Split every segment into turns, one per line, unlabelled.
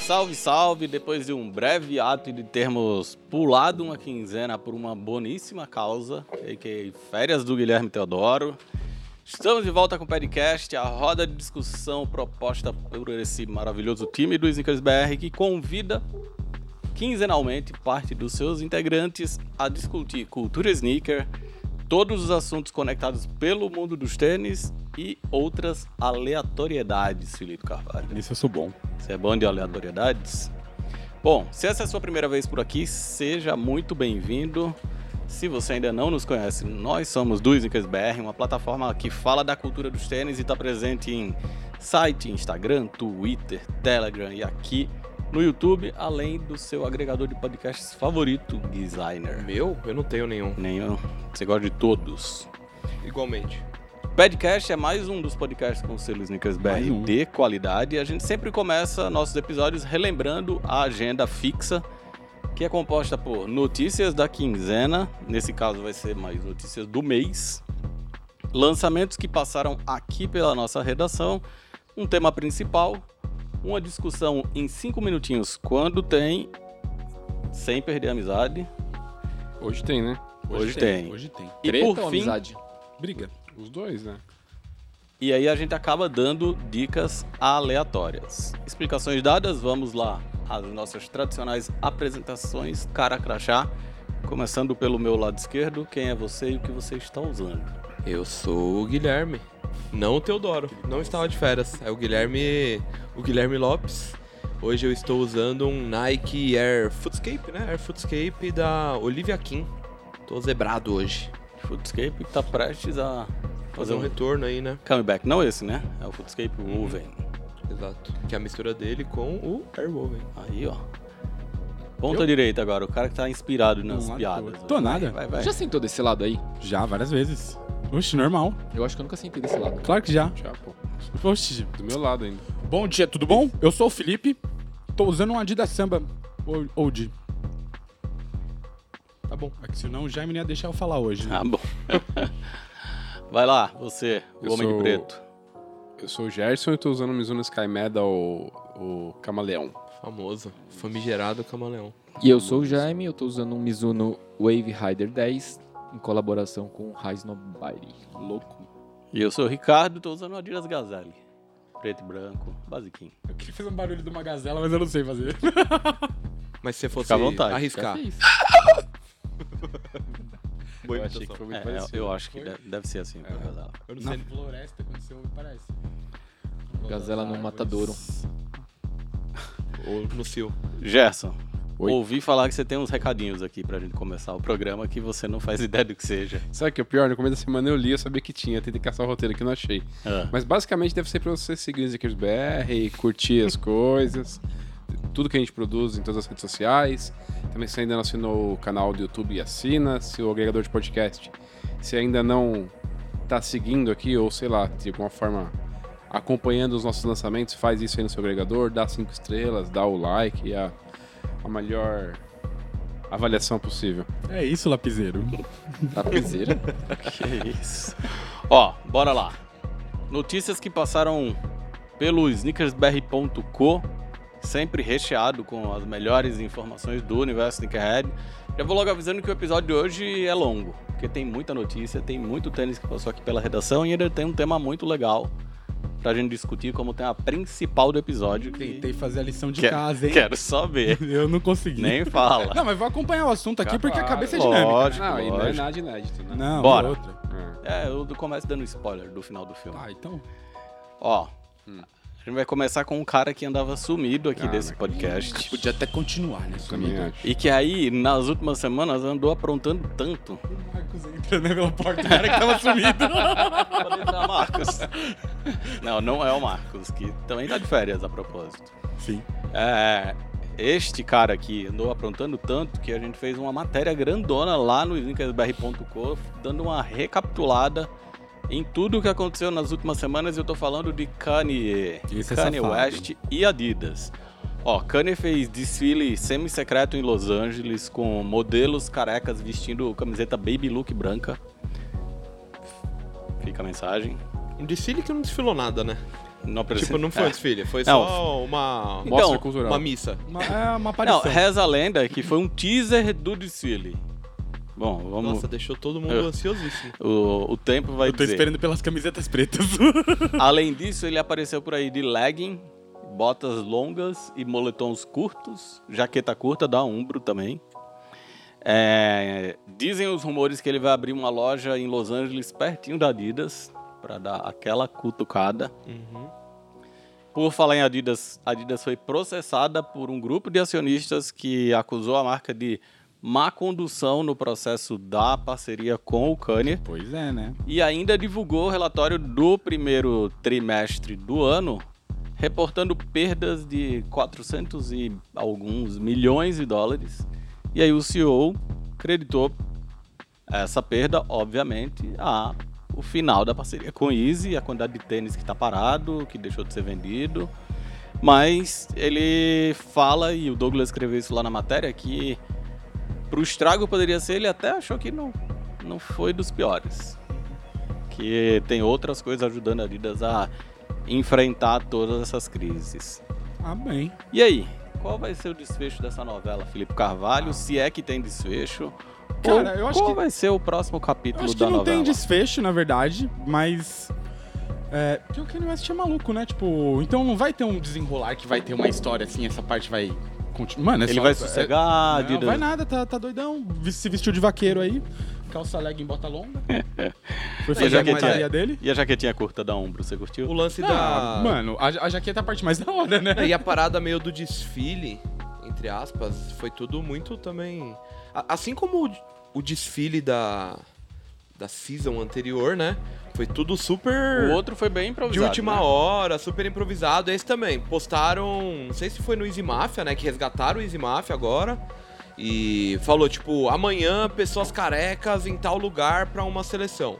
Salve, salve! Depois de um breve ato de termos pulado uma quinzena por uma boníssima causa, a.k.a. Férias do Guilherme Teodoro, estamos de volta com o podcast, a roda de discussão proposta por esse maravilhoso time do Snickers BR que convida quinzenalmente parte dos seus integrantes a discutir cultura sneaker, todos os assuntos conectados pelo mundo dos tênis e outras aleatoriedades, Filipe Carvalho.
Nisso eu sou bom.
Você é bom de aleatoriedades? Bom, se essa é a sua primeira vez por aqui, seja muito bem-vindo. Se você ainda não nos conhece, nós somos do Sneakers BR, uma plataforma que fala da cultura dos tênis e está presente em site, Instagram, Twitter, Telegram e aqui no YouTube, além do seu agregador de podcasts favorito, Designer.
Meu? Eu não tenho nenhum.
Nenhum. Você gosta de todos.
Igualmente.
Podcast é mais um dos podcasts com o selo Sneakers
Mais
BR
um.
de qualidade. A gente sempre começa nossos episódios relembrando a agenda fixa, que é composta por notícias da quinzena, nesse caso vai ser mais notícias do mês, lançamentos que passaram aqui pela nossa redação, um tema principal, uma discussão em cinco minutinhos quando tem, sem perder a amizade.
Hoje tem, né?
Hoje tem.
Hoje tem.
E
Treta
por
ou
fim,
amizade?
Briga. Os dois, né?
E aí a gente acaba dando dicas aleatórias. Explicações dadas, vamos lá às nossas tradicionais apresentações cara a crachá, começando pelo meu lado esquerdo, quem é você e o que você está usando.
Eu sou o Guilherme. Não o Teodoro. Não estava de férias. É o Guilherme. O Guilherme Lopes. Hoje eu estou usando um Nike Air Footscape, né? Air Footscape da Olivia Kim. Tô zebrado hoje.
Footscape tá prestes a
Fazer um
Uhum.
retorno aí, né?
comeback, não esse, né? É o Footscape Woven.
Exato. Que é a mistura dele com o Airwoven.
Aí, ó. Ponta direita agora, o cara que tá inspirado nas
lado pro
piadas.
outro. Tô nada.
Vai, vai.
Já sentou desse lado aí?
Já, várias vezes. Oxe, normal.
Eu acho que eu nunca sentei desse lado.
Claro que já.
Já, pô.
Oxe.
Do meu lado ainda.
Bom dia, tudo bom? Eu sou o Felipe. Tô usando um Adidas Samba Old- Old.
Tá bom.
É que senão o Jaime não ia deixar eu falar hoje. né?
Ah, bom. vai lá, você, o
Eu
homem de
sou-
preto.
Eu sou o Gerson e tô usando o Mizuno Sky Medal, o, o camaleão.
Famoso. Famigerado camaleão.
E eu sou o Jaime, eu tô usando um Mizuno Wave Rider 10 em colaboração com o High Nobody. Louco.
E eu sou o Ricardo, tô usando o Adidas Gazelle. Preto e branco, basiquinho.
Eu queria fazer um barulho de uma gazela, mas eu não sei fazer.
Mas se fosse
Fica à vontade,
arriscar.
Que isso?
Boa
Eu achei
imitação.
que foi É. muito
É, eu-
parecido.
eu acho que deve, deve ser assim. pra casar.
Eu não
Na
sei.
floresta, quando você ouve, parece.
Gazela no matadouro.
Ou no seu.
Gerson,
Oi.
ouvi falar que você tem uns recadinhos aqui pra gente começar o programa que você não faz ideia do que seja.
Sabe o que é o pior? No começo da semana eu li, eu sabia que tinha, tentei caçar o roteiro aqui, não achei.
Ah,
Mas basicamente deve ser pra você seguir o Zickers BR, curtir as coisas, tudo que a gente produz em todas as redes sociais. Também se ainda não assinou o canal do YouTube, assina. Se o agregador de podcast, se ainda não tá seguindo aqui, ou sei lá, de alguma forma acompanhando os nossos lançamentos, faz isso aí no seu agregador, dá cinco estrelas, dá o like e a, a melhor avaliação possível.
É isso, lapiseiro.
Tá Trapezeira.
que É isso. Ó, bora lá. Notícias que passaram pelo sneakersbr.co, sempre recheado com as melhores informações do universo Sneakerhead. Já vou logo avisando que o episódio de hoje é longo, porque tem muita notícia, tem muito tênis que passou aqui pela redação e ainda tem um tema muito legal pra gente discutir como tema principal do episódio. que-
Tentei fazer a lição de
Quer-
casa, hein?
Quero só ver.
Eu não consegui.
Nem fala.
Não, mas vou acompanhar o assunto aqui porque a
Claro.
cabeça é dinâmica.
lógico,
não, e não é
lógico.
nada inédito, né?
Não,
Bora.
é outra.
É, eu começo dando spoiler do final do filme.
Ah, então.
Ó, a gente vai começar com um cara que andava sumido aqui
Cara,
desse podcast.
Podia até continuar, né?
Também acho.
E que aí, nas últimas semanas, andou aprontando tanto.
O Marcos entrando pela porta, o cara que tava sumido.
Falei, "Ah, Marcos. Não, não é o Marcos, que também tá de férias a propósito.
Sim.
É, este cara aqui andou aprontando tanto que a gente fez uma matéria grandona lá no sneakersbr.com, dando uma recapitulada em tudo o que aconteceu nas últimas semanas. Eu tô falando de Kanye,
Esse é
Kanye
safado.
West e Adidas. Ó, Kanye fez desfile semi-secreto em Los Angeles com modelos carecas vestindo camiseta baby look branca. Fica a mensagem.
Um desfile que não desfilou nada, né?
Não apareceu.
Tipo, não foi
É.
desfile, foi
Não.
só uma,
Então,
Mostra cultural.
uma missa.
Uma, é uma
Não,
aparição.
reza a lenda que foi um teaser do desfile. Bom, vamos.
Nossa, deixou todo mundo
Eu-
ansiosíssimo.
O, o tempo vai
Eu tô
dizer.
esperando pelas camisetas pretas.
Além disso, ele apareceu por aí de legging, botas longas e moletons curtos, jaqueta curta da Umbro também. É, dizem os rumores que ele vai abrir uma loja em Los Angeles pertinho da Adidas para dar aquela cutucada.
Uhum.
Por falar em Adidas, a Adidas foi processada por um grupo de acionistas que acusou a marca de má condução no processo da parceria com o Kanye
pois é, né?
e ainda divulgou o relatório do primeiro trimestre do ano, reportando perdas de 400 e alguns milhões de dólares. E aí o CEO creditou essa perda, obviamente, a o final da parceria com o Easy, a quantidade de tênis que está parado, que deixou de ser vendido. Mas ele fala, e o Douglas escreveu isso lá na matéria, que para o estrago poderia ser, ele até achou que não, não foi dos piores que tem outras coisas ajudando a Adidas a enfrentar todas essas crises.
Ah, bem.
E aí, qual vai ser o desfecho dessa novela, Felipe Carvalho? Se é que tem desfecho?
Cara,
Ou
eu acho
qual
que-
vai ser o próximo
Eu
capítulo
acho que
da
não
novela?
tem desfecho, na verdade, mas. É, porque o Kanye West é maluco, né? Tipo, então não vai ter um desenrolar que vai ter uma história assim, essa parte vai. continuar. Mano, é
Ele
só-
vai
é-
sossegar,
Não,
Adidas.
vai nada, tá, tá doidão. Vi- Se vestiu de vaqueiro aí, calça legging, bota longa. Foi fazer a
É. jaqueta- é.
montaria dele.
E a jaquetinha curta da Umbro, você
O
curtiu?
lance
Ah,
da. É,
Mano, a, a jaqueta é a parte mais da hora, né?
E a parada meio do desfile, entre aspas, foi tudo muito também. A- Assim como o- o desfile da. da season anterior, né? Foi tudo super.
O outro foi bem improvisado.
de última
né?
hora, super improvisado. Esse também. Postaram. Não sei se foi no Easy Mafia, né? Que resgataram o Easy Mafia agora. E falou, tipo, amanhã pessoas carecas em tal lugar pra uma seleção.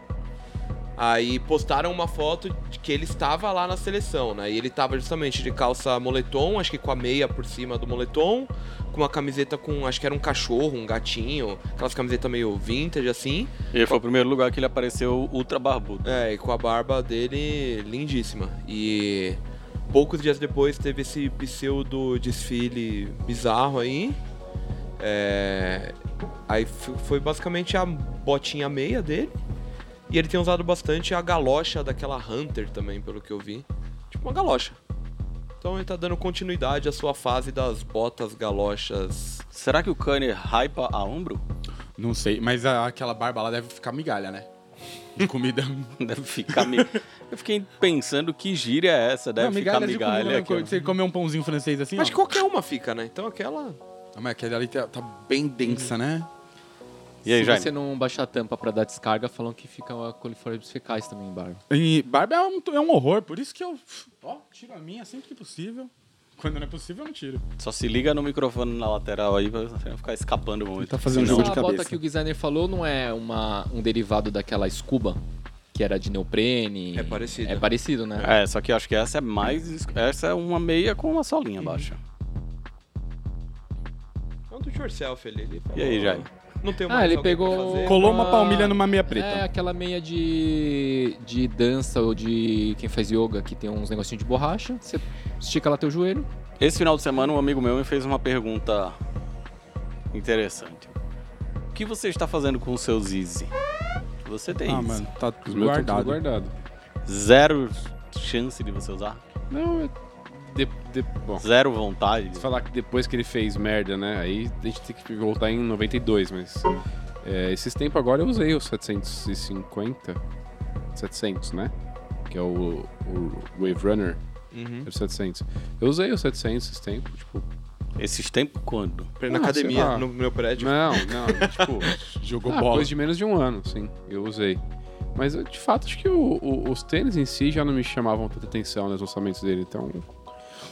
Aí postaram uma foto de que ele estava lá na seleção, né? E ele estava justamente de calça moletom, acho que com a meia por cima do moletom, com uma camiseta com, acho que era um cachorro, um gatinho, aquelas camisetas meio vintage assim.
E foi o primeiro lugar que ele apareceu ultra barbudo.
É, e com a barba dele lindíssima. E poucos dias depois teve esse pseudo desfile bizarro aí. É, Aí f- foi basicamente a botinha meia dele. E ele tem usado bastante a galocha daquela Hunter também, pelo que eu vi. Tipo uma galocha. Então ele tá dando continuidade à sua fase das botas galochas.
Será que o Kanye hypa a Umbro?
Não sei, mas a- aquela barba lá deve ficar migalha, né? De comida.
Deve ficar me... Eu fiquei pensando que gíria é essa, deve
Não,
ficar
de comida,
migalha.
né?
aqui, ó.
Você comer um pãozinho francês assim,
Mas
ó.
qualquer uma fica, né? Então aquela.
Ah, Mas aquela ali tá, tá bem densa, né?
E aí,
Se
Jaime?
você não baixar a tampa pra dar descarga, falam que fica uma coliformes fecais também em bar.
E barba é um, é um horror, por isso que eu ó, tiro a minha sempre que possível. Quando não é possível, eu não tiro.
Só se liga no microfone na lateral aí pra você não ficar escapando muito.
tá fazendo
Senão-
jogo de
a bota
cabeça.
que o designer falou não é uma, um derivado daquela scuba, que era de neoprene.
É parecido.
É parecido, né?
É, só que eu acho que essa é mais. es- Essa é uma meia com uma solinha baixa.
É um do yourself ali. Ele
E aí,
falou,
Jaime?
Não tem
Ah,
mais
ele
alguém pra
pegou-
fazer.
Colou uma
Ah,
palmilha numa meia preta.
É aquela meia de, de dança ou de quem faz yoga, que tem uns negocinhos de borracha. Você estica lá teu joelho.
Esse final de semana, um amigo meu me fez uma pergunta interessante. O que você está fazendo com os seus Easy? Você tem
ah,
Easy.
mano, tá
Os
tudo
meus estão
guardado.
tudo guardado.
Zero chance de você usar?
Não, é. De, de, bom,
Zero vontade?
se falar que depois que ele fez merda, né? Aí a gente tem que voltar em 92, mas. é, esses tempos agora eu usei o 750. 700, né? Que é o, o Wave Runner.
Uhum.
É o 700. Eu usei o 700 esses tempos, tipo.
Esses tempos quando?
Na
Ah, sei
academia,
lá.
no meu prédio.
Não, não, tipo.
Jogou
Ah,
bola.
coisa de menos de um ano, sim, eu usei. Mas eu, de fato acho que o- o- os tênis em si já não me chamavam tanta atenção nos lançamentos dele, então.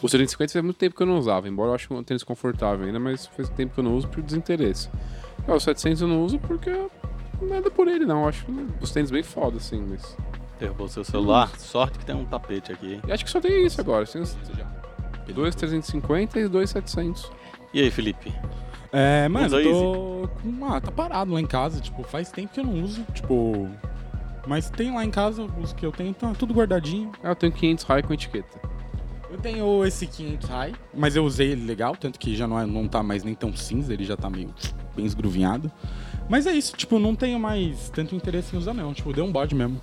Os 350 faz muito tempo que eu não usava, embora eu ache um tênis confortável ainda, mas faz tempo que eu não uso por desinteresse. Ah, os 700 eu não uso porque nada por ele, não. Eu acho os tênis bem foda, assim, mas.
Derrubou seu
Hum.
celular? Sorte que tem um tapete aqui, hein?
E acho que só tem isso agora. Assim, os dois 350 e dois 700.
E aí, Felipe?
É, mano,
Usa
eu tô com uma. Tá parado lá em casa, tipo, faz tempo que eu não uso. Tipo. Mas tem lá em casa os que eu tenho, tá tudo guardadinho.
Ah, eu tenho 500 raio com etiqueta.
Eu tenho esse 500 high, mas eu usei ele legal, tanto que já não, é- não tá mais nem tão cinza, ele já tá meio bem esgruvinhado. Mas é isso, tipo, não tenho mais tanto interesse em usar não, tipo, deu um bode mesmo.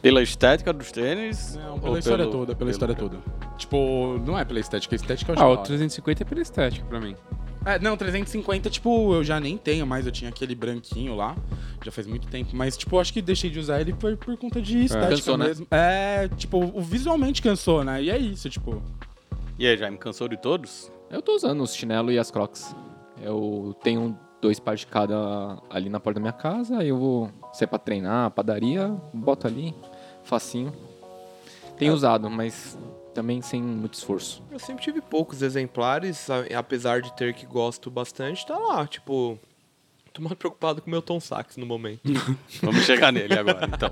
Pela estética dos tênis?
Não,
ou
pela história
pelo-
toda, pela
pelo-
história toda. Tipo, não é pela estética, a estética eu já
Ah, o
adoro.
350 é pela estética pra mim.
É, não, 350, tipo, eu já nem tenho mais, eu tinha aquele branquinho lá, já faz muito tempo, mas, tipo, eu acho que deixei de usar ele foi por conta de estética
Cansou, né?
mesmo. É, tipo, o visualmente cansou, né? E é isso, tipo...
E aí, já me cansou de todos?
Eu tô usando os chinelo e as crocs. Eu tenho dois pares de cada ali na porta da minha casa, aí eu vou sair pra treinar, padaria, boto ali, facinho.
É.
Tenho usado, mas também sem muito esforço.
Eu sempre tive poucos exemplares, a- apesar de ter que gosto bastante, tá lá, tipo. Tô mais preocupado com o meu Tom Sax no momento.
Hum.
Vamos chegar nele agora, então.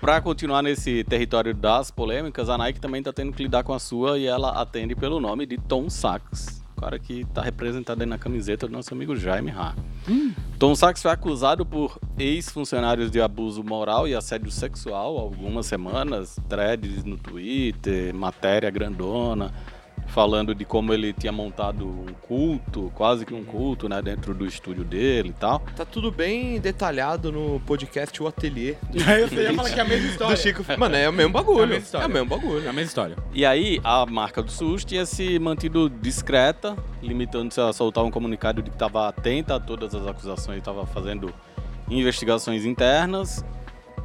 Pra continuar nesse território das polêmicas, a Nike também tá tendo que lidar com a sua e ela atende pelo nome de Tom Sachs. O cara que tá representado aí na camiseta do nosso amigo Jaime Ra. Tom Sachs foi acusado por ex-funcionários de abuso moral e assédio sexual há algumas semanas, threads no Twitter, matéria grandona, falando de como ele tinha montado um culto, quase que um culto, né, dentro do estúdio dele e tal.
Tá tudo bem detalhado no podcast O Ateliê.
Aí eu ia falar que é a mesma
Do Chico. Mano, é o mesmo bagulho.
É a mesma
É,
história.
o mesmo bagulho.
a mesma história.
E aí, a marca do SUS tinha se mantido discreta, limitando-se a soltar um comunicado de que estava atenta a todas as acusações, estava fazendo investigações internas.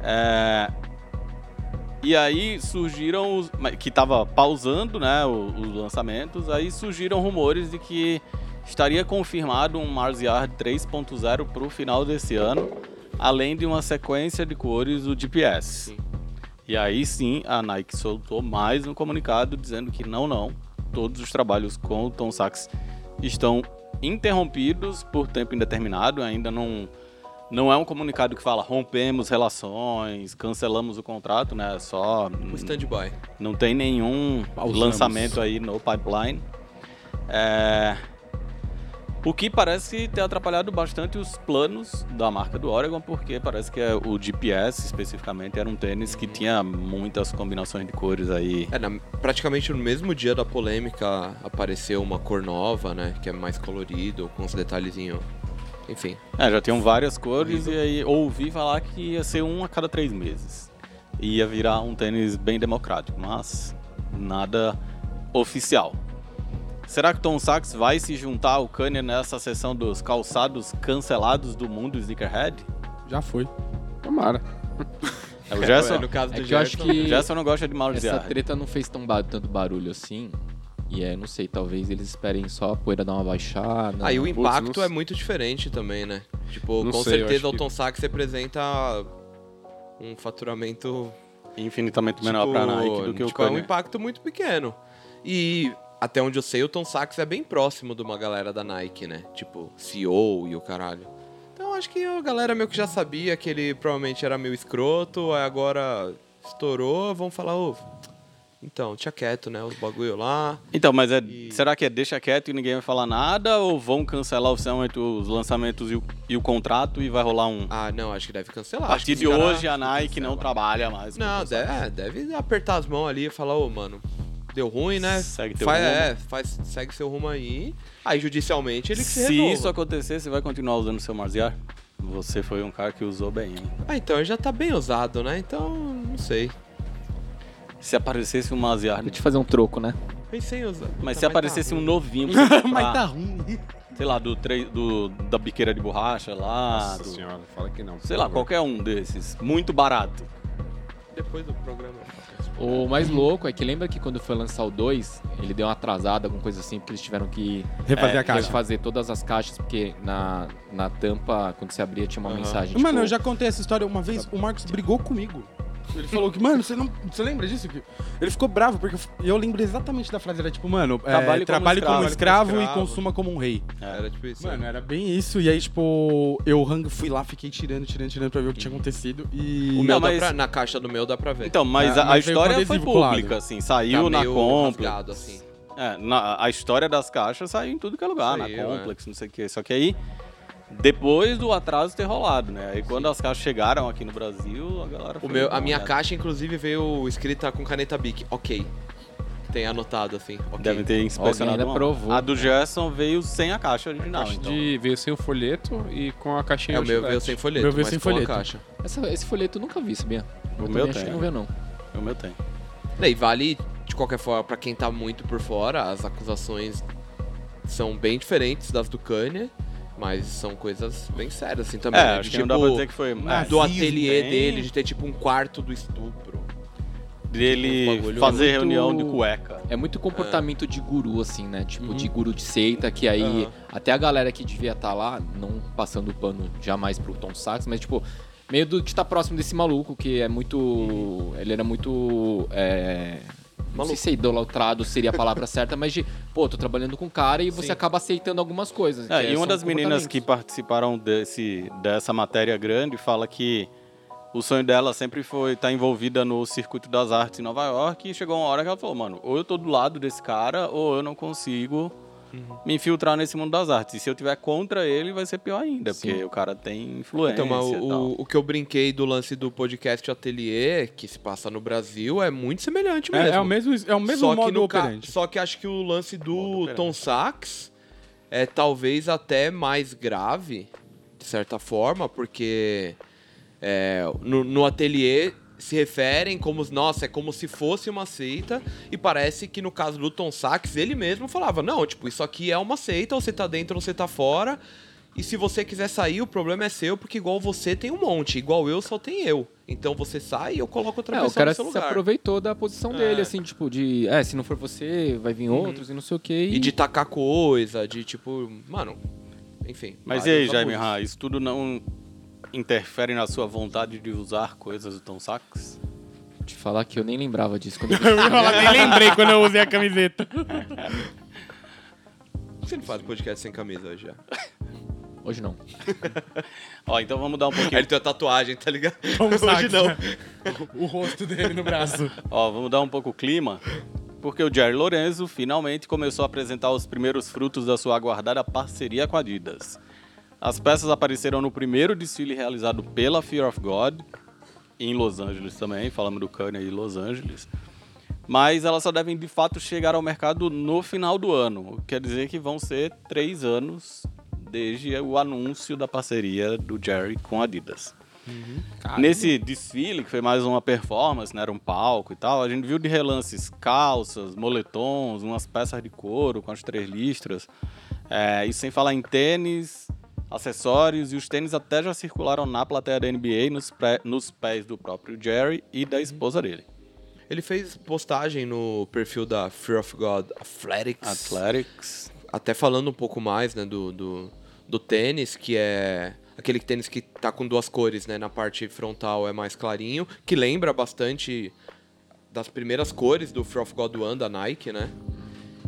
É, E aí surgiram, os... mas que estava pausando né, o- os lançamentos, aí surgiram rumores de que estaria confirmado um Mars Yard 3.0 para o final desse ano, além de uma sequência de cores do GPS. E aí sim, a Nike soltou mais um comunicado dizendo que não, não, todos os trabalhos com o Tom Sachs estão interrompidos por tempo indeterminado, ainda não não é um comunicado que fala rompemos relações, cancelamos o contrato, né? É Só
O stand-by.
não tem nenhum
Pausamos.
lançamento aí no pipeline. É, O que parece ter atrapalhado bastante os planos da marca do Oregon, porque parece que é o GPS especificamente era um tênis que tinha muitas combinações de cores aí.
É, na- praticamente no mesmo dia da polêmica apareceu uma cor nova, né? Que é mais colorido, com os detalhezinhos. Enfim.
É, já tinham várias cores e aí ouvi falar que ia ser um a cada três meses. E Ia virar um tênis bem democrático, mas nada oficial. Será que o Tom Sachs vai se juntar ao Kanye nessa sessão dos calçados cancelados do mundo Sneakerhead?
Já foi.
Tomara.
É o Gerson?
É, no caso
É
do
que eu acho
Gerson,
O
que
Gerson não gosta de
essa
maldiar.
treta não fez tão ba- tanto barulho assim. E é, não sei, talvez eles esperem só a poeira dar uma baixada.
Aí o
Putz,
impacto
não-
é muito diferente também, né? Tipo,
Não
com
sei, eu
certeza
acho
o
que-
Tom Sachs representa um faturamento
Infinitamente
tipo,
menor pra Nike do que o
tipo, é um
Kanye.
impacto muito pequeno. E até onde eu sei, o Tom Sachs é bem próximo de uma galera da Nike, né? Tipo, CEO e o caralho. Então acho que a galera meio que já sabia que ele provavelmente era meio escroto, aí agora estourou, vão falar, ô. então, tinha quieto, né? Os bagulho lá.
Então, mas é-
E-
será que é deixa quieto e ninguém vai falar nada? Ou vão cancelar oficialmente os lançamentos e o, e o contrato e vai rolar um.
Ah, não, acho que deve cancelar.
A
acho que é
partir
os
de
cara-
hoje a Nike não trabalha mais. com o
Não,
Tom Sachs.
deve, é, deve apertar as mãos ali e falar, ô, mano, deu ruim, né?
Segue teu
faz,
rumo.
É, faz, segue seu rumo aí. Aí, judicialmente, ele que se,
Se
renova.
isso acontecer, você vai continuar usando seu Marziar? Você foi um cara que usou bem, hein?
Ah, então, ele já tá bem usado, né? Então, não sei.
Se aparecesse um Marziar.
Vou te fazer um troco, né?
Pensei em usar. Puta,
Mas se aparecesse
tá
um
ruim.
novinho, pra você
Mas
comprar,
tá ruim.
sei lá, do, tre- do da biqueira de borracha lá,
Nossa
do-
senhora, fala que não. por
sei lá,
favor.
qualquer um desses, muito barato.
Depois do programa. eu faço.
O mais louco é que lembra que quando foi lançar o 2, ele deu uma atrasada, alguma coisa assim, porque eles tiveram que
Refazer
é,
a caixa.
refazer todas as caixas, porque na, na tampa, quando você abria, tinha uma
Aham.
mensagem. Tipo,
Mano, eu já contei essa história uma vez, o Marcos brigou comigo. Ele falou que, mano, você não. Você lembra disso? Que Ele ficou bravo, porque eu f- eu lembro exatamente da frase, era tipo, mano, é,
Trabalhe como
trabalhe como,
escravo.
escravo,
Escravo.
e consuma como um rei.
Era tipo isso.
Mano, era bem isso. E aí, tipo, eu hang- fui lá, fiquei tirando, tirando, tirando pra ver o que tinha acontecido. E.
O
Não,
meu dá
mas-
pra- Na caixa do meu dá pra ver.
Então, mas
Ah,
a, a
um
mas veio com
história foi
adesivo colado.
pública, assim,
tá
saiu na
meio
Complex.
rasgado, assim.
É, na- a história das caixas saiu em tudo que é lugar, na
Saiu,
Complex, não sei o que. Só que aí, Depois do atraso ter rolado, né? Aí quando as caixas chegaram aqui no Brasil, a galera
O
foi né?
meu, a
dar
minha
uma olhada.
caixa, inclusive, veio escrita com caneta Bic. Ok. Tem anotado, assim. ok.
Devem ter inspecionado.
ainda
uma.
provou.
A
né?
do Gerson veio sem a caixa original.
caixa
então.
de, veio sem o folheto e com a caixinha
É, o
de
meu
chiclete.
veio sem folheto,
Meu veio
mas
sem
com a
folheto.
caixa.
Essa- esse folheto eu nunca vi, sabia?
O meu
Eu também acho que
tem.
não vê, não.
O meu tem.
Daí vale, de qualquer forma, pra quem tá muito por fora, as acusações são bem diferentes das do Kanye, mas são coisas bem sérias, assim, também.
é,
né?
acho
de,
que
tipo,
não dá pra dizer que foi. é,
do
nazismo,
ateliê
né?
dele, de ter tipo um quarto do estupro. Um
Dele
bagulho
fazer
muito-
reunião de cueca.
É muito comportamento de guru, assim, né? Tipo,
Uhum.
de guru de seita, que aí
Aham.
até a galera que devia estar lá, não passando o pano jamais pro Tom Sachs, mas tipo, meio do- de estar próximo desse maluco, que é muito.
Uhum.
Ele era muito. É... Não sei
Maluco.
se é idolatrado seria a palavra certa, mas de, pô, tô trabalhando com um cara e você
Sim.
acaba aceitando algumas coisas.
É,
que
e
um
uma
são
das meninas que
comportamentos.
participaram desse, dessa matéria grande fala que o sonho dela sempre foi estar envolvida no circuito das artes em Nova York e chegou uma hora que ela falou, mano, ou eu tô do lado desse cara ou eu não consigo me infiltrar nesse mundo das artes. E se eu tiver contra ele, vai ser pior ainda,
Sim.
porque o cara tem influência
Então, mas
e
o,
tal.
o, o que eu brinquei do lance do podcast Ateliê, que se passa no Brasil, é muito semelhante mesmo.
É, é o mesmo, é o mesmo
só que
modo
no ca-
operante.
Só que acho que o lance
Modo
do
operante.
Tom Sachs é talvez até mais grave, de certa forma, porque é, no, no ateliê se referem como, nossa, é como se fosse uma seita, e parece que no caso do Tom Sachs, ele mesmo falava, não, tipo, isso aqui é uma seita, ou você tá dentro ou você tá fora, e se você quiser sair, o problema é seu, porque igual você tem um monte, igual eu só tem eu. Então você sai e eu coloco outra
É, o
pessoa
cara
no seu
se
lugar.
aproveitou da posição
É.
dele, assim, tipo, de, é, se não for você, vai vir outros e não sei o quê.
E de tacar coisa, de tipo, mano, enfim.
Mas e aí,
vários
Jaime
abusos.
Ra, isso tudo não interfere na sua vontade de usar coisas do Tom Sachs?
Te falar que eu nem lembrava disso quando eu vi.
Eu ia falar, nem lembrei quando eu usei a camiseta.
Por que você não faz podcast sem camisa hoje já?
Hoje não.
Ó, então vamos dar um
Aí ele
pouquinho,
tem a tatuagem, tá ligado?
Tom
hoje
Sachs,
não.
né? O rosto dele no braço.
ó, vamos dar um pouco o clima, porque o Jerry Lorenzo finalmente começou a apresentar os primeiros frutos da sua aguardada parceria com a Adidas. As peças apareceram no primeiro desfile realizado pela Fear of God, em Los Angeles também, falamos do Kanye e Los Angeles. Mas elas só devem de fato chegar ao mercado no final do ano. o que Quer dizer que vão ser três anos desde o anúncio da parceria do Jerry com a Adidas. Nesse desfile, que foi mais uma performance, né, era um palco e tal, a gente viu de relances calças, moletons, umas peças de couro com as três listras. É, isso sem falar em tênis, acessórios, e os tênis até já circularam na plateia da NBA nos, pré- nos pés do próprio Jerry e
Uhum.
da esposa dele.
Ele fez postagem no perfil da Fear of God Athletics.
Athletics.
Até falando um pouco mais, né, do, do, do tênis, que é aquele tênis que tá com duas cores, né? Na parte frontal é mais clarinho, que lembra bastante das primeiras cores do Fear of God One da Nike, né?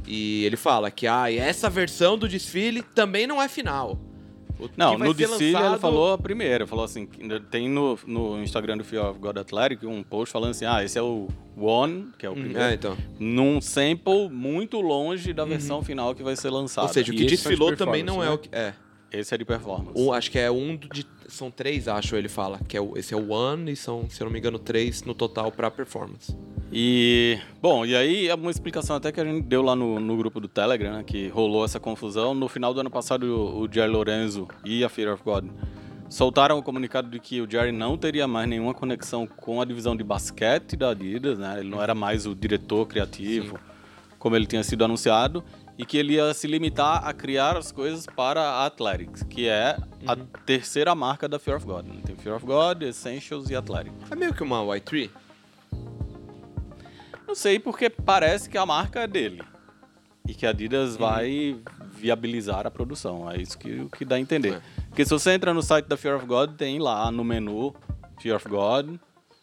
E ele fala que ah, e essa versão do desfile também não é final. O que
Não,
vai
no
ser
desfile ele
lançado-
falou a primeira, falou assim, que ainda tem no, no Instagram do Fear of God Athletic um post falando assim, ah, esse é o One, que é o
Hum,
primeiro,
É, então.
num sample muito longe da versão final que vai ser lançada.
Uhum. Ou seja, o
tá, E
que
esse é de
desfilou também não é o
performance,
que. É.
esse é de performance.
Um- acho que é um do- de. São três, acho, ele fala. Que é o, esse é o One e são, se eu não me engano, três no total pra performance.
E, bom, e aí é uma explicação até que a gente deu lá no, no grupo do Telegram, né, que rolou essa confusão. No final do ano passado, o, o Jerry Lorenzo e a Fear of God soltaram o comunicado de que o Jerry não teria mais nenhuma conexão com a divisão de basquete da Adidas, né? Ele não era mais o diretor criativo, como ele tinha sido anunciado, e que ele ia se limitar a criar as coisas para a Athletics, que é a terceira marca da Fear of God. né? Tem Fear of God, Essentials e Athletics.
É meio que uma Y3.
Não sei, porque parece que a marca é dele. E que a Adidas
Uhum.
vai viabilizar a produção. É isso que, que dá a entender.
É.
Porque se você entra no site da Fear of God, tem lá no menu Fear of God,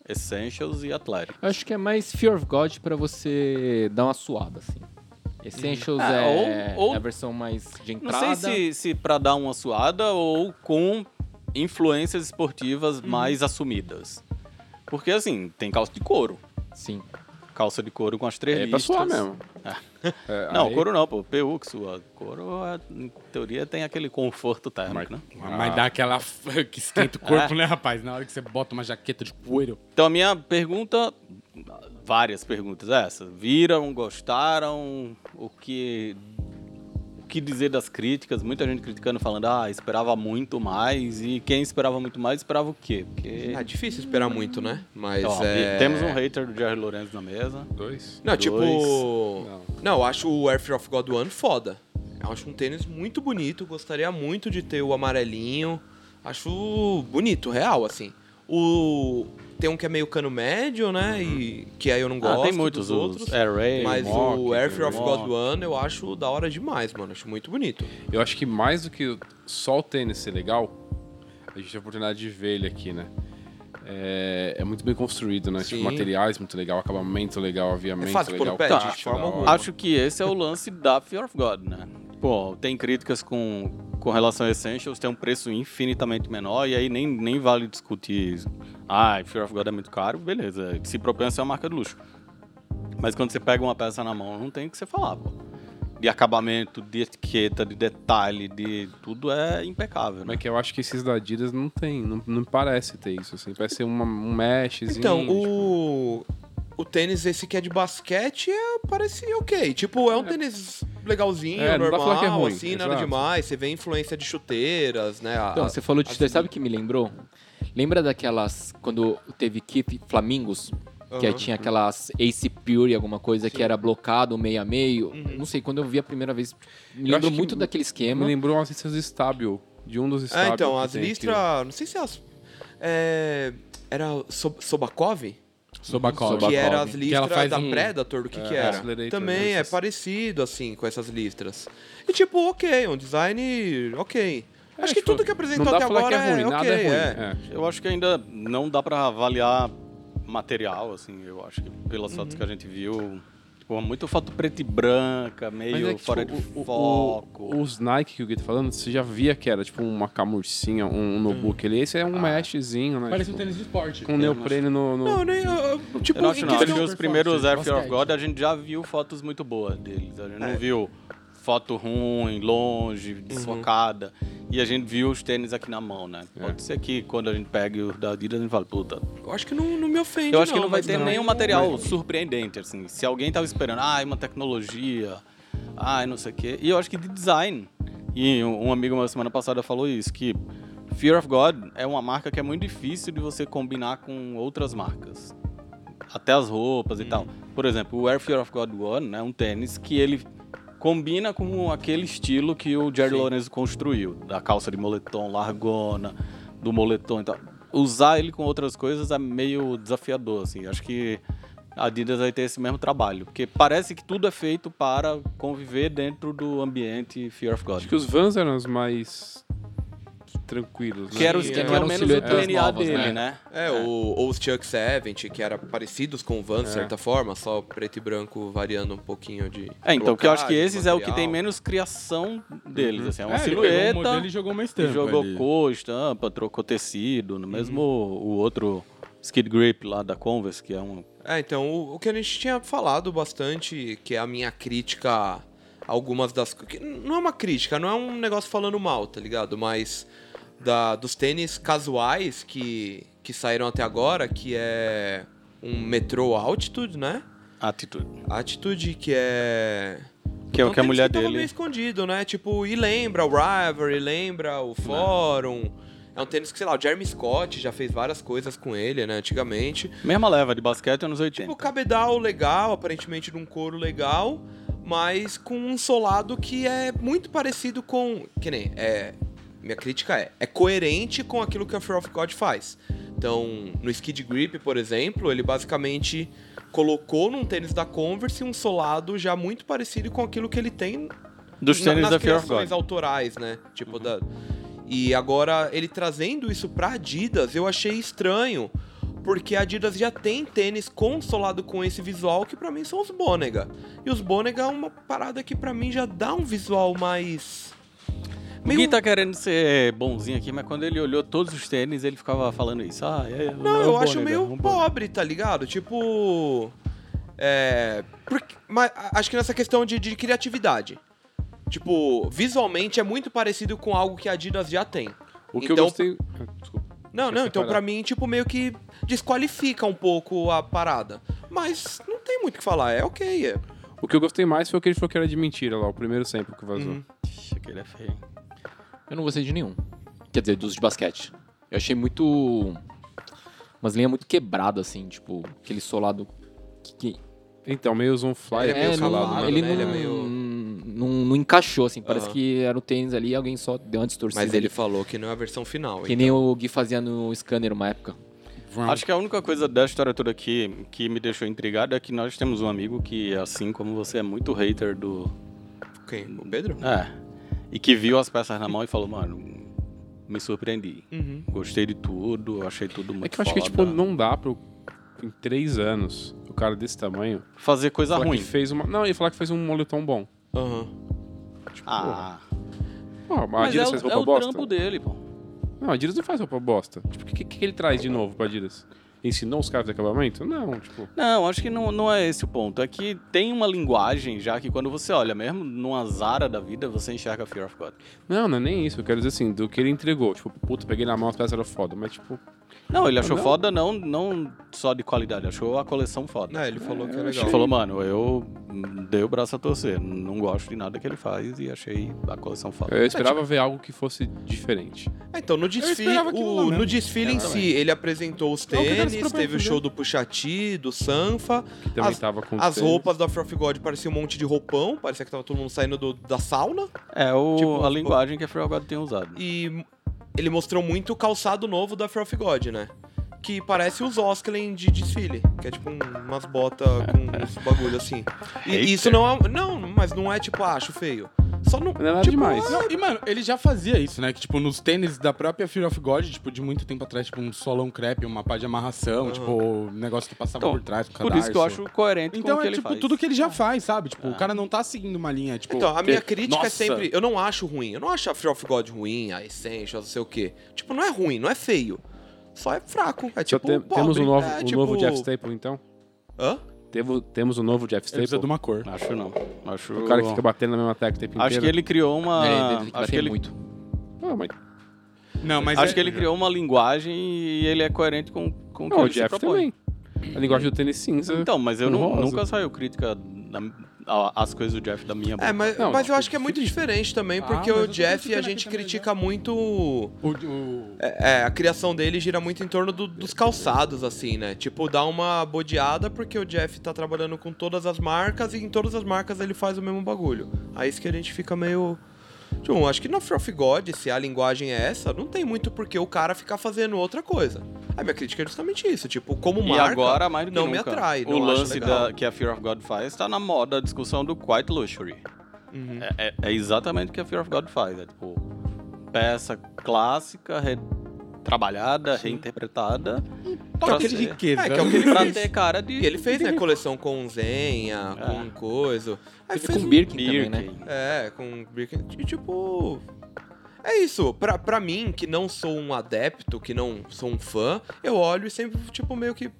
Essentials e Athletic.
Eu acho que é mais Fear of God pra você dar uma suada, assim. Essentials
Ah,
é,
ou- ou-
é a versão mais de
Não
entrada.
sei se, se para dar uma suada ou com influências esportivas
Uhum.
mais assumidas. Porque assim, tem calça de couro.
Sim.
Calça de couro com as três
É pra
listras.
Ah.
suar mesmo. É,
Não,
aí-
couro não, pô. PU que sua. Couro é já, em teoria, tem aquele conforto térmico, né?
Ah, Mas dá aquela f- que esquenta o corpo, né, rapaz? Na hora que você bota uma jaqueta de couro.
Então a minha pergunta, várias perguntas é essa. Viram, gostaram, o que o que dizer das críticas? Muita gente criticando, falando, ah, esperava muito mais. E quem esperava muito mais esperava o quê? Porque
É difícil esperar muito, né? Mas
ó,
é...
temos um hater do Jerry Lourenço na mesa.
Dois.
Não, tipo.
Dois.
Não. eu acho o Airfare of God One foda. Eu acho um tênis muito bonito, gostaria muito de ter o amarelinho. Acho bonito, real, assim. O. Tem um que é meio cano médio, né? E que aí eu não gosto.
ah, tem muitos
dos
outros.
outros.
Air Ray,
mas
Mock,
o Airfare of God
Mock.
One eu acho da hora demais, mano. Acho muito bonito.
Eu acho que mais do que só o tênis ser legal, a gente tem a oportunidade de ver ele aqui, né? É, é muito bem construído, né?
Sim.
Tipo, materiais muito legal, acabamento legal, aviamento
É fácil pôr
legal.
no pé,
tá,
de forma alguma.
Acho que esse é o lance da Fear of God, né? Pô, tem críticas com, com relação a Essentials, tem um preço infinitamente menor, e aí nem, nem vale discutir. Ah, Fear of God é muito caro, beleza. Se propensa é uma marca de luxo. Mas quando você pega uma peça na mão, não tem o que você falar, pô. De acabamento, de etiqueta, de detalhe, de tudo é impecável, né?
Mas que eu acho que esses da Adidas não tem, não, não parece ter isso, assim. Parece ser uma, um meshzinho.
Então,
tipo,
o. O tênis esse que é de basquete é, parece ok. Tipo, é um tênis legalzinho,
É, não dá pra
normal,
falar que é ruim,
assim, nada
exato. assim,
demais. Você vê influência de chuteiras, né? a-
Então, você falou de
as-
chuteiras, sabe o que me lembrou? Lembra daquelas. Quando teve Keep Flamingos?
é tipo
Que aí
Aham.
tinha aquelas Ace Pure, alguma coisa que era blocado, meio a meio. Não sei, quando eu vi a primeira vez, me
Eu
lembrou
acho que
muito daquele
Me
esquema.
lembrou as listas estável, de um dos estável.
É, então,
que
as
tem aqui.
listras. Não sei se as. é, era So- Sobakov?
Sobacol.
Sobacol.
Que era as
Que
ela
listras
faz
da
um-
Predator, do que, que
é,
era.
Accelerator,
Também
né,
é
essas-
parecido, assim, com essas listras. E tipo, ok, um design ok.
É,
Acho que
tipo,
tudo que apresentou
não dá
então até
pra falar
agora
que é ruim, nada
ok,
é ruim.
é.
é.
Eu acho que ainda não dá pra avaliar material, assim, eu acho que pelas
Uhum.
fotos que a gente viu. Tipo, muita foto preta e branca, meio
é que,
fora
tipo,
de
o- o-
foco.
Os Nike que o Gui tá falando, você já via que era tipo uma camurcinha, um notebook ali. Esse é
Ah.
um meshzinho, né?
Parece um
tipo,
tênis de esporte.
com neoprene no... no-
Não, nem. eu- eu- tipo,
eu não acho,
em
não. Acho
questão-
que os
performance,
primeiros Air Fear of
basquete.
God a gente já viu fotos muito boas deles. A gente
É.
não viu foto ruim,
Uhum.
longe, desfocada. E a gente viu os tênis aqui na mão, né?
É.
Pode ser que quando a gente pegue os da Adidas, a gente fale, puta.
Eu acho que não, não me ofende.
Eu acho que não vai
mas
ter nenhum material surpreendente, assim. Se alguém tava esperando, ah, é uma tecnologia, ah, não sei o quê. E eu acho que de design. E um um amigo meu semana passada falou isso, que Fear of God é uma marca que é muito difícil de você combinar com outras marcas. Até as roupas e tal. Por exemplo, o Air Fear of God One né, é um tênis que ele combina com aquele estilo que o Jerry Lorenzo construiu. Da calça de moletom largona, do moletom e tal. Usar ele com outras coisas é meio desafiador, assim. Acho que a Adidas vai ter esse mesmo trabalho. Porque parece que tudo é feito para conviver dentro do ambiente Fear of God.
Acho que os Vans eram os mais tranquilos, né?
Que era o
Sim,
esquema, pelo
eram
menos o
silhuetas
DNA
novas,
dele,
né?
né?
É, Ou, ou os Chuck 70, que eram parecidos com o Van,
É.
de certa forma, só preto e branco variando um pouquinho de.
É, então, que eu acho que
locais,
esses é o que tem
material.
menos criação deles, assim. É uma
É, ele pegou um
silhueta,
modelo e jogou uma
e
estampa
jogou
ali.
cor, estampa, trocou tecido, no mesmo o outro Skid Grip lá da Converse, que é um...
É, então, o, o que a gente tinha falado bastante, que é a minha crítica a algumas das... co- que Não é uma crítica, não é um negócio falando mal, tá ligado? Mas da, dos tênis casuais que, que saíram até agora, que é um Metro Altitude, né?
Atitude.
Attitude, que é...
Que é o
um
que a
tênis
mulher
tava meio
dele...
escondido, né? Tipo, e lembra o Rivalry,
Né.
lembra o Fórum... É um tênis que, sei lá, o Jeremy Scott já fez várias coisas com ele, né, antigamente.
Mesma leva de basquete anos 80.
Tipo, cabedal legal, aparentemente de um couro legal, mas com um solado que é muito parecido com. Que nem. É, minha crítica é. É coerente com aquilo que a Fear of God faz. Então, no Skid Grip, por exemplo, ele basicamente colocou num tênis da Converse um solado já muito parecido com aquilo que ele tem
Dos
na-
tênis é
nas
da Fear of
criações
God.
autorais, né? Tipo da E agora ele trazendo isso pra Adidas, eu achei estranho, porque a Adidas já tem tênis consolado com esse visual que pra mim são os Bonega. E os Bonega é uma parada que pra mim já dá um visual mais
O Gui tá querendo ser bonzinho aqui, mas quando ele olhou todos os tênis, ele ficava falando isso. Ah, é,
Não,
é
eu
um
acho
Bonega,
meio
é um Bonega.
pobre, tá ligado? Tipo. É. porque- mas a- acho que nessa questão de, de criatividade. Tipo, visualmente é muito parecido com algo que a Adidas já tem.
O que
Então-
eu gostei. Ah, Desculpa.
Não, não, então
separar.
pra mim, tipo, meio que desqualifica um pouco a parada. Mas não tem muito o que falar, é ok. É.
O que eu gostei mais foi o que ele falou que era de mentira lá, o primeiro sample que vazou.
Uhum.
Ixi, aquele é feio.
Eu não gostei de nenhum. Quer dizer, dos de basquete. Eu achei muito. Umas linhas muito quebradas, assim, tipo, aquele solado. que- que-
Então, meio on fly,
Ele é
meio
não-
salado, né?
ele
né?
não,
Ele é meio-
não, não encaixou, assim. Parece
Aham.
que era o tênis ali e alguém só deu uma distorcida.
Mas ele
ali.
falou que não é a versão final.
Que
então.
nem o Gui fazia no scanner uma época.
Vamos.
Acho que a única coisa da história toda aqui que me deixou intrigado é que nós temos um amigo que, assim como você, é muito hater do.
Quem? O Pedro?
É. E que viu as peças na mão e falou, mano, me surpreendi.
Uhum.
Gostei de tudo, achei tudo muito
É que eu acho que,
foda.
tipo, não dá pro. Em três anos, o cara desse tamanho.
Fazer coisa
falar que
Tá ruim.
fez uma. Não, ele falar que fez um moletom bom.
Aham.
tipo,
Ah,
Pô, a
mas é,
Adidas faz
o, é
roupa
o
bosta.
trampo dele, pô.
Não, a Adidas não faz roupa bosta. Tipo, o que, que, que ele traz de novo pra Adidas? Ensinou os caras de acabamento? Não, tipo.
Não, acho que não, não é esse o ponto. É que tem uma linguagem já que quando você olha, mesmo numa Zara da vida, você enxerga Fear of God.
Não, não é nem isso. Eu quero dizer assim, do que ele entregou. Tipo, puta, peguei na mão, as peças eram foda. Mas, tipo,
Não, ele achou
Não.
foda não, não só de qualidade, achou a coleção foda.
Não, ele falou que é
Ele
legal.
falou, mano, eu dei o braço a torcer, não gosto de nada que ele faz e achei a coleção foda.
eu esperava ver algo que fosse diferente.
Ah, então, no desfile,
esperava aquilo lá
o- no
mesmo.
desfile em si, ele apresentou os
Não, que dá esse
tênis,
problema,
teve o show do Puxati, do Sanfa,
Que também
As-
tava com
as
tênis.
roupas da Froth God pareciam um monte de roupão, parecia que tava todo mundo saindo do- da sauna.
É o,
Tipo,
a linguagem que a Fear of God tem usado.
E ele mostrou muito o calçado novo da Froth God, né? Que parece os Osklin de desfile, que é tipo um- umas botas com uns bagulho assim. E isso não é. Não, mas não é tipo, ah, acho feio. Só não.
Não é nada
tipo,
demais.
Não, e, mano, ele já fazia isso, né? Que, tipo, nos tênis da própria Fear of God, tipo, de muito tempo atrás, tipo, um solão crepe, uma pá de amarração, tipo, um negócio que passava
Então,
por trás, com
Por isso que eu
cadarço.
acho coerente com
Então
o que
é,
ele
tipo,
faz. Ah.
tudo que ele já faz, sabe? Tipo, o cara não tá seguindo uma linha, tipo...
Então, a minha
que-
crítica é
Nossa!
sempre. Eu não acho ruim. Eu não acho a Fear of God ruim, a Essentials, não sei o quê. Tipo, não é ruim, não é feio. Só é fraco. É
Só
tipo.
tem-
pobre.
temos um novo,
é,
um
tipo...
novo Jeff Staple, então?
Hã?
Tevo- temos um novo Jeff
Ele precisa de
Staple.
uma cor.
Acho não. Acho...
O cara que fica batendo na mesma tecla o tempo
Acho que
inteiro.
ele criou uma...
É, ele
acho
bater
que ele
muito.
Ah, mas-
Não, mas
Acho
é-
que ele criou uma linguagem e ele é coerente com, com o que
Não, o
ele se
Jeff
propõe.
também. A linguagem do tênis cinza.
Então, mas eu
Com
não-
rosa.
nunca saiu crítica da- a- às coisas do Jeff da minha boca.
É, mas,
Não,
mas
não.
eu acho que é muito diferente também,
Ah,
porque
mas
o
eu tô
Jeff
criticando
a
aqui
gente
também,
critica muito.
O, o-
É, é, a criação dele gira muito em torno do- dos calçados, assim, né? Tipo, dá uma bodeada porque o Jeff tá trabalhando com todas as marcas e em todas as marcas ele faz o mesmo bagulho. Aí isso que a gente fica meio. Tipo, acho que na Froth God, se a linguagem é essa, não tem muito porque o cara ficar fazendo outra coisa. A minha crítica é justamente isso. Tipo, como
E
marca.
agora, mais do que
não me
nunca,
atrai,
o
não acho
lance
legal.
da- que a Fear of God faz tá na moda a discussão do Quiet Luxury.
Uhum.
É, é- é exatamente o que a Fear of God faz. É tipo, peça clássica, re- trabalhada, reinterpretada, pra,
toque de
ser,
riqueza.
É, que é o que ele
pra
fez.
ter cara de...
E ele fez, né? Coleção com Zenha,
É.
com coisa. Aí
Teve
fez
com
um-
Birkin,
Birkin.
também, né?
É, com Birkin. E tipo. É isso. Pra, pra mim, que não sou um adepto, que não sou um fã, eu olho e sempre, tipo, meio que.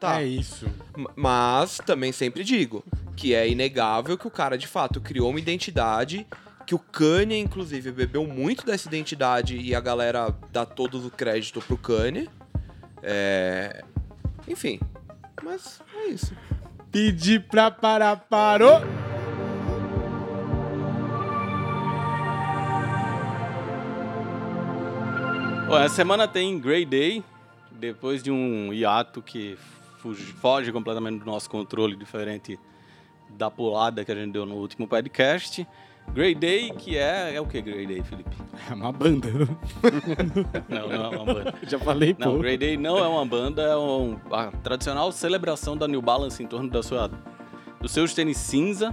Tá.
É isso.
M- Mas também sempre digo que é inegável que o cara de fato criou uma identidade. Que o Kanye, inclusive, bebeu muito dessa identidade e a galera dá todo o crédito pro Kanye. É. Enfim. Mas é isso.
Pedi pra parar, parou!
Bom, essa semana tem Grey Day, depois de um hiato que fuge- foge completamente do nosso controle, diferente da pulada que a gente deu no último podcast. Grey Day, que é. É o que Grey Day, Felipe?
É uma banda.
Não, não é uma banda.
Já falei, pô.
Não, Grey Day não é uma banda, é um- a tradicional celebração da New Balance em torno da sua, dos seus tênis cinza.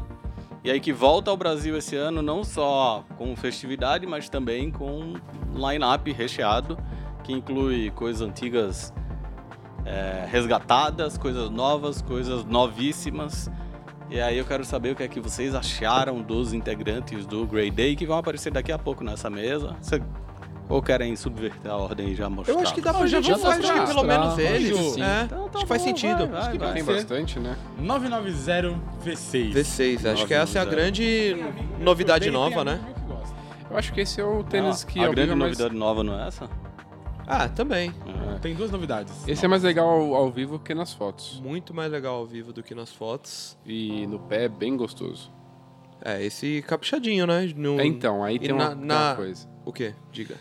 E aí que volta ao Brasil esse ano, não só com festividade, mas também com um line-up recheado, que inclui coisas antigas é, resgatadas, coisas novas, coisas novíssimas. E aí eu quero saber o que é que vocês acharam dos integrantes do Grey Day, que vão aparecer daqui a pouco nessa mesa. Você Ou querem subverter a ordem e já mostrar?
Eu acho que dá pra
Tá. já
gente
vamos
acho que
mostrar.
pelo menos
Mostrar,
eles.
acho que sim.
É,
Então tá
acho que faz
bom,
sentido.
vai, vai, vai.
Tem bastante, né?
990 V6.
16, acho que essa é a
Nossa,
grande novidade nova, né?
Eu acho que esse é o tênis que
a
obriga
grande
mais...
novidade nova não é essa? é.
Ah, também.
Tem duas novidades.
Esse é mais legal ao, ao vivo que nas fotos.
Muito mais legal ao vivo do que nas fotos.
E no pé é bem gostoso.
É, esse caprichadinho, né? No...
É, então, aí
E
tem uma,
na-
tem
na-
uma coisa.
O quê? Diga.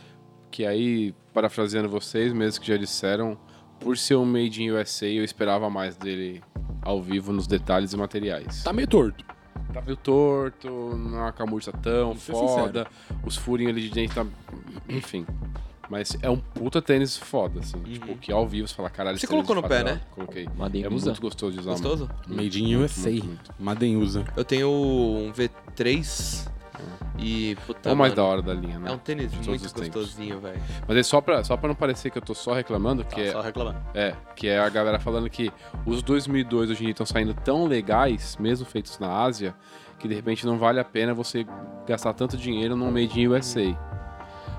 Que aí, parafraseando vocês mesmos que já disseram, por ser um Made in USA, eu esperava mais dele ao vivo nos detalhes e materiais.
Tá meio torto.
Tá meio torto, não é uma camurça tão
Vamos ser
foda, os furinhos ali de dentro tá... Enfim. Mas é um puta tênis foda, assim. Tipo, que ao vivo você fala, caralho,
Uhum. Você
esse tênis
colocou
é
no pé,
fadão.
né?
Coloquei.
Madem
É
usa.
muito gostoso de usar. mano.
Gostoso?
Made in
Muito,
USA.
muito, muito. É
Madem é usa.
Eu tenho um V3 e. Puta,
É o mais da
mano,
hora da linha, né?
Tá É um tênis
todos
muito
os tempos.
gostosinho, velho.
Mas é só pra, só pra não parecer que eu tô só reclamando, que,
Tá
é,
só reclamando.
é, que é a galera falando que os 2002 hoje em dia estão saindo tão legais, mesmo feitos na Ásia, que de repente não vale a pena você gastar tanto dinheiro num Made in USA.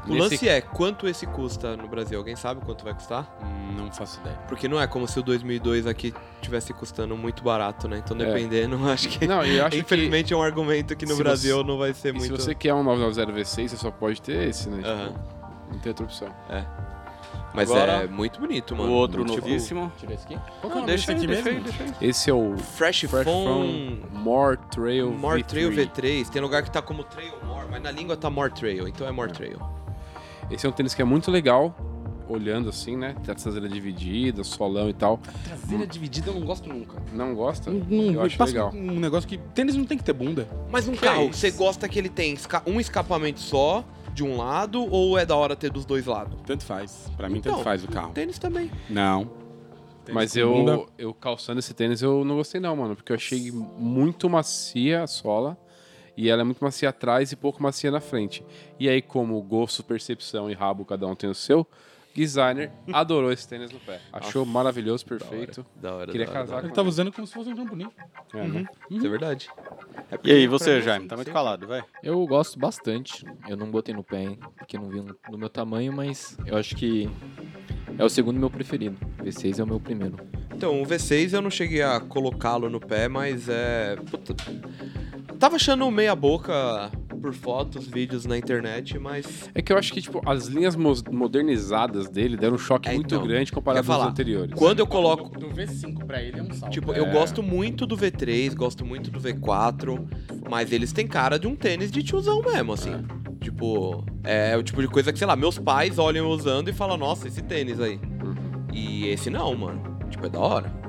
O lance é quanto esse custa no Brasil. Alguém sabe quanto vai custar?
Não faço ideia.
Porque não é como se o 2002 aqui tivesse custando muito barato, né? Então, dependendo, acho que.
Não, É. eu acho que...
Infelizmente é um argumento que no
se
Brasil não vai ser
E se
muito.
você quer um 990 V6, você só pode ter esse, né?
Aham.
Tipo, não tem outra opção.
Mas
Agora,
é muito bonito, mano.
o outro
Tipo,
novíssimo.
Deixa eu ver esse aqui.
Qual
Não, deixa aí, deixa aí, deixa aí.
Esse é o
Fresh,
Fresh
Phone.
Phone More Trail
More
V3.
Trail V3. Tem lugar que tá como Trail More, mas na língua tá More Trail, então é More Trail.
Esse é um tênis que é muito legal, olhando assim, né? Tem a traseira dividida, solão e tal.
Traseira dividida eu não gosto nunca.
Não gosta? eu
Não,
acho
passa
legal.
um negócio que tênis não tem que ter bunda.
Mas num
Que
carro,
isso?
você gosta que ele tem esca- um escapamento só de um lado ou é da hora ter dos dois lados?
Tanto faz. Pra mim,
Então,
tanto faz o carro.
Tênis também.
Não. Tênis
Mas
com bunda.
eu, eu calçando esse tênis eu não gostei não, mano, porque eu achei muito macia a sola e ela é muito macia atrás e pouco macia na frente. E aí como gosto, percepção e rabo cada um tem o seu, designer adorou esse tênis no pé. Achou maravilhoso, perfeito.
Da hora.
Queria
da hora,
casar
Ele
com
tava usando como se fosse um trampolim. Uhum. É
É,
Uhum.
né?
Isso é verdade.
E aí, você, Jaime? Tá muito calado, vai.
Eu gosto bastante. Eu não botei no pé, hein? Porque não vi um do meu tamanho, mas eu acho que é o segundo meu preferido. V6 é o meu primeiro.
Então, o V6 eu não cheguei a colocá-lo no pé, mas é. Puta. Tava achando meia boca por fotos, vídeos na internet, mas.
É que eu acho que tipo as linhas mos- modernizadas dele deram um choque
É,
muito
então.
grande comparado
Quer
aos
falar?
anteriores.
Quando eu coloco.
Do V5 pra ele é um salto.
Tipo, eu gosto muito do V3, gosto muito do V4, mas eles têm cara de um tênis de tiozão mesmo, assim. Tipo, é o tipo de coisa que, sei lá, meus pais olham usando e falam, nossa, esse tênis aí.
Uhum.
E esse não, mano. Tipo, é da hora.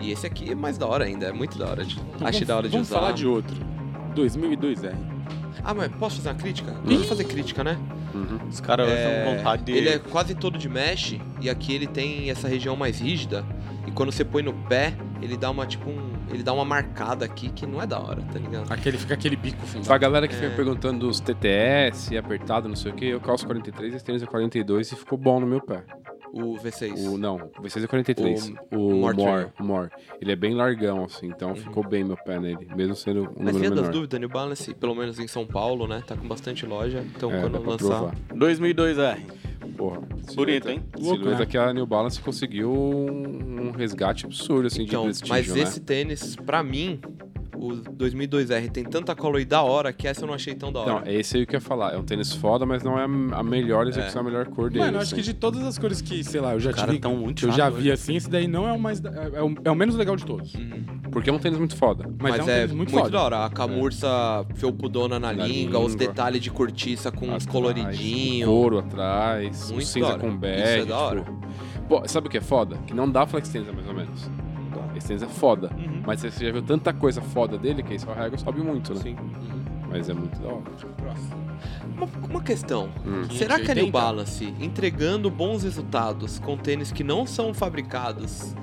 E esse aqui é mais da hora ainda, é muito da hora. de- Achei da hora de
Então vamos
usar.
falar de outro. 2002 R.
Ah, mas posso fazer uma crítica? Posso fazer crítica, né?
Os caras
É,
estão com vontade de.
Ele é quase todo de mesh e aqui ele tem essa região mais rígida e quando você põe no pé, ele dá uma tipo um, ele dá uma marcada aqui que não é da hora, tá ligado?
Aquele fica aquele bico fundado.
Pra galera que
É.
fica perguntando dos TTS, apertado, não sei o que, eu calço 43, esse tênis é 42 e ficou bom no meu pé.
O V6.
O, não, o V6 é 43. O,
More
More, More, Ele é bem largão, assim, então ficou bem meu pé nele, mesmo sendo um
Uhum. Mas via
número
das
menor.
dúvidas, New Balance, pelo menos em São Paulo, né? Tá com bastante loja. Então
É, dá
quando
pra
lançar.
provar.
2002 R.
Porra.
Bonito, hein?
Louco,
Silhueta
né?
que a New Balance conseguiu um, um resgate absurdo, assim,
Então,
de prestígio,
mas
né?
esse tênis, pra mim, o 2002R tem tanta color e da hora que essa eu não achei tão da hora.
Não, é esse aí que eu ia falar. É um tênis foda, mas não é a melhor execução, a melhor cor dele.
Mano, eu acho
assim.
que de todas as cores que, sei lá, eu já
Os caras
tive,
tão muito
que eu já
chato,
vi assim, esse daí não é o mais da- é, o, é o menos legal de todos.
Uhum.
Porque é um tênis muito foda.
Mas, é um tênis muito, foda.
da hora. A camurça felpudona na,
É. Na
língua, os
língua.
detalhes de cortiça com uns
Atrás,
coloridinhos.
o Couro atrás, o
Muito da
cinza
hora.
com bege.
Isso é da hora.
tipo- Pô, sabe o que é foda? Que não dá flex tensa, mais ou menos. Esse tênis é foda.
Uhum.
Mas você já viu tanta coisa foda dele que aí sua régua sobe muito, né?
Sim.
Mas é muito da hora.
Uma, uma questão.
Hum.
Será que a New
580?
Balance, entregando bons resultados com tênis que não são fabricados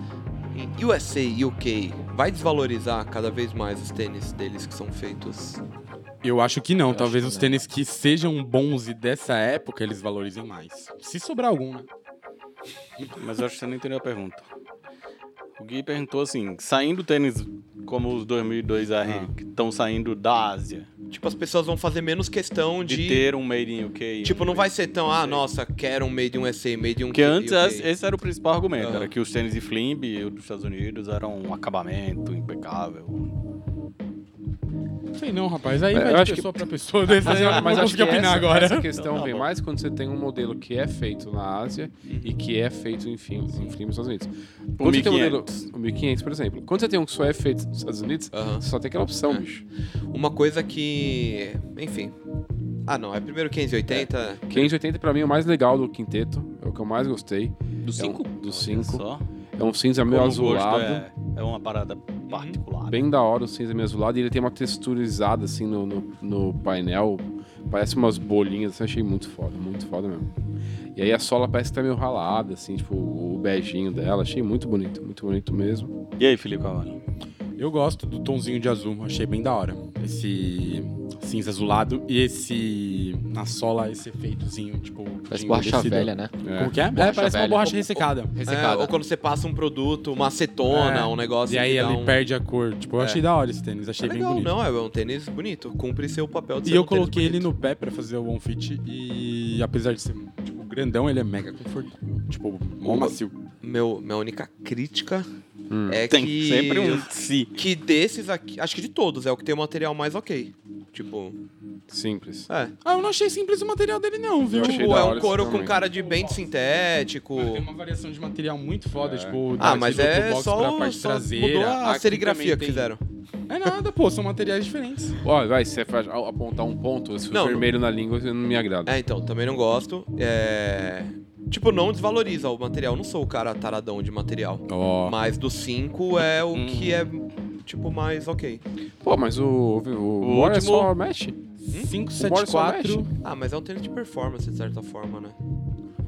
em USA e UK, vai desvalorizar cada vez mais os tênis deles que são feitos?
Eu acho que não.
Eu
Talvez
acho
os
que não.
tênis que sejam bons e dessa época eles valorizem mais. Se sobrar algum, né?
Mas eu acho que você não entendeu a pergunta. O Gui perguntou assim: saindo tênis como os 2002 R que estão saindo da Ásia,
tipo, as pessoas vão fazer menos questão
De,
de.
ter um made in UK.
Tipo, não vai ser tão,
Não
ah,
sei.
nossa, quero um made in USA, made in
Porque antes
UK.
esse- esse era o principal argumento,
Aham.
era que os tênis de Flimb dos Estados Unidos eram um acabamento impecável.
Não sei não, rapaz. Aí
É, eu
vai de
acho que-
pessoa pra pessoa. Mas,
Mas eu- mas
não
acho que
consegui opinar
essa,
agora.
essa questão
Então tá
vem
bom.
mais quando você tem um modelo que é feito na Ásia e que é feito, enfim, em filme nos Estados Unidos. Quando você tem
1500.
um modelo, o 1500, por exemplo. Quando você tem um que só é feito nos Estados Unidos,
Aham.
você só tem aquela opção,
É.
bicho.
Uma coisa que. Enfim. Ah, não, é primeiro 580.
580 pra mim é o mais legal do quinteto, é o que eu mais gostei.
Do
É um-
cinco?
do
Olha
5.
só.
É um cinza meio
Como o gosto
azulado.
É, é uma parada particular.
Bem da hora o cinza meio azulado. E ele tem uma texturizada assim no, no, no painel. Parece umas bolinhas. Assim, achei muito foda, muito foda mesmo. E aí a sola parece que tá meio ralada, assim, tipo, o beijinho dela. Achei muito bonito, muito bonito mesmo.
E aí, Felipe é Cavalho?
Eu gosto do tonzinho de azul, achei bem da hora. Esse cinza azulado e esse. na sola, esse efeitozinho, tipo.
Parece
de
borracha
envelhecida.
velha, né?
Como que é?
Borracha
é, parece
velha.
uma borracha ressecada.
É,
Ressecada.
ou quando você passa um produto, uma acetona,
É.
um negócio.
E aí
que dá
ele
um...
perde a cor. Tipo, eu
É.
achei da hora esse tênis,
É
achei bem
legal,
bonito.
não, é um tênis bonito. Cumpre seu papel de
E
ser
eu
um tênis
coloquei ele
bonito.
no pé pra fazer o one fit e apesar de ser tipo, grandão, ele é mega confortável. Tipo, mó macio.
Meu, minha única crítica
Hum.
é
Tem
que.
sempre um si.
Que desses aqui, acho que de todos, é o que tem o material mais ok. Tipo,
Simples.
é.
Ah, eu não achei simples o material dele não, viu?
Eu achei
Tipo,
da
é
hora
um
esse
couro com
também.
cara de bem sintético.
Mano, tem uma variação de material muito foda,
É.
tipo...
Ah,
da
mas
Silhouette
é
Box
só,
pra
o-
parte
só
traseira.
mudou a
Aqui
serigrafia
também
que
tem-
fizeram.
É nada, pô, são materiais diferentes.
Olha, vai, se você faz- ao apontar um ponto, esse
Não,
vermelho na língua não me agrada.
É, então, também não gosto. É... Tipo, não desvaloriza o material. Eu Não sou o cara taradão de material.
Ó.
Mas do 5 é o que é,
Hum.
tipo, mais ok.
Pô, mas o, o,
O
o War é
último-
só mesh?
Hum?
O Boris só
574...
Ah, mas é um tênis de performance, de certa forma, né?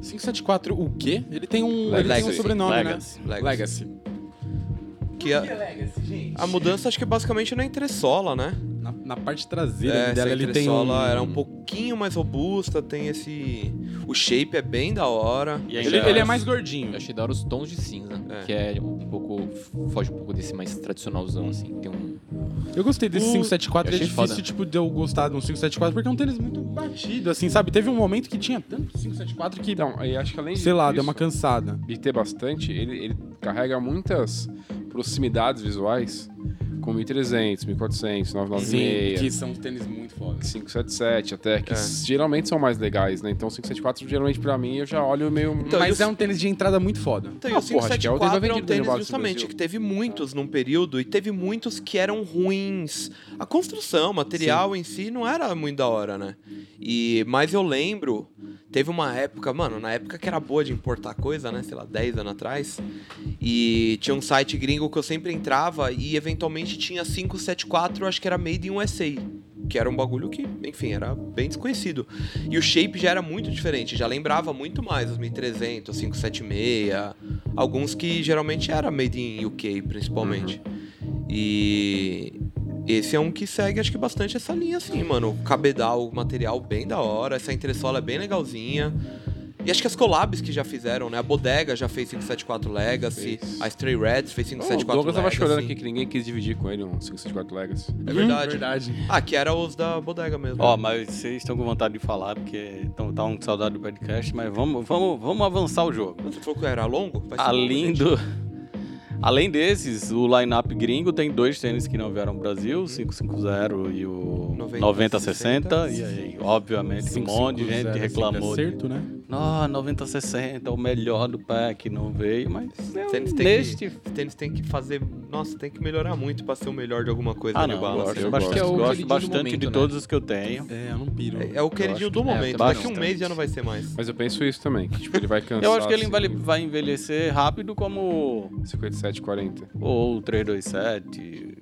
574 o quê? Ele tem um, ele tem um
Legacy.
sobrenome,
Legacy.
né? Legacy.
Que a,
Legacy, gente.
a mudança acho que é basicamente na entressola, né?
Na, na parte traseira
É, essa
dela, ele tem um...
entressola era um pouquinho mais robusta, tem esse... O shape é bem da hora.
E
Ele,
ainda-
ele é mais gordinho.
Eu achei da hora os tons de cinza,
É.
que é um pouco. foge um pouco desse mais tradicionalzão, assim. Tem um.
Eu gostei desse
O-
574,
Eu
é
achei
difícil,
foda.
tipo, de eu gostar de um 574, porque é um tênis muito batido, assim, sabe? Teve um momento que tinha tanto 574 que,
Então, aí acho que além
sei lá,
disso-
deu uma cansada.
de ter bastante, ele, ele carrega muitas proximidades visuais, com 1300, 1400, 996,
que são tênis muito fodas.
577 até, que
É.
geralmente são mais legais, né? Então 574 geralmente pra mim eu já olho meio...
Então,
Mas
e
é
o-
um tênis de entrada muito foda.
Então, e
Ah,
o
porra, acho que é o tênis
574 é um
vendido no
tênis
Brasil.
justamente que teve muitos num período e teve muitos que eram ruins. A construção, o material em si não era muito da hora, né? E mas eu lembro, teve uma época, mano, na época que era boa de importar coisa, né, sei lá, 10 anos atrás, e tinha um site gringo que eu sempre entrava e eventualmente tinha 574, eu acho que era made in USA. Que era um bagulho que, enfim, era bem desconhecido. E o shape já era muito diferente, já lembrava muito mais os 1300, 576, alguns que geralmente era made in UK, principalmente.
Uhum.
E esse é um que segue, acho que bastante essa linha, assim, mano. O Cabedal, o material bem da hora, essa entressola é bem legalzinha. E acho que as collabs que já fizeram, né? A Bodega já fez 574 Legacy,
Fez.
a Stray Rats fez
Pô, o
574
hum, Douglas tava
Legacy.
chorando aqui Uhum. que ninguém quis dividir com ele um 574 Legacy.
É verdade.
Hum, verdade.
Ah, que era os da Bodega mesmo. né?
Ó, mas vocês estão com vontade de falar, porque estão tão com saudade do podcast, mas vamos, vamos, vamos avançar o jogo.
Você falou que era longo? Vai ser longo,
Além
gente.
do... Além desses, o line-up gringo tem dois tênis que não vieram ao Brasil, o 550 e o
90,
9060. E aí, obviamente, um monte de gente
assim,
reclamou.
tá
de-
Acerto, né?
Nossa, 9060, o melhor do pack, não veio, mas é um-
Tênis tem
neste...
Esse tênis tem que fazer. Nossa, tem que melhorar muito pra ser o melhor de alguma coisa
Ah,
ali,
não,
Bala.
gosto,
eu
bastante,
gosto.
É o
gosto
queridinho do
bastante de
momento,
todos os que eu tenho.
É, eu não piro.
É, é o queridinho do
que- é, eu
momento.
também
Daqui um
gosto.
mês já não vai ser mais.
Mas eu penso isso também, que tipo, ele vai
É
cansar...
Eu acho que ele
assim,
envelhe- vai envelhecer rápido como
57, 40.
ou o 327.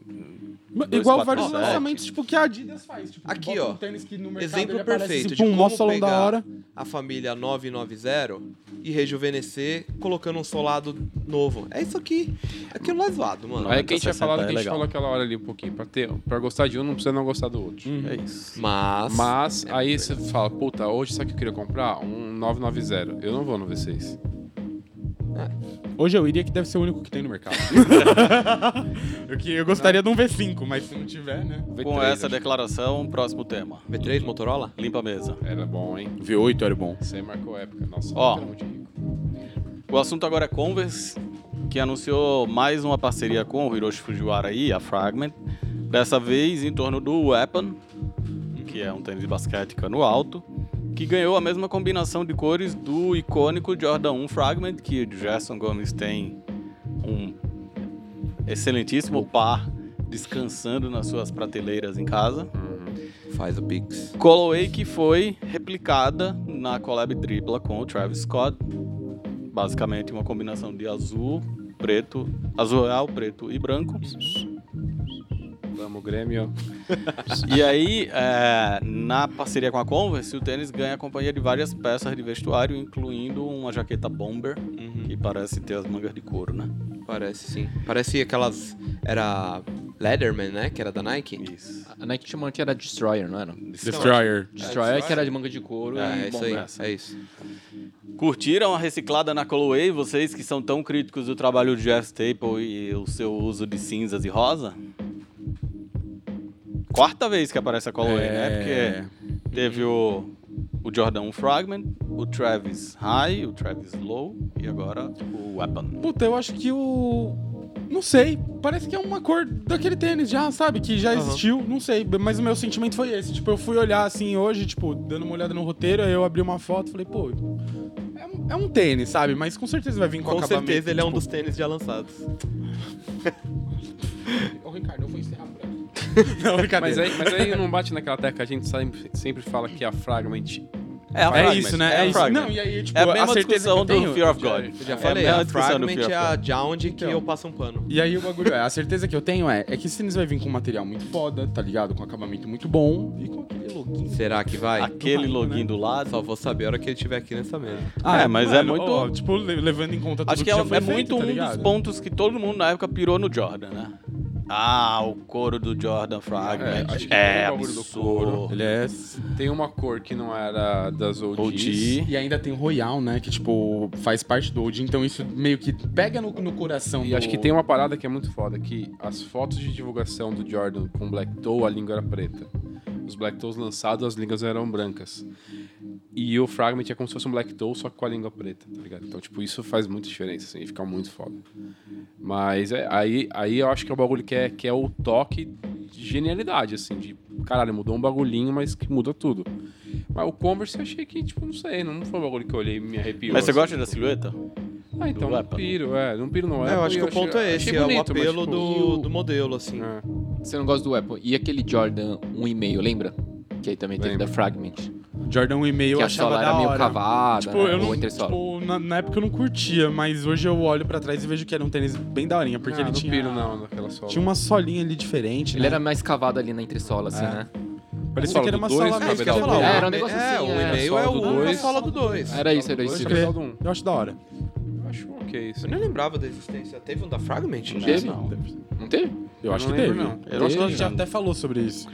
Igual vários
247.
lançamentos, tipo, que a Adidas faz. Tipo,
Aqui,
bota
ó.
Um tênis que no mercado
Exemplo
ele aparece,
perfeito de
Tipo, um mó
como
salão da
pegar-
hora.
A família 990 e rejuvenescer colocando um solado novo. É isso aqui. Aquilo lá é zoado, mano.
Aí que a gente vai
90,
falar do que a gente
60 é
falou aquela hora ali um pouquinho. Pra, ter, pra gostar de um, não precisa não gostar do outro.
Uhum.
É isso.
Mas.
Mas
É
aí
muito
você fala, puta, hoje sabe o que eu queria comprar? Um 990. Eu não vou no V6.
Hoje eu iria que deve ser o único que tem no mercado. eu, que- eu gostaria de um V5, mas se não tiver, né?
Com
V3,
essa
acho.
declaração, próximo tema.
V3 Motorola?
Limpa a mesa.
Era bom, hein?
V8 era bom.
Você marcou época. Nossa,
Ó.
era muito rico.
O assunto agora é Converse, que anunciou mais uma parceria com o Hiroshi Fujiwara e a Fragment. Dessa vez em torno do Weapon, que é um tênis de basquete cano alto, que ganhou a mesma combinação de cores do icônico Jordan 1 Fragment, que o Gerson Gomes tem um excelentíssimo par descansando nas suas prateleiras em casa.
Uhum.
Faz o Pix.
Colorway que foi replicada na collab tripla com o Travis Scott. Basicamente uma combinação de azul, preto, azul real, preto e branco.
Vamos, Grêmio.
E aí, é, na parceria com a Converse, o tênis ganha a companhia de várias peças de vestuário, incluindo uma jaqueta bomber,
Uhum.
que parece ter as mangas de couro, né?
Parece sim. Parece aquelas. Era. Leatherman, né? Que era da Nike.
Isso.
A Nike tinha uma que era Destroyer, não era?
É, Destroyer.
Destroyer que era de manga de couro
É,
e
É, isso aí.
bomber.
É isso.
Curtiram a reciclada na Colorway, vocês que são tão críticos do trabalho de Jeff Staple e o seu uso de cinzas e rosa? Quarta vez que aparece a Colorway, né? Porque teve o, o Jordan 1 Fragment, o Travis High, o Travis Low e agora o Weapon.
Puta, eu acho que o. Não sei, parece que é uma cor daquele tênis já, sabe? Que já existiu, não sei, mas o meu sentimento foi esse. Tipo, eu fui olhar assim hoje, tipo, dando uma olhada no roteiro, aí eu abri uma foto e falei, pô, é um, é um tênis, sabe? Mas com certeza vai vir com,
Com
acabamento.
certeza ele é um
tipo-
dos tênis já lançados.
Ô, Ricardo, eu vou encerrar por aqui. Não, brincadeira.
Mas aí, mas aí não bate naquela tecla. A gente sempre, sempre fala que a Fragment
É, a
É
Fragment,
isso, né? É,
a
isso.
Fragment.
Não, e aí, tipo,
É a mesma
certeza que
discussão
eu tenho...
do Fear of God.
Eu já
É
falei,
a
a,
mesma discussão do
Fragment
Fear
é
of God.
a Jound que
Então.
eu passo um pano.
E aí o bagulho é, a certeza que eu tenho é, é que esse tênis vai vir com um material muito foda, tá ligado? Com acabamento muito bom e com aquele login.
Será que vai?
Aquele login do lado.
Só vou saber a hora que ele estiver aqui nessa mesa.
Ah, é, mas é muito-
ó, tipo, le- levando em conta tudo
Acho que,
já
é,
foi
é
feito,
muito
tá
um dos
ligado?
pontos que todo mundo na época pirou no Jordan, né? Ah, o couro do Jordan Fragment.
É, acho que
É,
tem o bagulho do
absurdo.
Ele é...
tem uma cor que não era das OGs.
OG.
E ainda tem o Royal, né? Que, tipo, faz parte do old. Então isso meio que pega no, no coração
E
do-
acho que tem uma parada que é muito foda, que as fotos de divulgação do Jordan com Black Toe, a língua era preta. Os Black Toes lançados, as línguas eram brancas. E o Fragment é como se fosse um Black Toe, só que com a língua preta, tá ligado? Então, tipo, isso faz muita diferença, assim, e fica muito foda. Mas é, aí, aí eu acho que é o bagulho que é, que é o toque de genialidade, assim, de caralho, mudou um bagulhinho, mas que muda tudo. Mas o Converse eu achei que, tipo, não sei, não foi um bagulho que eu olhei e me arrepiou.
Mas você
assim,
gosta da
tipo.
silhueta?
Ah, então
Do
não
Apple.
piro, é. Não piro não é.
eu acho que o
achei-
ponto é esse,
achei
é o
bonito, mas,
apelo
tipo,
do, do modelo,
um
assim.
é.
Você não gosta do Apple. E aquele Jordan 1,5, lembra? Que aí também teve
Lembro.
da Fragment.
Jordan 1,5 eu
que a
achava
sola
é
da
era meio
hora.
cavada,
Tipo,
né?
eu
ou
não,
entre sola.
tipo na, na época eu não curtia, mas hoje eu olho pra trás e vejo que era um tênis bem daorinha, porque
Ah,
ele
não
tinha...
piro não naquela sola.
Tinha uma solinha ali diferente,
Ele
né?
era mais cavado ali na entressola, assim,
É.
né?
um
Parecia
Sola
que era
do
uma
dois,
sola
Ah,
na
mesmo, que
verdade,
eu ia falar,
É,
ó,
era um negócio
é,
assim,
um
é,
e-mail
sola
é
do
o único
dois. É.
sola do 2.
Era isso, era isso.
Acho que era só do um.
Eu acho da hora.
Eu acho ok isso.
Eu nem lembrava da existência. Teve um da Fragment?
Teve?
Não,
Não teve?
Eu acho
não
que teve.
lembro, não.
Eu não
acho que a
tô
gente já
achando.
até falou sobre isso.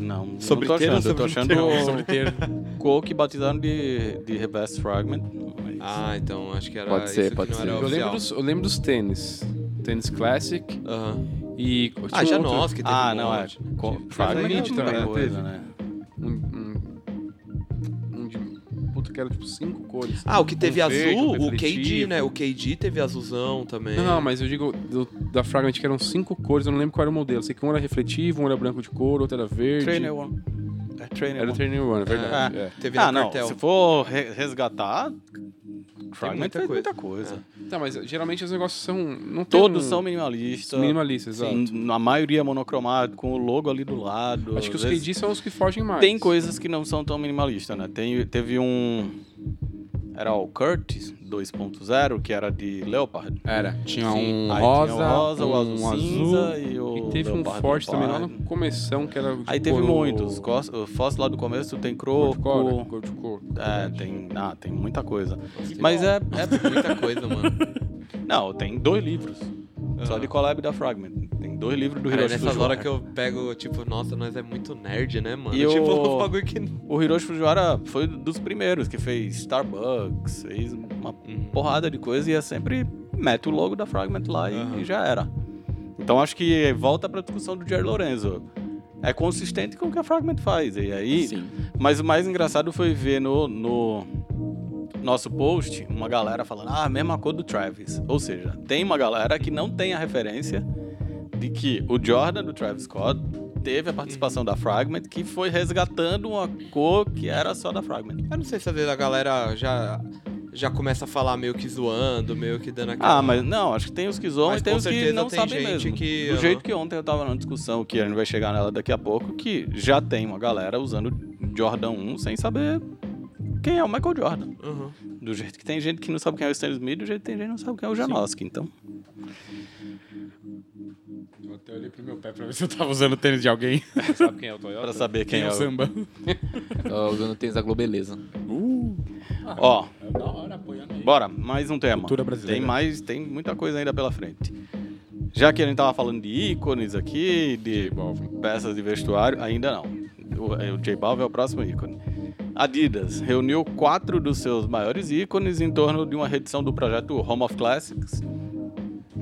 Não,
Sobre
não tô
ter ou
achando. Eu tô
sobre não
achando
Sobre ter.
o couro que batizaram de, de Reverse Fragment. mas-
Ah, então acho que era
Pode ser,
isso que
pode
não
ser.
era
Eu lembro,
oficial.
dos, eu lembro dos tênis. Tênis Classic
Aham.
e...
Ah,
tinha
já
outro-
nós que teve
Ah,
um
não, é.
monte.
Co-
Fragment
Fragment
também,
também,
né?
coisa, né?
Um, um, um de... Puta, que era tipo cinco cores.
Ah, o que teve
Um
azul,
verde, um
o KD,
refletivo.
né? O KD teve azulzão também.
Não, não, mas eu digo do- da Fragment que eram cinco cores, eu não lembro qual era o modelo. Sei que um era refletivo, um era branco de couro, outro era verde.
Trainer One. É Trainer
né?
Era o
One.
Trainer One, é verdade.
É.
é.
Teve
Ah,
na
não.
cartel.
Se for re- resgatar, Fragment
muita
fez muita
coisa.
coisa.
Tá, mas geralmente os negócios são. Não tem
Todos
um-
são minimalistas.
minimalistas, exato.
Sim, a maioria monocromático, com o logo ali do lado.
Acho que
Às
os
vezes
KD são os que fogem mais.
Tem coisas que não são tão minimalistas, né? Tem, teve um. Era o Curtis 2.0, que era de Leopard.
Era.
Tinha
Sim.
um
Aí
rosa,
tinha o rosa,
um
o azul, cinza e o.
E teve um
Leopard
forte também lá
Leopard.
no começão, que era. de
Aí teve
couro-
muitos. Cos- O Fóssil lá do começo tem
Cor de
croco.
couro, cor de couro.
É, tem. Ah, tem muita coisa. Mas é. é-
Muita coisa, mano.
Não, tem dois livros. Só de collab da Fragment. Tem dois livros do
Cara,
Hiroshi
Ah. nessas
Fujiwara.
horas que eu pego, tipo, nossa, nós é muito nerd, né, mano?
E eu-
tipo, um bagulho que.
O Hiroshi Fujiwara foi dos primeiros que fez Starbucks, fez uma porrada de coisa e é sempre mete o logo da Fragment lá e-
Aham.
e já era. Então acho que volta pra discussão do Jerry Lorenzo. É consistente com o que a Fragment faz. E aí,
Sim.
Mas o mais engraçado foi ver no, no nosso post uma galera falando, ah, a mesma cor do Travis. Ou seja, tem uma galera que não tem a referência de que o Jordan do Travis Scott teve a participação da Fragment, que foi resgatando uma cor que era só da Fragment.
Eu não sei se às vezes a galera já, já começa a falar meio que zoando, meio que dando aquela.
Ah, mas não, acho que tem os que zoam
Mas
e tem
com
os que
certeza
não
tem
sabem
gente
mesmo.
que-
Do
aham.
jeito que ontem eu tava numa discussão, que a gente vai chegar nela daqui a pouco, que já tem uma galera usando Jordan 1 sem saber quem é o Michael Jordan.
Uhum.
Do jeito que tem gente que não sabe quem é o Stan Smith, do jeito que tem gente que não sabe quem é o Janoski, então.
Eu até olhei pro meu pé pra ver se eu tava usando o tênis de alguém.
Sabe quem é o
Pra
Toyota?
saber quem é
o
o.
samba.
Tô usando tênis da Globeleza.
Uh. Ó,
É da hora, apoiando aí.
bora, mais um tema.
Cultura brasileira.
Tem mais, tem muita coisa ainda pela frente. Já que a gente tava falando de ícones aqui, de
J Balvin.
peças de vestuário, ainda não. O, é, o J Balvin é o próximo ícone. Adidas reuniu quatro dos seus maiores ícones em torno de uma reedição do projeto Home of Classics.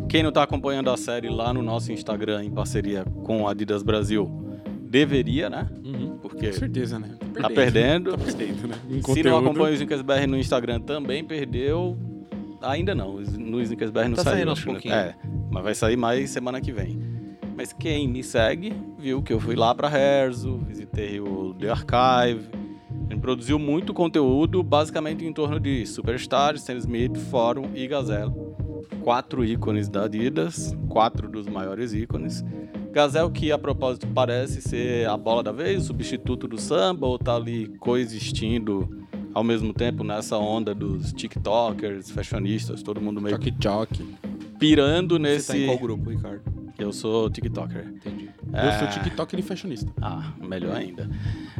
Quem não está acompanhando a série lá no nosso Instagram em parceria com a Adidas Brasil deveria, né? Porque
Uhum. Com certeza, né?
tá perdendo.
Tá perdendo, né? Um
Se não
conteúdo-
acompanha o Snickers.br no Instagram também perdeu. Ainda não, no Snickers.br não
Tá
saiu.
saindo aos
acho, né?
pouquinho.
É, mas vai sair mais semana que vem. Mas quem me segue viu que eu fui lá pra Herzo, visitei o The Archive. A gente produziu muito conteúdo, basicamente em torno de Superstar, Stan Smith, Fórum e Gazelle. Quatro ícones da Adidas, quatro dos maiores ícones. Gazelle que, a propósito, parece ser a bola da vez, o substituto do samba, ou tá ali coexistindo ao mesmo tempo nessa onda dos tiktokers, fashionistas, todo mundo meio que
Choque, choque.
pirando
Você tá em
nesse...
qual grupo, Ricardo?
Eu sou tiktoker.
Entendi.
Eu
É.
sou TikTok de fashionista.
Ah, melhor ainda.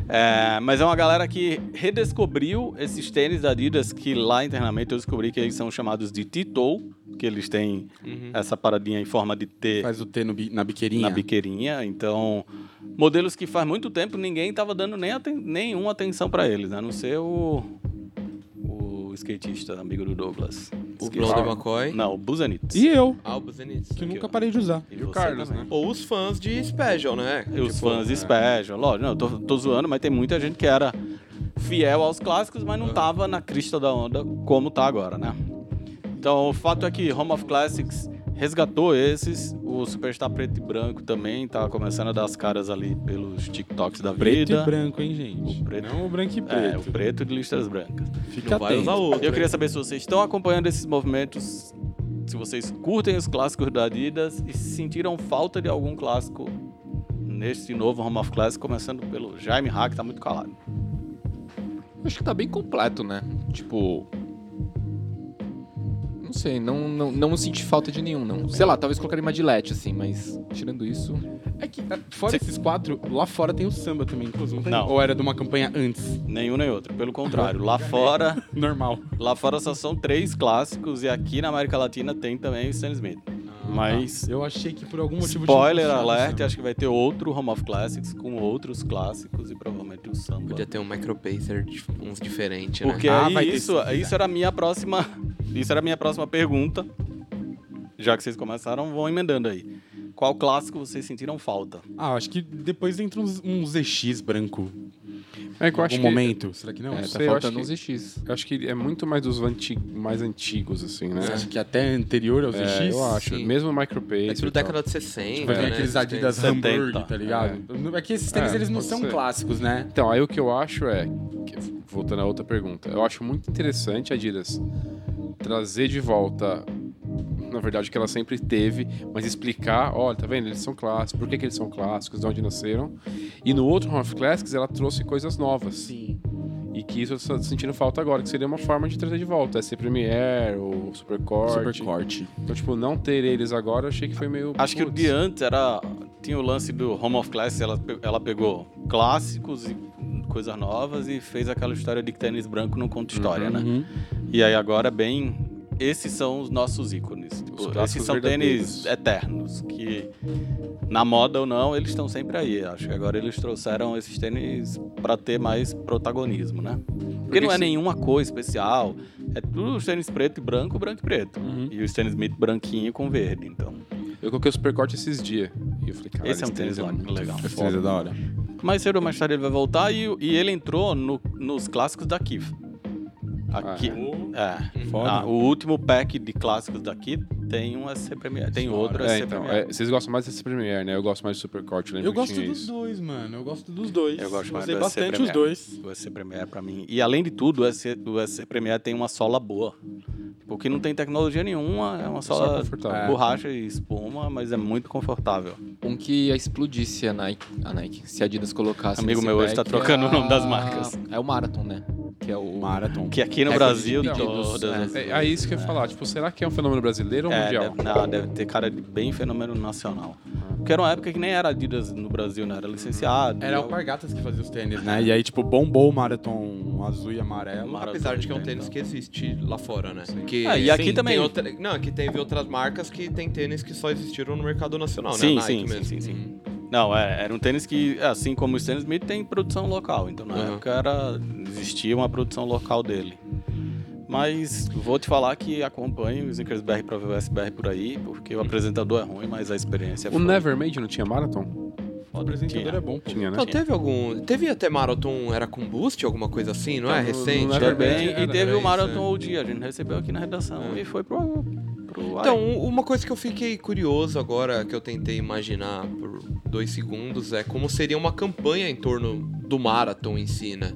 É, mas é uma galera que redescobriu esses tênis da Adidas que lá internamente eu descobri que eles são chamados de T-Toe, que eles têm
Uhum.
essa paradinha em forma de T
Faz o T no bi- na biqueirinha.
na biqueirinha. Então, modelos que faz muito tempo ninguém estava dando nem aten- nenhuma atenção para eles, a não ser o, o skatista, amigo do Douglas.
O
Esqueci.
Blonder McCoy.
Não, o Buzanitz.
E eu,
Alba Zenith.
que
Aqui,
nunca
ó.
parei de usar.
E
E o
você
Carlos, né?
Ou os fãs de Special, né?
É,
E os
tipo,
fãs espejam, lógico, não, eu tô, tô zoando, mas tem muita gente que era fiel aos clássicos, mas
É.
não tava na crista da onda como tá agora, né? Então, o fato é que Home of Classics resgatou esses, o Superstar preto e branco também tá começando a dar as caras ali pelos TikToks da
Preto
vida.
e branco, hein, gente?
O preto-
Não o branco e preto.
É, o preto de listras brancas.
Fica
Não vai
atento.
usar outro.
Eu queria saber se vocês estão acompanhando esses movimentos, se vocês curtem os clássicos da Adidas e se sentiram falta de algum clássico neste novo Home of Classics, começando pelo Jaime Hack, tá muito calado.
Acho que tá bem completo, né? Tipo. Não sei, não, não, não senti falta de nenhum, não. Sei lá, talvez colocaria uma dilete, assim, mas tirando isso.
É que, é, fora esses quatro, lá fora tem o samba também, inclusive. tem?
Não.
Ou era de uma campanha antes?
Nenhum nem outro, pelo contrário. Lá fora,
Normal.
lá fora só são três clássicos e aqui na América Latina tem também o Stan Smith. Mas
Tá. Eu achei que Ah, por algum motivo...
É spoiler
tinha puxado o
alert,
samba.
acho que vai ter outro Home of Classics com outros clássicos e provavelmente o samba.
Podia ter um micropacer, uns diferentes, né?
Porque
Ah, vai
aí
ter
isso,
sim,
isso era a minha próxima, isso era a minha próxima pergunta. Já que vocês começaram, vão emendando aí. Qual clássico vocês sentiram falta?
Ah, acho que depois entra uns, uns EX branco.
É que eu
Um
acho que...
momento. Será que não?
É,
não
tá
sei, eu
faltando uns
acho
EX.
Eu acho que é muito mais dos anti- mais antigos, assim, né?
Você acha que até anterior aos
É,
EX?
eu acho.
Sim.
Mesmo o Micropace.
É tudo década de 60,
Vai vir
né?
aqueles Adidas
70.
Hamburg, tá ligado? É que esses tênis,
É,
eles não
pode
são
ser.
clássicos, né?
Então, aí o que eu acho é. que- Voltando à outra pergunta. Eu acho muito interessante a Adidas trazer de volta. Na verdade, o que ela sempre teve, mas explicar, olha, tá vendo? Eles são clássicos, por que, que eles são clássicos, de onde nasceram. E no outro Home of Classics, ela trouxe coisas novas.
Sim.
E que isso eu tô sentindo falta agora, que seria uma forma de trazer de volta. SC Premiere, ou Supercorte.
Super corte.
Então, tipo, não ter eles agora, eu achei que foi meio.
Acho que o
putz.
de antes era tinha o lance do Home of Classics, ela, pe- ela pegou clássicos e coisas
Uhum.
né? novas e fez aquela história de que tênis branco não conta história, né? E aí agora é bem esses são os nossos ícones. Tipo, esses
clássicos
são tênis
verdadeiros.
eternos, que na moda ou não, eles estão sempre aí. Acho que agora eles trouxeram esses tênis pra ter mais protagonismo, né? Porque
Porque
não é
se-
nenhuma cor especial, é tudo os tênis preto e branco, branco e preto.
Uhum.
E os tênis Smith branquinho com verde, então.
Eu coloquei o supercorte esses dias. E eu falei, cara,
Esse é um tênis lá,
muito
legal.
Esse tênis é da hora.
Mais cedo ou mais tarde ele vai voltar e, e ele entrou no- nos clássicos da Kif.
Ah,
Aqui, é.
Foda.
Ah, o último pack de clássicos daqui tem um SC Premier, tem outro
É,
SC
então,
Premier.
é, vocês gostam mais desse Premier, né? Eu gosto mais do Supercorte. lembro
Eu
que
gosto
tinha
dos
isso.
dois, mano. Eu gosto dos dois.
Eu gosto mais
Usei
do SC
bastante os
Premier.
dois.
O SC Premier pra mim. E além de tudo, o SC, o SC Premier tem uma sola boa. Porque não tem tecnologia nenhuma, é uma
Só
sola
confortável.
É. borracha e espuma, mas é muito confortável.
Um que explodisse a Nike, a Nike se a Adidas colocasse.
Amigo
nesse
meu hoje tá
pack,
trocando
é
o nome das
a-
marcas. Tá
É o Marathon, né? Que é o.
Marathon.
Que aqui no
É,
Brasil
então,
todas.
É, é isso que eu ia falar. Tipo, será que é um fenômeno brasileiro ou
É,
mundial?
deve, não, deve ter cara de bem fenômeno nacional. Porque era uma época que nem era Adidas no Brasil, né? Era licenciado.
Era o Alpargatas que fazia os
é
tênis, né? E aí, tipo, bombou o Marathon azul e amarelo.
Maravilha,
Apesar de que é um
então.
tênis que existe lá fora, né? Que,
Ah, e aqui
tem
também.
outra- não, aqui teve outras marcas que tem tênis que só existiram no mercado nacional,
Sim,
né? A Nike
sim,
mesmo.
sim, sim, sim. Não, é, era um tênis que, assim como o Stan Smith, tem produção local. Então, na
Uhum.
época, era, existia uma produção local dele. Mas vou te falar que acompanho o Zinkersberg para ver o SBR por aí, porque o apresentador é ruim, mas a experiência
O Nevermade não tinha Marathon?
O apresentador
Tinha.
é bom, pô.
Tinha, né?
Não, teve algum. Teve até Marathon, era com boost, alguma coisa assim, não é?
Então, no- no
Recente?
Nevermind
Também,
era,
e teve
era
o Marathon
isso,
All Dia, a gente recebeu aqui na redação
É.
e foi pro, pro ar.
Então, um- uma coisa que eu fiquei curioso agora, que eu tentei imaginar por dois segundos, é como seria uma campanha em torno do Marathon em si, né?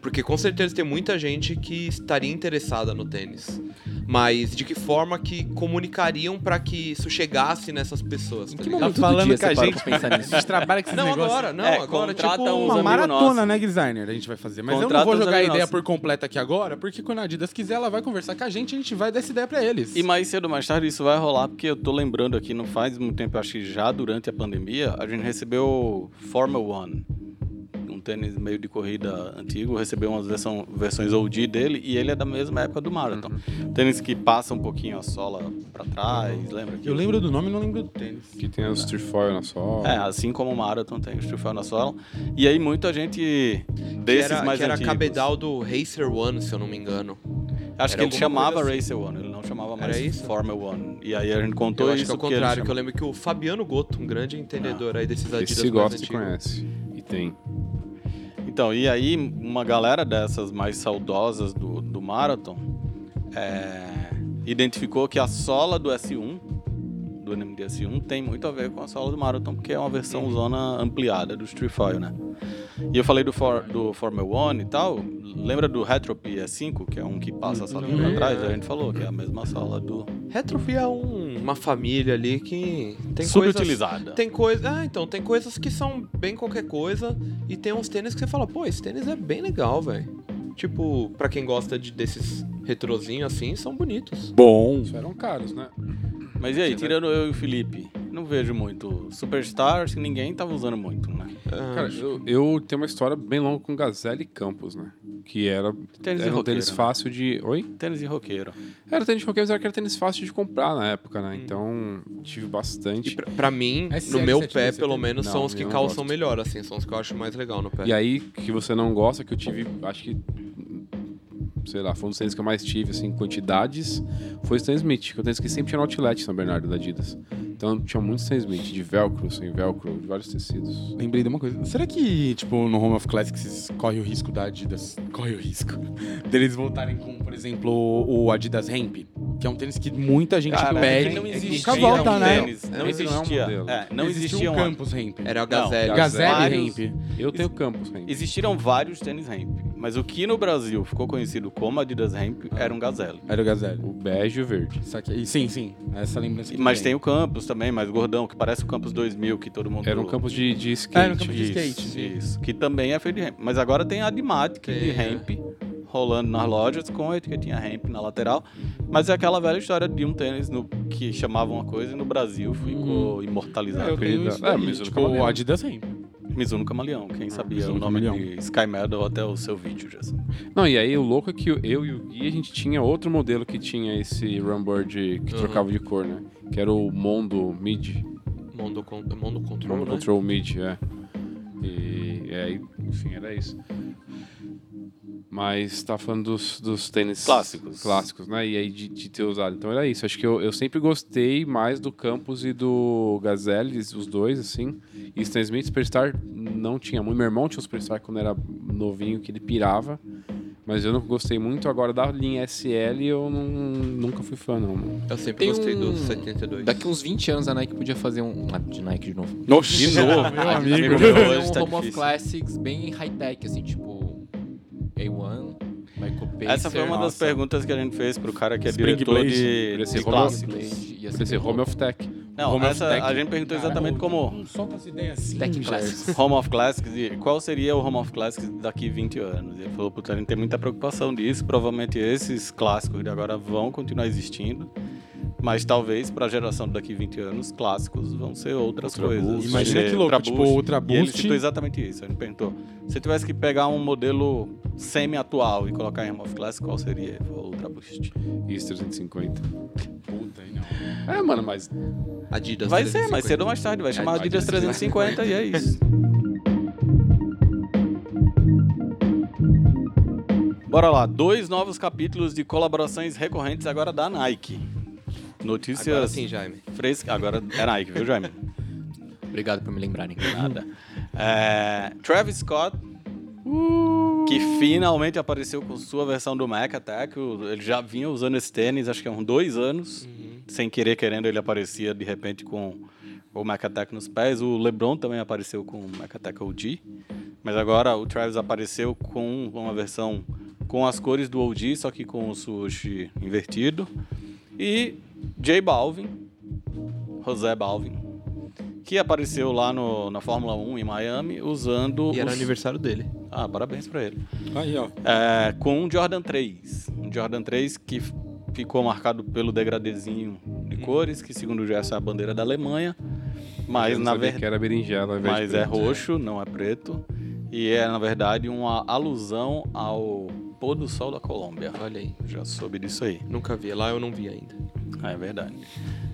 Porque com certeza tem muita gente que estaria interessada no tênis. Mas de que forma que comunicariam pra que isso chegasse nessas pessoas? tá
Que
ligado?
momento do
falando
dia
que a
você parou
gente-
pra pensar nisso?
Vocês trabalham com esses
Não,
negócios?
agora, não,
É,
agora, tipo,
contrata uns
Uma
amigos
maratona,
nossos.
né, designer? A gente vai fazer. Mas eu
Contrata
não vou
uns
jogar a
amigos
ideia
nossos.
por completa aqui agora, porque quando a Adidas quiser, ela vai conversar com a gente e a gente vai dar essa ideia pra eles.
E mais cedo ou mais tarde isso vai rolar, porque eu tô lembrando aqui, não faz muito tempo, acho que já durante a pandemia, a gente recebeu Formula One, um tênis meio de corrida antigo, recebeu umas versão, versões OG dele, e ele é da mesma época do Marathon.
Uhum.
Tênis que passa um pouquinho a sola pra trás, lembra? que-
Eu lembro do nome e não lembro do tênis.
Que tem os Trefoil na sola.
É, assim como o Marathon tem o troféu na sola. E aí muita gente
Que
desses
era,
mais
que era
antigos.
cabedal do Racer One, se eu não me engano.
Acho
era
que ele
alguma
chamava
coisa assim.
Racer One, ele não chamava
Era
mais
isso?
Formula One. E aí a gente
Eu
contou
acho
isso
que é o
porque ele
contrário, que eu
chama-
lembro que o Fabiano Goto, um grande entendedor aí desses
Esse
Adidas
se
mais
gosta e
antigos.
conhece. E tem.
Então, e aí, uma galera dessas mais saudosas do, do Marathon é, identificou que a sola do S1, do NMD S1, tem muito a ver com a sola do Marathon, porque é uma versão zona ampliada do Street Fire, né? E eu falei do, for, do Formula One e tal. Lembra do Retro PS5, que é um que passa a solinha pra trás? A gente falou que é a mesma sola do.
Retrofi é um- uma família ali que tem coisas...
subutilizada.
Tem coisa, ah, então tem coisas que são bem qualquer coisa e tem uns tênis que você fala, pô, esse tênis é bem legal, velho. Tipo, pra quem gosta de desses retrozinhos assim, são bonitos.
Bom.
Isso eram caros, né?
Mas e aí, tirando eu e o Felipe, não vejo muito. Superstars que ninguém tava usando muito, né?
Ah,
Cara, eu, eu tenho uma história bem longa com Gazelle e Campos, né? Que era,
Tênis de
era um
roqueiro.
tênis
né?
fácil de... Oi?
Tênis de roqueiro.
Era tênis de roqueiro, mas era aquele tênis fácil de comprar na época, né? Então, tive bastante.
E pra, pra
é
mim,
SL
no meu
7
pé,
você
pelo
tem?
menos,
Não,
são os que
eu não
calçam
gosto.
melhor, assim, são os que eu acho mais legal no pé.
E aí, que você não gosta, que eu tive, acho que. Sei lá, foi um dos tênis que eu mais tive, assim, em quantidades. Foi o Stan Smith, que é um tênis que sempre tinha no outlet em São Bernardo da Adidas. Então tinha muitos Stan Smith, de velcro, sem velcro, de vários tecidos.
Lembrei de uma coisa. Será que, tipo, no Home of Classics corre o risco da Adidas? Corre o risco deles voltarem com, por exemplo, o Adidas Ramp, que é um tênis que muita gente
Cara,
pede.
é que não
e
existia
nunca volta,
um
né?
tênis,
Não
Não
existe-
existia.
não é um modelo.
é, não
existia
existia
um
um.
Campus Ramp.
Era a
Não,
Gazelle.
É, Gazelle
vários-
Ramp.
Eu tenho campos ainda.
Existiram vários tênis ramp, mas o que no Brasil ficou conhecido como Adidas Ramp era um Gazelle.
Era o Gazelle.
O bege e o verde.
Saquei. Sim, sim. Essa lembrança. que
Mas
eu
tem
tenho.
o Campus também, mais gordão, que parece o Campus 2000, que todo mundo...
Era um campo de, de skate.
Ah, era um campo de
Isso,
skate. sim.
Isso, que também é feito de ramp. Mas agora tem a Dimatic de
Tem, é.
ramp rolando nas lojas, com a etiquetinha ramp na lateral. Mas é aquela velha história de um tênis no, que chamava uma coisa e no Brasil ficou
Hum.
imortalizado.
É, eu tenho
Apelida-
isso daí,
É, mas eu
tipo,
nunca
o
lembro.
Adidas Ramp.
Mizuno Camaleão. Quem sabia
Ah, Mizuno
o nome
Camaleão.
de Sky Metal até o seu vídeo, Jason.
Não, e aí o louco é que eu e o Gui, a gente tinha outro modelo que tinha esse runboard que
Uhum.
trocava de cor, né? Que era o Mondo Mid.
Mondo, con Mondo Control,
Mondo
né?
Control Mid, é. E aí, enfim, era isso. Mas tá falando dos, dos tênis
Clássicos.
clássicos, né? E aí de, de ter usado. Então era isso. Acho que eu, eu sempre gostei mais do Campos e do Gazelles, os dois, assim. E Stan Smith Superstar não tinha muito. Meu irmão tinha o Superstar quando era novinho, que ele pirava. Mas eu não gostei muito. Agora da linha SL eu não- nunca fui fã, não.
Eu sempre
Tem
gostei
um-
do 72.
Daqui uns 20 anos a Nike podia fazer um. Ah, de Nike de novo.
Nossa,
De novo.
meu
A gente
amigo.
podia fazer
Hoje tá
um Home of
difícil.
Classics bem high-tech, assim, tipo A1, Michael Pacer,
Essa foi uma das
nossa,
perguntas que a gente fez pro cara que é
Spring
diretor
Blade.
de,
Parece
de
Home
clássicos.
Blade, ia ser
Esse
bem
Home
louco.
of Tech.
Não,
Home of
essa
Tech.
a gente perguntou Então, exatamente como
Não solta essa ideia assim,
Tech
Gerson.
Classics.
Home of Classics e qual seria o Home of Classics daqui 20 anos. E ele falou, puta, a gente tem muita preocupação disso, provavelmente esses clássicos de agora vão continuar existindo, mas talvez para a geração daqui 20 anos, clássicos vão ser outras
Ultra
coisas.
Boost.
Imagina
Vai ser
que louco,
é Ultra
tipo,
Boost.
Ultra
E ele
Boost.
citou exatamente isso, ele perguntou, se tivesse que pegar um modelo semi-atual e colocar em Home of Classics, qual seria? Ele falou, Ultra Boost.
Isso, 350.
Puta, aí não.
É, mano, mas
Adidas
Vai ser, mais
350.
cedo ou mais tarde, vai chamar
vai
Adidas
ter
350 e é isso. Bora lá, dois novos capítulos de colaborações recorrentes agora da Nike. Notícias
Agora sim, assim, Jaime.
frescas. Agora é Nike, viu, Jaime?
Obrigado por me lembrarem.
Nada. É, Travis Scott, que finalmente apareceu com sua versão do Mac Attack. O- Ele já vinha usando esse tênis, acho que há uns dois anos.
Uhum.
Sem querer, querendo, ele aparecia de repente com o Mac Attack nos pés. O LeBron também apareceu com o Mac Attack OG. Mas agora o Travis apareceu com uma versão com as cores do OG, só que com o sushi invertido. E J Balvin, José Balvin, que apareceu lá no- na Fórmula 1 em Miami usando.
E era
os-
aniversário dele.
Ah, parabéns pra ele.
Aí, ó.
É, com um Jordan 3. Um Jordan 3 que f- ficou marcado pelo degradezinho de cores, que segundo o Gerson é a bandeira da Alemanha. Mas
Hum. eu não
na
sabia
verdade.
que era berinjela, ao invés de
Mas é
preto.
roxo, não é preto. E é, na verdade, uma alusão ao pôr do sol da Colômbia.
Olha aí.
Já soube disso aí.
Nunca vi. Lá eu não vi ainda.
Ah, é verdade.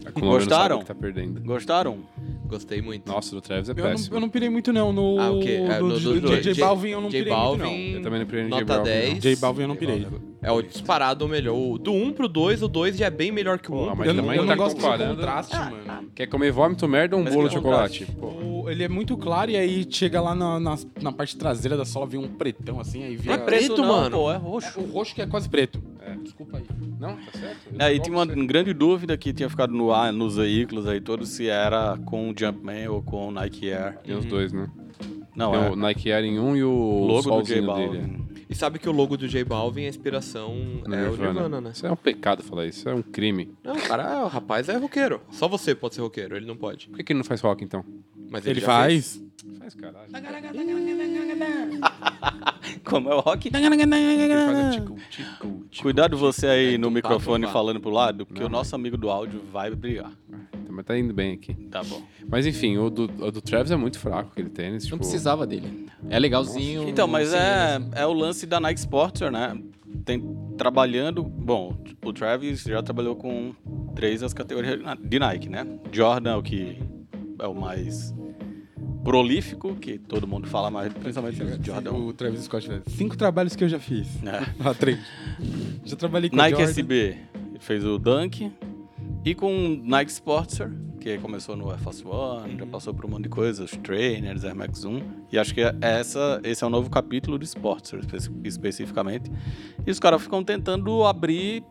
A Colômbia não sabe
Gostaram?
o que tá perdendo.
Gostaram?
Gostei muito.
Nossa, do Travis é
Eu não,
péssimo.
eu
Eu,
não pirei muito, não. No,
Ah, o quê? É,
do,
no-
do-
do-
do
do-
J
J-
Balvin eu não
J
pirei muito,
Balvin.
também não pirei no
Nota
J Balvin,
10.
não. J Balvin eu não pirei.
É o disparado o melhor. O do 1 pro 2, o 2 já é bem melhor que o 1.
Pô, mas
Eu não, é
também
eu
tá
não gosto do
comparando.
contraste, mano.
não. Quer comer vômito, merda ou um
Mas
bolo
que
de chocolate? Pô,
O- ele é muito claro e aí chega lá na, na, na parte traseira da sola, vem um pretão assim, aí vira...
É preto,
não,
mano.
Pô, é roxo.
O roxo que é quase preto. Desculpa aí.
não, tá certo. Eu
É, e
concordo
tinha uma
com você.
grande dúvida que tinha ficado no ar, nos veículos aí todos, se era com o Jumpman ou com o Nike Air.
Tem os dois, né?
Não,
Tem
é
o Nike Air em um e o
o logo do É, J
solzinho dele. é.
Balvin.
E sabe que o logo do J Balvin, a inspiração é o Nirvana, né?
Isso é um pecado falar isso, isso é um crime.
Não, o cara, o rapaz é roqueiro. Só você pode ser roqueiro, ele não pode.
Por que, que ele não faz rock então?
Mas ele,
Ele
já fez.
faz...
Faz caralho. Tá,
Como é o rock?
Ele faz a tico, tico, É tico.
Cuidado você aí no
tum, pá,
microfone
tum, pá.
falando pro lado, porque o nosso amigo do áudio vai brigar.
Mas tá indo bem aqui.
Tá bom.
Mas enfim, o do, o do Travis é muito fraco, aquele tênis. tipo,
Não precisava dele. É legalzinho.
Então, mas
sim,
é,
assim.
é o lance da Nike Sportster, né? Tem trabalhando. Bom, o Travis já trabalhou com três das categorias de Nike, né? Jordan é o que é o mais prolífico, que todo mundo fala mais, principalmente o Jordan.
O Travis Scott, né? Cinco trabalhos que eu já fiz.
É.
Ah, três. Já trabalhei com
Nike
é
Jordan.
SB ele fez o Dunk e com o Nike Sportster, que começou no Air Force One, já passou por um monte de coisas, trainers, Air Max 1, e acho que é essa, esse é o novo capítulo de Sportster espe- especificamente. E os caras ficam tentando abrir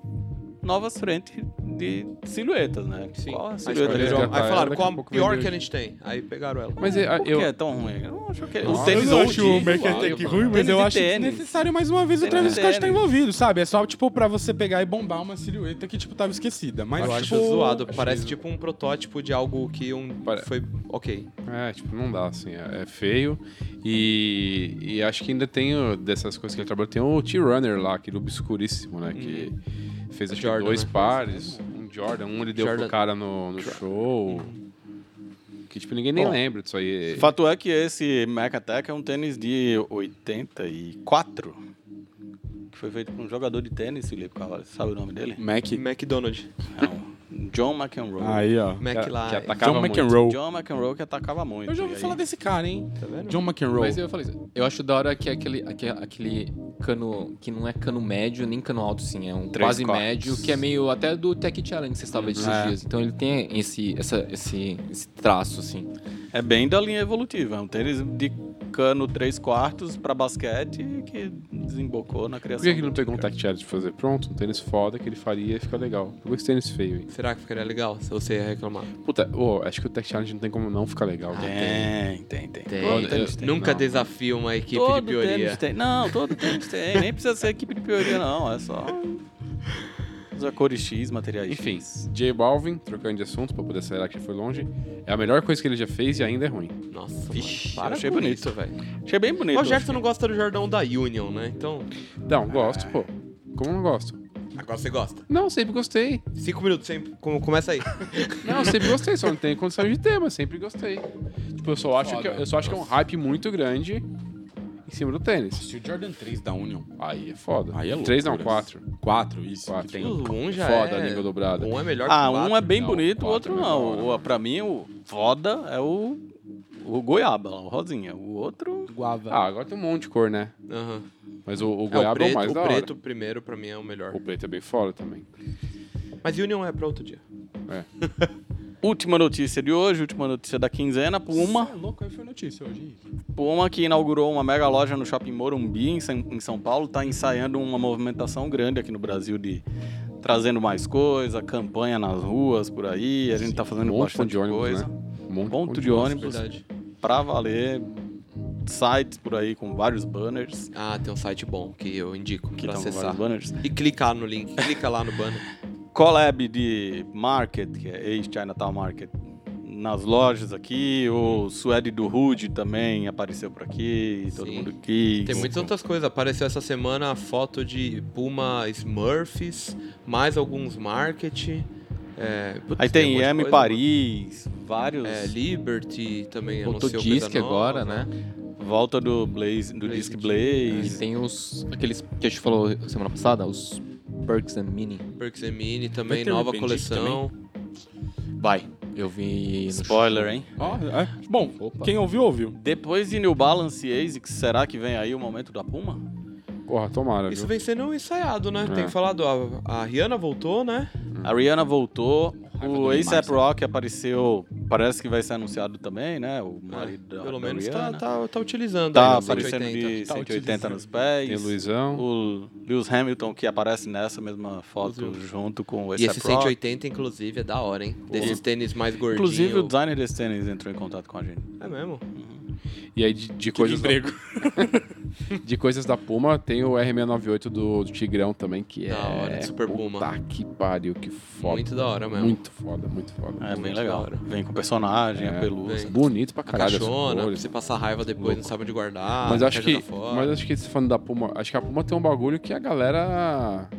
novas frentes de silhuetas, né?
Sim.
Qual a
Aí
silhueta
escolheram
de Jordan?
escolheram-
Jordan.
Aí falaram,
Daqui a
qual a
pouco
pior
vem
que a
dois.
gente tem? Aí pegaram ela.
Mas eu,
Por
eu,
que é tão ruim? Eu não acho que... é-
Nossa,
o
Eu
tênis
não acho o
OG,
Mac
valeu,
Attack
mano.
ruim, mas
Tênis
eu
de
acho
tênis.
desnecessário mais uma vez o
Tênis
Travis
de
Scott tá
tênis.
envolvido, sabe? É só, tipo, pra você pegar e bombar uma silhueta que, tipo, tava esquecida. Mas,
Eu acho
tipo,
zoado. Parece tipo um protótipo de algo que um
Pare-
foi ok.
É, tipo, não dá, assim, é, é feio. E, e acho que ainda tem, o- dessas coisas que ele trabalhou, tem o T-Runner lá, aquele obscuríssimo, né? Que fez acho que
Jordan,
dois
né?
pares, um Jordan, um ele deu
Jordan.
pro cara no, no show. que tipo, ninguém nem
Bom,
lembra disso aí.
Fato é que esse Mecatec é um tênis de 84. Que foi feito por um jogador de tênis, Felipe Carvalho. Sabe o nome dele?
Mac.
McDonald's.
Não. John McEnroe.
Aí, ó.
Mac lá.
que atacava
John
muito.
McEnroe.
John McEnroe que atacava muito.
Eu já
E
ouvi
aí-
falar desse cara, hein?
Tá vendo?
John McEnroe.
Mas eu falei isso. Eu acho da hora que é aquele, aque- aquele, cano que não é cano médio nem cano alto, sim. É um
Três
quase
quartos.
médio, que é meio até do Tech Challenge que você estava esses
É.
dias. Então ele tem esse, essa, esse, esse traço, assim.
É bem da linha evolutiva. É um tênis de cano 3 quartos pra basquete que desembocou na
Por
criação.
que, que ele não
do
pegou um
Tiger.
tech challenge pra fazer? Pronto, um tênis foda que ele faria e fica legal. Por que esse tênis feio aí?
Será que ficaria legal se você ia reclamar?
Puta, ô, acho que o tech challenge não tem como não ficar legal.
É, Tem, tem, tem.
Tem.
Todo
Eu
tênis tem.
nunca
não.
desafio uma equipe
todo
de pioria.
Tênis tem. Não, todo tênis tem. Nem precisa ser equipe de pioria, não. É só. Usa cores X, materiais
Enfim,
X.
J Balvin, trocando de assunto pra poder acelerar que já foi longe, é a melhor coisa que ele já fez e ainda é ruim.
Nossa,
Vixe,
mano, para
eu achei
com
bonito.
isso, velho.
Achei bem bonito.
Mas já que você não gosta do Jordão da Union, né? Então,
Não, gosto, pô. Como não gosto?
agora você gosta.
Não, sempre gostei.
Cinco minutos, sempre. Como, começa aí.
Não, sempre gostei, só não tenho condição de ter, mas sempre gostei. Tipo, eu só acho, que, eu só acho que é um hype muito grande em cima do tênis.
Se o Jordan 3 da Union.
Aí é foda.
Aí é louco.
Três não, quatro.
4, isso.
Quatro.
Que tem
O um já
foda,
é...
língua dobrada.
Um é melhor
Ah,
que o
um
quatro.
é né? bem
Não,
bonito, o
quatro
outro
é melhor,
não. O, pra mim, o foda é o. O goiaba, lá, o rosinha. O outro.
guava.
Ah, agora tem um monte de cor, né?
Aham.
Mas o, o
É, o
goiaba é o
preto,
mais
o
da
preto primeiro, pra mim, é o melhor.
hora. O preto é bem foda também. É,
Mas Union é pra outro dia.
Última notícia de hoje, última notícia da quinzena. Puma.
É louco, aí foi notícia hoje.
Puma, que inaugurou uma mega loja no Shopping Morumbi, em São, em São Paulo, está ensaiando uma movimentação grande aqui no Brasil de trazendo mais coisa, campanha nas ruas por aí. A gente está fazendo
Monte
bastante
de ônibus,
coisa.
né? Um monte,
Ponto de
coisa.
ônibus
é Verdade.
para valer. Sites por aí com vários banners.
Ah, tem um site bom que eu indico
Que um
pra
estão com vários
acessar.
banners.
E clicar no link. Clica lá no banner.
Collab de Market, que é ex-Chinatown Market, nas lojas aqui. O Suede do Hood também apareceu por aqui. Todo
Sim.
mundo quis.
Tem muitas outras coisas. Apareceu essa semana a foto de Puma Smurfs, mais alguns market. É, putz,
Aí tem
um monte de
IEM
coisa,
Paris, vários.
mano. É, Liberty também
Botou
anunciou coisa
disque agora,
nova.
né?
Volta do Blaze, do
Blaze
Disc
Disc. É,
E
Blaze.
tem os. Aqueles que a gente falou semana passada, os Perks and Mini.
Perks and Mini também,
ter
nova
Rependi
coleção.
Vai. Eu vi. no
Spoiler, hein?
Ó, é. Bom,
Opa.
quem ouviu, ouviu.
Depois de New Balance e ASICS, será que vem aí o momento da Puma?
Hum.
Porra, tomara,
Isso é
viu?
vem sendo ensaiado, né?
É.
Tem falado, a, a Rihanna voltou, né?
A Rihanna voltou,
Raiva
o
dele
ASAP
demais, né?
Rock apareceu, parece que vai ser anunciado também, né? O marido da,
É, Pelo
da
menos tá,
Rihanna.
tá, tá utilizando.
Tá
aí, né?
aparecendo
180.
de
Tá
180 nos
Tem
pés.
Luizão.
O Lewis Hamilton, que aparece nessa mesma foto
Lewis.
junto com o
Uhum. E esse
ASAP Rock.
180, inclusive, é da hora, hein? Desses tênis mais gordinhos.
Inclusive, o designer desse tênis entrou em contato com a gente.
É mesmo?
E aí, de, de coisas da,
emprego.
de coisas da Puma, tem o R698 do, do Tigrão também, que
Da
é...
hora, Super
Puta
Puma.
que pariu, que foda.
Muito da hora mesmo.
Muito foda, muito foda.
É bem
Muito
legal.
da hora. É,
Vem com personagem, a pelúcia.
Vem.
Bonito pra
A
caralho. as
caixona, pra
cores.
né? você passar raiva depois,
Louco.
não sabe onde guardar.
Mas eu acho
quer
que.
jogar fora.
Mas eu acho que esse falando da Puma. Acho que a Puma tem um bagulho que a galera.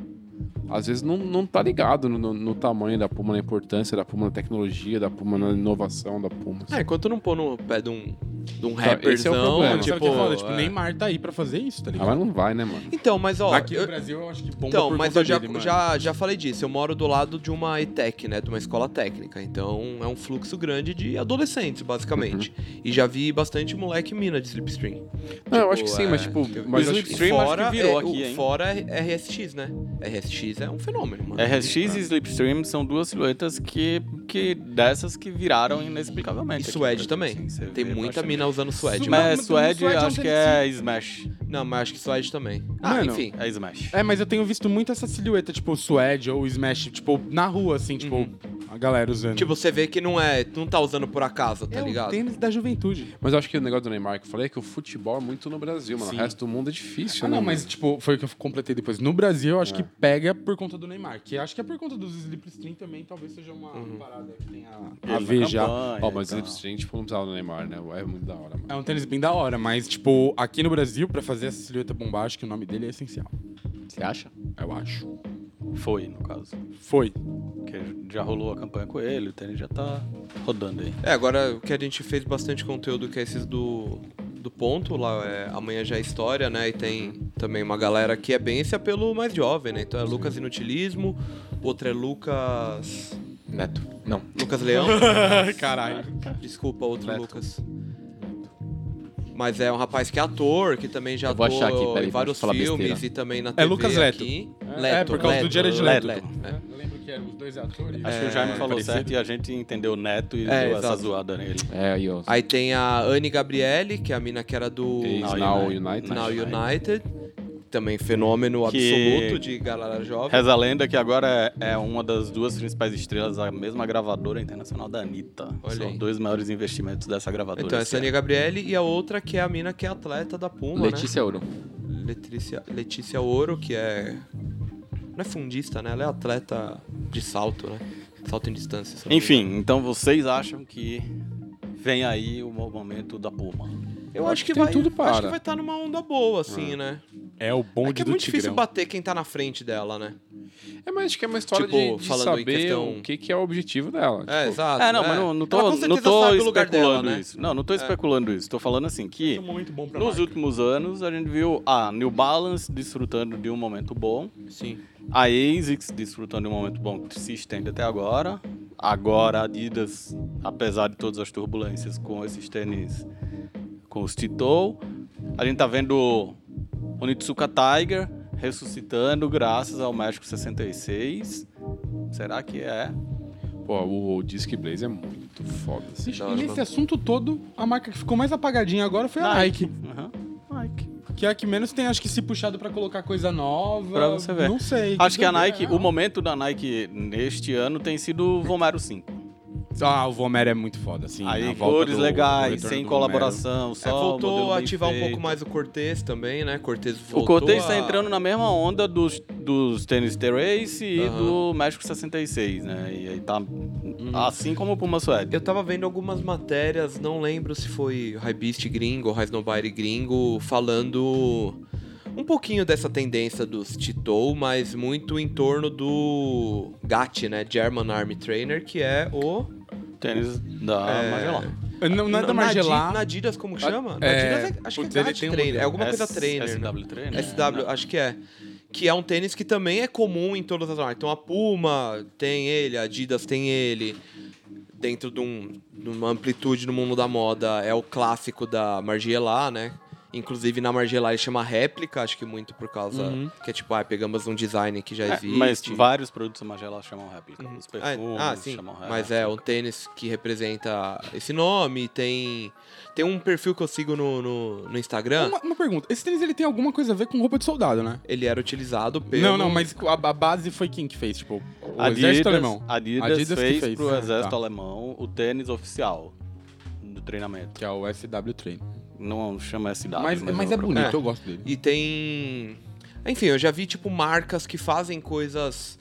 Às vezes não, não tá ligado no, no- no tamanho da Puma, na importância da Puma, na tecnologia da Puma, na inovação da Puma. assim.
É, enquanto não pôr no pé de um, de um
Então, esse é
rapperzão,
o problema.
Sabe o
tipo...
que é foda? Tipo,
é.
Neymar tá aí pra fazer isso, tá
Ah,
ligado?
mas não vai, né, mano?
Então, mas ó...
Aqui no
eu-
Brasil eu acho que bomba
Então,
por
mas
conta
eu já,
dele, mano.
já, já falei disso. Eu moro do lado de uma ETEC, né? De uma escola técnica. Então é um fluxo grande de adolescentes, basicamente. E já vi bastante moleque mina de Slipstream.
não, Uhum. eu
Tipo,
acho que sim,
é,
mas tipo.
eu-
Mas
o
eu acho
Slipstream- acho que virou
é, o-
aqui, hein?
Fora é RSX, né? RSX é um fenômeno, mano.
RSX e Slipstream são duas silhuetas que, que dessas que viraram
E
inexplicavelmente. aqui no
suede
Brasil,
também.
assim, você
Tem
vê
muita
bastante.
mina usando suede.
Mas-
Mas...
Mas
mas
suede
suede é um
acho que é Smash.
Não, mas acho que suede também. Ah,
Mano,
enfim.
É Smash.
É, mas eu tenho visto muito essa silhueta, tipo, suede ou smash, tipo, na rua, assim, tipo, a galera usando.
Tipo, você vê que não é. Não tá usando por acaso, tá
é o
ligado?
tênis da juventude.
Mas eu acho que o negócio do Neymar que eu falei é que o futebol é muito no Brasil, mano.
Sim.
O resto do mundo é difícil,
Ah,
né?
não,
mano?
mas, tipo, foi o que eu completei depois. No Brasil, eu acho
É.
que pega por conta do Neymar, que acho que é por conta dos Slipstream também, talvez seja uma parada que tenha a
Uhum. Ele
ver
na
já.
campanha
Ó,
e
mas o
tal.
Slipstream, tipo, não precisava do Neymar, né? É muito da hora, mano.
É um tênis bem da hora, mas, tipo, aqui no Brasil, pra fazer essa silhueta bombástica, o nome dele é essencial.
Shopee. Você acha?
Eu acho.
Foi, no caso.
Foi.
Porque já rolou a campanha com ele, o tênis já tá rodando aí.
É, agora o que a gente fez bastante conteúdo que é esses do, do ponto, lá é Amanhã Já é História, né? E tem também uma galera que é bem esse apelo mais jovem, né? Então é Lucas Inutilismo, outro é Lucas.
Neto. Não.
Lucas Leão.
Caralho.
Desculpa, outro Lucas. Mas é um rapaz que é ator, que também já
Eu vou
atuou
achar aqui, peraí,
em
vou
vários
falar
filmes
besteira.
e também na TV
Lucas Leto.
aqui.
é, por causa do Jared Leto. É.
Leto.
Eu lembro
é
que eram os dois atores.
Acho que o Jaime falou
parecido.
certo e a gente entendeu Neto e
É,
deu essa
exato.
zoada nele.
É, aí, ó.
Aí tem a Anne Gabriele, que é a mina que era do
Ex-
Now,
Now
United.
United.
Now
United. Também fenômeno
Que-
absoluto de galera jovem.
Reza a lenda que agora é é uma das duas principais estrelas, a mesma gravadora internacional da Anitta.
Olha
São
aí.
dois maiores investimentos dessa gravadora.
Então,
esse
essa é a Anne Gabriele e a outra que é a mina que é atleta da Puma,
Letícia Ouro.
né? Letícia, Letícia Ouro, que é... Não é fundista, né? Ela é atleta de salto, né? Salto em distância. se eu não me
Enfim, então vocês acham que vem aí o momento da Puma?
Eu acho que
tem
vai,
tudo
acho
para.
que vai estar numa onda boa, assim, né?
É o bonde
É que é
do
muito
tigrão.
difícil bater quem tá na frente dela, né?
É, mas acho que é uma história
Tipo,
de, de
falando em
saber
questão-
o que, que é o objetivo dela. tipo,
É, exato.
É, não,
né?
mas não, não tô,
Ela com
não
certeza
tô
sabe o lugar
especulando
dela, né?
isso. Não, não tô especulando isso. Tô falando assim
É
que
um momento bom pra
nos
marca.
últimos anos a gente viu a New Balance desfrutando de um momento bom,
Sim.
a ASICS desfrutando de um momento bom que se estende até agora, agora a Adidas, apesar de todas as turbulências com esses tênis, com os Titou, a gente tá vendo o Onitsuka Tiger ressuscitando graças ao México 66. Será que é?
Pô, o Disque Blaze é muito foda. assim.
Bicho,
Da
E
hora,
nesse
mano.
assunto todo, a marca que ficou mais apagadinha agora foi a Nike.
Aham, Nike.
Que é a que menos tem, acho que, se puxado pra colocar coisa nova.
Pra você ver.
Não sei.
Acho que a
doideira.
Nike, o momento da Nike neste ano tem sido o Vomero 5.
Ah, o Vomero é muito foda, assim. a
Aí
volta
cores
do-
legais,
retorno
sem
do
colaboração,
É,
só modelo
voltou a
bem
ativar um
feito.
pouco mais o Cortez também, né? Cortez voltou
O Cortez
a-
tá entrando na mesma onda dos, dos tênis T-Race e
Aham.
do México 66, né? E aí tá
Uhum.
assim como o Puma Suede.
Eu tava vendo algumas matérias, não lembro se foi High Beast gringo ou High Snowbody gringo, falando um pouquinho dessa tendência dos Titou, mas muito em torno do GAT, né? German Army Trainer, que é o...
Tênis da
É,
Magellan.
Air. Não, não é da
Na Adi-
Margelá.
Na Adidas, como que chama? Na
É,
Adidas, acho
putz,
que é
ele
GAT
tem um-
Trainer, é alguma coisa
S-
trainer. né?
SW Trainer.
SW, acho que é. Que é um tênis que também é comum em todas as marcas. Então a Puma tem ele, a Adidas tem ele. Dentro de, um, de uma amplitude no mundo da moda, é o clássico da Margiela, né? Inclusive na Margiela ele chama réplica, acho que muito por causa.
Uhum.
Que é tipo, ah, pegamos um design que já
É,
existe.
mas vários produtos da Magellan chamam réplica. Os perfumes
Ah, ah, sim.
chamam réplica.
Mas é um tênis que representa esse nome. Tem, tem um perfil que eu sigo no, no, no Instagram.
Uma, uma pergunta. Esse tênis, ele tem alguma coisa a ver com roupa de soldado, né?
Ele era utilizado pelo.
Não, não, mas a, a base foi quem que fez? Tipo, o exército alemão.
Adidas,
Adidas que
fez,
fez.
pro
Ah,
exército
tá.
alemão o tênis oficial do treinamento.
Que é o SW Train.
Não chama SW.
Mas, mas é
um-
bonito,
É.
eu gosto dele.
E tem. Enfim, eu já vi, tipo, marcas que fazem coisas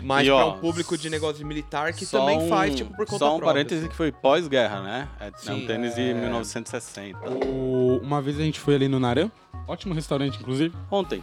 mais
E,
pra
ó,
um público de negócio militar que
Só
também
um-
faz, tipo, por conta
Só um
própria.
parêntese que foi pós-guerra, né? É, é um
Sim.
tênis de 1960.
O- uma vez a gente foi ali no Naran, ótimo restaurante, inclusive.
Ontem,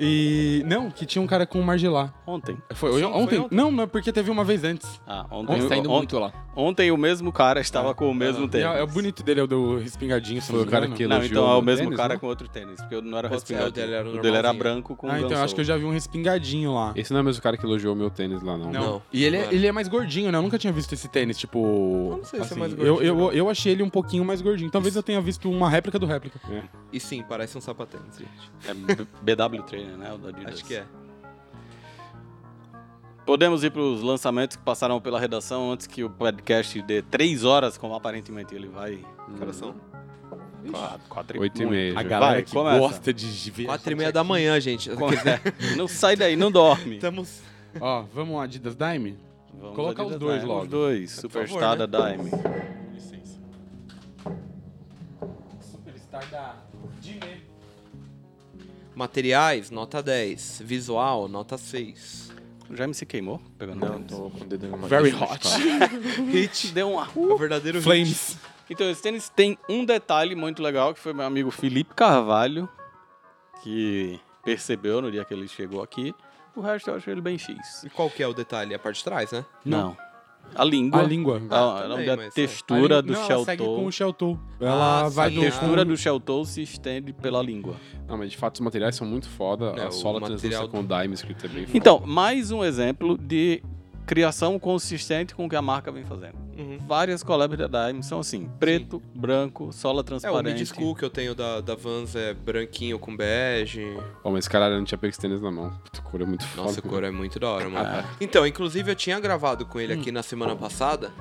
E. Não, que tinha um cara com um margelá.
ontem.
Foi, hoje-
Sim, foi
ontem?
ontem.
Não, não, é porque teve uma vez antes.
Ah, ontem,
Nossa, tá indo
on-
muito lá.
ontem o mesmo cara estava com o mesmo
E
tênis.
É, é o bonito dele, é o do respingadinho, se
Foi
não
o
me
cara
engano.
que
Não,
elogiou
então é o
no
mesmo
tênis,
cara
né?
com outro tênis, porque eu não era
Pode ser,
respingado.
é, o dele era
O dele era
normalzinho.
branco com
Ah, então eu acho que eu já vi um respingadinho lá.
Esse não é o mesmo cara que elogiou o meu tênis lá, não.
Não.
E ele é,
Claro.
ele é mais gordinho, né? Eu nunca tinha visto esse tênis, tipo.
Eu não sei se é
assim,
mais
Eu,
gordinho,
eu,
não.
eu achei ele um pouquinho mais gordinho. Talvez eu tenha visto uma réplica do réplica.
E sim, parece um sapatênis, gente.
É B- BW Trainer, né? O da Adidas.
Acho que é.
Podemos ir para os lançamentos que passaram pela redação antes que o podcast dê três horas, como aparentemente ele vai.
Cara, são
Quatro, quatro
Oito e
muito.
meia,
A
já.
galera
Vai,
que
começa.
gosta de ver.
quatro e meia da manhã, gente.
É, Não sai daí, não dorme.
Estamos...
Ó, vamos lá, Adidas Dime?
Vamos
Coloca
Adidas
os dois
Dime,
logo.
Os dois,
favor,
Superstar
né?
da Dime.
Com licença. Superstar da Dime.
Materiais, nota 10. Visual, nota 6.
O Jaime se queimou pegando
Não,
tênis?
tô com o dedo na
Very hot.
tá.
Hit deu uma.
O verdadeiro hit.
Flames.
Então, esse tênis tem um detalhe muito legal que foi meu amigo Felipe Carvalho que percebeu no dia que ele chegou aqui. O resto eu acho ele bem X.
E qual que é o detalhe? É a parte de trás, né?
Não. A língua.
A língua.
A,
Ah,
a-
também,
da
mas-
textura
é. A
do
língua- não, ela
Shell
segue
Toe.
com o Shell Toe. Ela
Ah,
vai
A
sim,
do
textura do Shell Toe se estende pela língua.
Não, mas de fato os materiais são muito foda.
É,
a
o
sola
material
translúcida com Dime escrita é bem foda.
Então, mais um exemplo de criação consistente com o que a marca vem fazendo.
Uhum.
Várias collabs da Dime são assim, preto, branco, sola
É, o
transparente.
mid school que eu tenho da, da Vans é branquinho com bege.
Ó, mas caralho, eu não tinha pego esse tênis na mão. Puta, a cor é muito foda.
Nossa, o couro é muito da hora, mano.
Ah.
Então, inclusive eu tinha gravado com ele aqui na semana passada.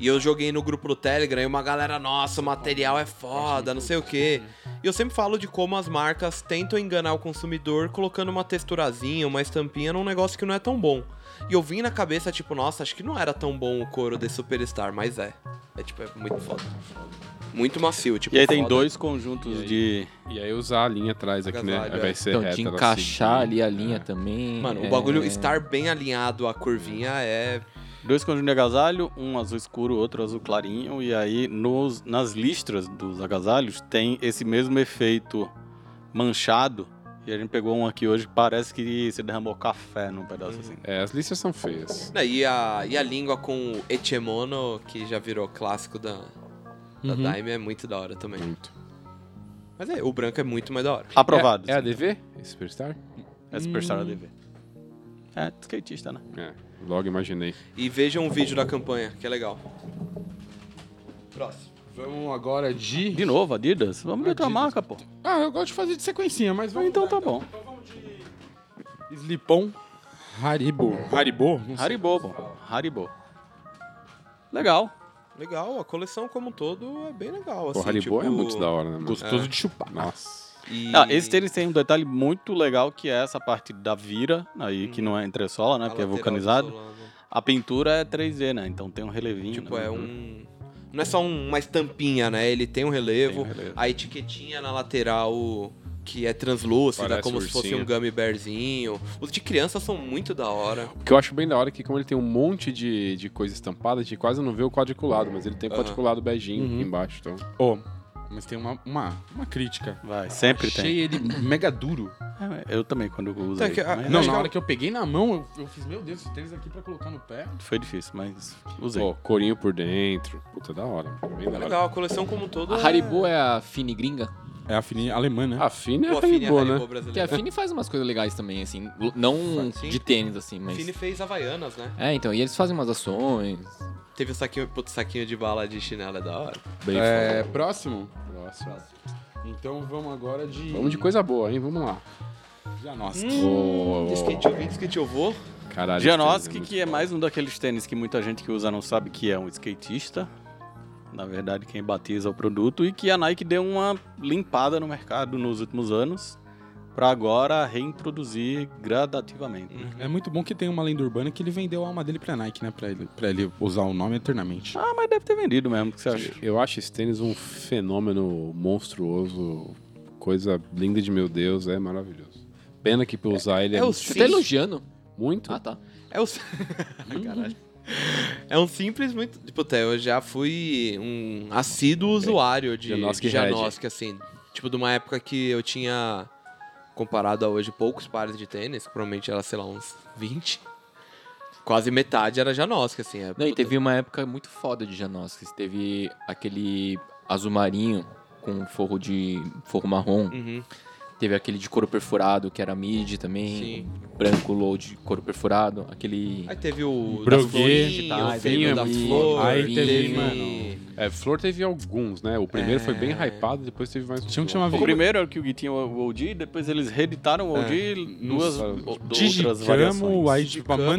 E eu joguei no grupo do Telegram e uma galera, nossa, o material é foda, não sei o quê. E eu sempre falo de como as marcas tentam enganar o consumidor colocando uma texturazinha, uma estampinha num negócio que não é tão bom. E eu vim na cabeça, tipo, nossa, acho que não era tão bom o couro desse Superstar, mas é. É tipo, é muito foda. Muito macio, tipo.
E aí tem
foda.
dois conjuntos de.
E aí usar a linha atrás aqui, né?
Agasalho,
Vai
é.
ser assim.
Então,
reta.
de
ela
encaixar
seguir.
ali a linha também.
Mano,
é-
o bagulho estar bem alinhado à curvinha é.
Dois conjuntos de agasalho, um azul escuro, outro azul clarinho. E aí nos, nas listras dos agasalhos tem esse mesmo efeito manchado. E a gente pegou um aqui hoje que parece que se derramou café num pedaço assim.
É, as listas são feias.
Né, E a, e a língua com o Echemono, que já virou clássico da, da
Uhum.
Daime, é muito da hora também.
Muito.
Mas é, o branco é muito mais da hora.
Aprovado.
É, hum. é a DV? Esse Superstar?
É Superstar ADV. É, skatista, né?
É, logo imaginei.
E vejam o vídeo da campanha, que é legal. Próximo.
Vamos agora de.
Ah, De novo, Adidas? Vamos de outra
Adidas.
marca, pô.
Ah, eu gosto de fazer de sequencinha, mas
Ah,
vamos.
Então tá bom.
Slipon Haribo. Haribo? Não sei.
Haribo, pô. Haribo. Legal.
Legal, a coleção como um todo é bem legal. Assim,
Pô, Haribo
tipo,
é muito da hora, né, mano?
Gostoso de chupar.
Nossa.
E...
Ah, esse tênis tem um detalhe muito legal que é essa parte da vira, aí que não é entressola, né?
a
Porque é
lateral do
vulcanizado.
solano.
A pintura é 3D, né? Então tem um relevinho.
Tipo,
né?
é
Uhum.
um. Não é só um- uma estampinha, né? Ele tem um relevo,
Tem um relevo.
a etiquetinha na lateral que é translúcida,
Parece
como
um
se fosse um
ursinho.
gummy bearzinho. Os de criança são muito da hora.
O que eu acho bem da hora é que como ele tem um monte de, de coisa estampada, a gente quase não vê o quadriculado, mas ele tem o
Aham.
quadriculado beijinho aqui embaixo, então...
Ô, mas tem uma, uma, uma crítica.
Vai, sempre tem.
Achei ele mega duro.
É, Eu também, quando eu usei.
Tá, que a-
mas
Não,
Acho
na
que
hora que eu peguei na mão, eu, eu fiz, meu Deus, esse tênis aqui pra colocar no pé.
Foi difícil, mas usei.
Pô, corinho por dentro. Puta, da hora. mano. Bem da hora.
Legal, a coleção como um todo.
A Haribo é a Fini gringa?
É a fininha alemã, né?
A Fini é
Pô, a Fini é
Haribo,
Haribo
né?
Porque a
brasileira.
Fini faz umas coisas legais também, assim. l- Não
Sim.
de tênis, assim, mas.
Fini fez Havaianas, né?
É, então, e eles fazem umas ações.
Teve o saquinho, puto, saquinho de bala de chinela da hora.
Bem
É, próximo?
Próximo.
Então vamos agora de. Hum.
Vamos de coisa boa, hein? Vamos lá.
Já nossa.
Ô, ô,
Skate eu vim, skate eu vou.
Caralho. né?
Janoski,
esse tênis
que é
muito
mais um daqueles tênis que muita gente que usa não sabe que é um skatista. Na verdade, quem batiza o produto e que a Nike deu uma limpada no mercado nos últimos anos para agora reintroduzir gradativamente.
É muito bom que tem uma lenda urbana que ele vendeu a alma dele pra Nike, né? Pra ele, pra ele usar o nome eternamente.
Ah, mas deve ter vendido mesmo, o que você
foda.
acha?
Então, Eu acho esse tênis um fenômeno monstruoso. Coisa linda de meu Deus, é maravilhoso. Pena que pra usar ele é,
é o
muito
Você
sim.
tá
difícil.
elogiando.
muito.
Ah, tá.
É o. Caralho. É um simples muito. Tipo, até eu já fui um assíduo usuário de
Janoski
Janoski,
Red.
assim. Tipo, de uma época que eu tinha, comparado a hoje, poucos pares de tênis, que provavelmente era, sei lá, uns 20. Quase metade era Janoski, assim. É,
Não, e
puta,
teve uma época muito foda de Janoskis. Teve aquele azul marinho com forro de. forro marrom.
Uhum.
Teve aquele de couro perfurado, que era mid também.
Sim.
Branco low de couro perfurado. Aquele.
Aí teve o
Broguet,
o
Vinho
Fernando
é
da
muito
Flor,
foda. Aí teve,
mano.
É, Flor teve alguns, né? O primeiro foi bem
É.
hypado, depois teve mais um.
Tinha que chamar
O
Como-
primeiro era o que o Gui tinha o OG, depois eles reeditaram o
É.
OG duas
Nossa,
o- outras
Digicamo, aí
variações.
tipo, a
Cama, aí Depois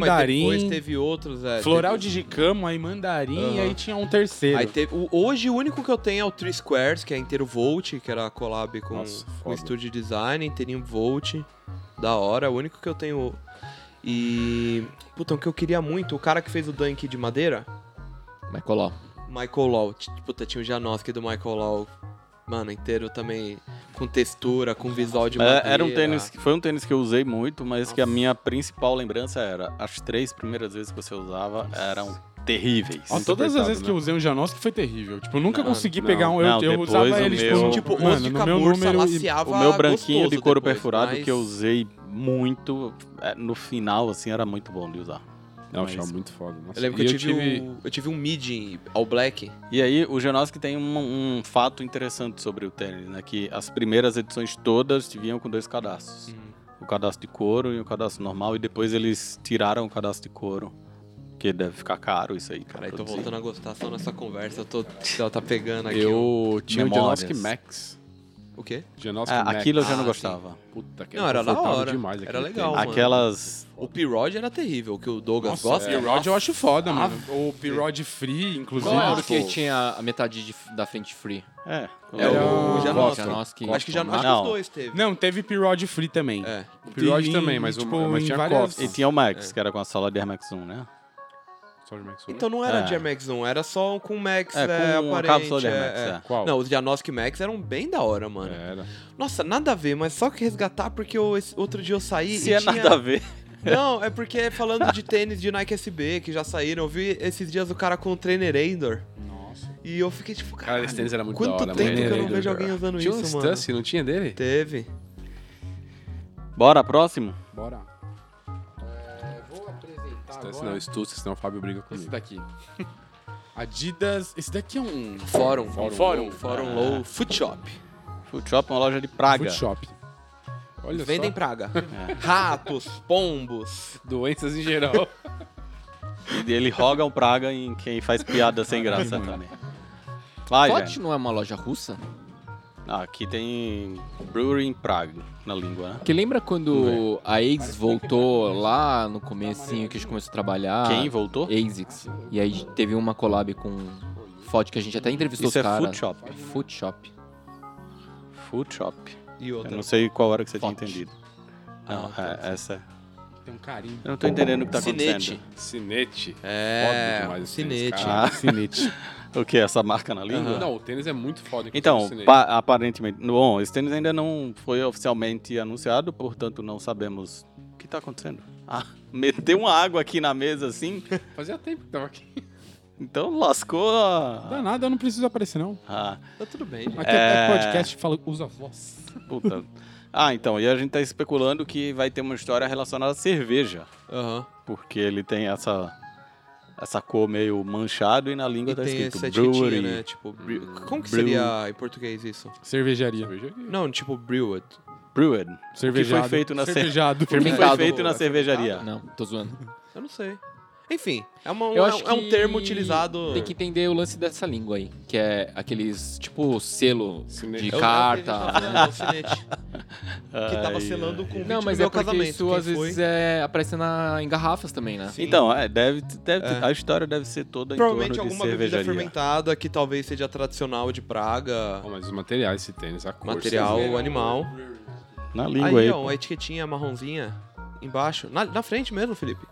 mandarim.
teve outros. É,
Floral
teve-
Digicamo, aí mandarim,
Aham.
e aí tinha um terceiro.
Aí teve, o- hoje o único que eu tenho é o Three Squares, que é inteiro Volt, que era a collab com,
Nossa,
com o
foda.
estúdio de design, inteirinho Volt. Da hora, é o único que eu tenho. E. Puta, o que eu queria muito, o cara que fez o Dunk de madeira,
Vai colar.
Michael Law. T- Puta, tinha o Janoski do Michael Law. Mano, inteiro também com textura, com visual de madeira.
É, era um tênis, que- foi um tênis que eu usei muito, mas que a minha principal lembrança era as três primeiras vezes que você usava eram terríveis.
Ó, todas
apertado,
as vezes
né?
que eu usei um Janoski foi terrível. Tipo, eu nunca
Não,
consegui
não,
pegar um. Eu,
não,
eu
depois
usava
o
eles
meu-
como,
Tipo,
mano,
osso de
no meu
camurça
número. e-
laceava
O meu branquinho de
gostoso
couro
depois,
perfurado
mas-
que eu usei muito é, no final, assim, era muito bom de usar.
É um
Mas-
chão muito foda. Nossa.
Eu lembro que
E
eu tive, o- eu tive um mid em- ao black.
E aí, o Genoski tem um, um fato interessante sobre o tênis, né? Que as primeiras edições todas vinham com dois cadastros.
Uhum.
O cadastro de couro e o cadastro normal, e depois eles tiraram o cadastro de couro. Que deve ficar caro isso aí. pra
Caralho, tô
produzir.
voltando a gostar só nessa conversa. Eu tô, ela tá pegando aqui.
Eu tinha o
Memórias.
Janoski Max.
O quê?
Janoski
Ah,
Max.
aquilo eu já não
Ah,
gostava.
Puta, que
Não, era da
confortável
hora.
Demais
Era
aquele
legal,
tênis.
mano.
Aquelas.
O P-Rod era terrível, o que o Douglas
Nossa, é.
gosta.
o P-Rod eu acho foda, mano. O P-Rod Free, inclusive.
Qual era o
tipo,
que tinha a metade de- da frente free?
É.
É o
Era-
Janoski.
Janoski.
Acho que já acho que
Não.
os dois teve.
Não, teve P-Rod Free também. tipo,
É.
O Pirod também, mas,
o
o, mas tinha Cops.
E tinha o Max, que era com a sala de Air Max 1, né?
Só de Max Ouro.
Então não era
É.
de Air Max 1, era só com Max
É,
é,
com a
aparente.
cápsula de Air
é,
Max,
é.
é.
Qual?
Não, os Janoski Max eram bem da hora, mano.
Era.
Nossa, nada a ver, mas só que resgatar porque eu, esse- outro dia eu saí
Se
e
é
tinha...
nada a ver.
Não, é porque falando de tênis de Nike SB que já saíram, eu vi esses dias o cara com o trainer Endor.
Nossa.
E eu fiquei tipo, cara,
Cara, esse tênis era muito
quanto
da hora,
tempo
mano.
que eu não
Trainer
vejo
Endor.
alguém usando
Tinha um
isso, mano?
Stussy, não tinha dele?
Teve.
Bora, próximo?
Bora. É, vou apresentar
Stussy não, Stussy, senão o Fábio briga
Esse
comigo.
daqui. Adidas. Esse daqui é um.
Fórum.
Fórum.
Fórum, Fórum Low Food Shop.
Food Shop é uma loja de Praga.
Food Shop.
Olha
Vendem praga. Ratos, pombos.
só, doenças em geral.
E ele roga um Praga em quem faz piada sem graça também. Vai,
Pot
Jânio.
não é uma loja russa?
Ah, aqui tem Brewery em Praga na língua, né?
Porque lembra quando a ASICS voltou lá no comecinho que a gente começou a trabalhar?
Quem voltou?
ASICS. E aí teve uma collab com o Fod que a gente até entrevistou
Isso é
os caras.
Food Shop.
Food Shop.
Food Shop.
E
Eu
outra.
não sei qual era que você tinha
Fox.
entendido. Não,
Ah,
é, essa.
Tem um carinho.
Eu não tô entendendo o que tá
Cinete.
acontecendo.
Cinete. Foda
É,
demais esse tênis,
cinete.
cara.
Ah, Cinete. o que? Essa marca na língua?
Não, o tênis é muito foda. inclusive, o
Então,
Cinete.
pa- aparentemente. Bom, esse tênis ainda não foi oficialmente anunciado, portanto não sabemos o que tá acontecendo. Ah, meteu uma água aqui na mesa assim,
fazia tempo que tava aqui.
então lascou a.
Danada, eu não preciso aparecer, não.
Ah,
Tá tudo bem, gente.
Aqui é, podcast que fala, usa a voz.
puta. ah, então, e a gente tá especulando que vai ter uma história relacionada à cerveja.
Aham.
Porque ele tem essa. Essa cor meio manchado e na língua
E
tá
tem
escrito
essa
brewery.
etiquetinha, né? Tipo, bre- como que
brew.
seria em português isso?
Cervejaria.
Não, tipo, brewed.
Brewed.
Cervejado.
foi feito na cer-
Cervejado.
Que
Fermentado.
foi feito na cervejaria.
Não, tô zoando.
Eu não sei. Enfim, Tá. é, uma,
Eu
é,
acho
é um
que
termo utilizado...
Tem que entender o lance dessa língua aí. Que é aqueles, tipo, selo
Cinete.
de
É o- é o que a gente
carta.
tava falando, o cinete, que
Ai,
tava selando o convite
Não, mas
do
é
meu
porque
casamento.
isso
Quem
às vezes
foi?
é, aparece na, em garrafas também, né?
Então, é, deve, deve, a história deve ser toda em torno
Provavelmente
de
alguma bebida
cervejaria.
fermentada que talvez seja tradicional de Praga,
Ó, mas os materiais, esse tênis, a cor.
material
vocês viram?
animal.
Na língua aí.
Aí, ó, a etiquetinha marronzinha embaixo. Na, na frente mesmo, Felipe.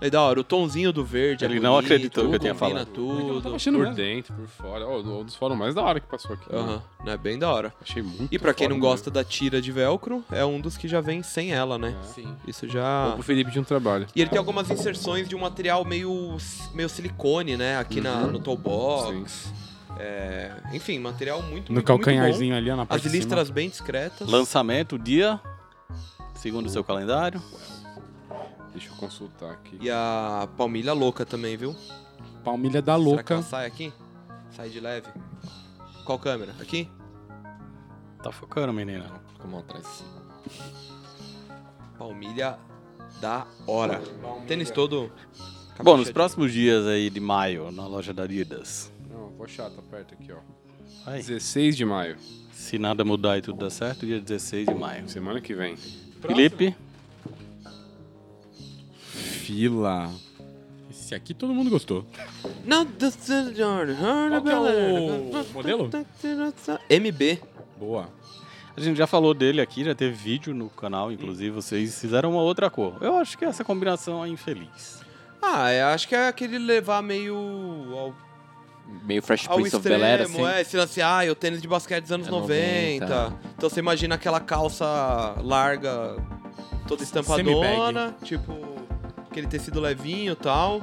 É da hora, o tonzinho do verde. é
Ele não
bonito,
acreditou que eu tinha
combina
falado.
Eu tava
tudo.
achando
Por
mesmo.
dentro, por fora. Ó, um dos fóruns mais da hora que passou aqui. né?
Aham, né? Bem da hora.
Achei muito
E pra quem
foda né?
não
mesmo.
gosta da tira de velcro, é um dos que já vem sem ela, né?
Sim.
Isso já.
Vou pro Felipe de um trabalho.
E ele tem algumas inserções de um material meio, meio silicone, né? Aqui na, no toolbox. É, enfim, material muito,
No
muito,
calcanharzinho ali, ó, na
muito bom. As
parte de cima.
listras bem discretas.
Lançamento, dia, segundo o seu calendário.
Deixa eu consultar aqui.
E a palmilha louca também, viu?
Palmilha da
Será que é
louca.
ela sai aqui? Sai de leve? Qual câmera? Aqui?
Tá focando, menina.
Ficou mal atrás.
Palmilha da hora. Tênis todo...
Bom, nos próximos dias aí de maio, na loja da Adidas.
um-
Não, vou achar, tá perto aqui, ó.
Aí,
16 de maio,
se nada mudar e tudo der certo, dia 16 de maio.
semana que vem.
Felipe,
Fila. Esse aqui todo mundo gostou.
Não, Qual
que é o modelo?
MB.
Boa.
a gente já falou dele aqui, já teve vídeo no canal, inclusive vocês fizeram uma outra cor. Eu acho que essa combinação é infeliz.
Ah, eu acho que é aquele levar meio ao
Meio Fresh
ao
Prince of
extremo,
Bel-Air, assim.
é, esse lance, ah, é o tênis de basquete dos anos
É
90.
90.
Então você imagina aquela calça larga, toda estampadona, tipo, aquele tecido levinho e tal.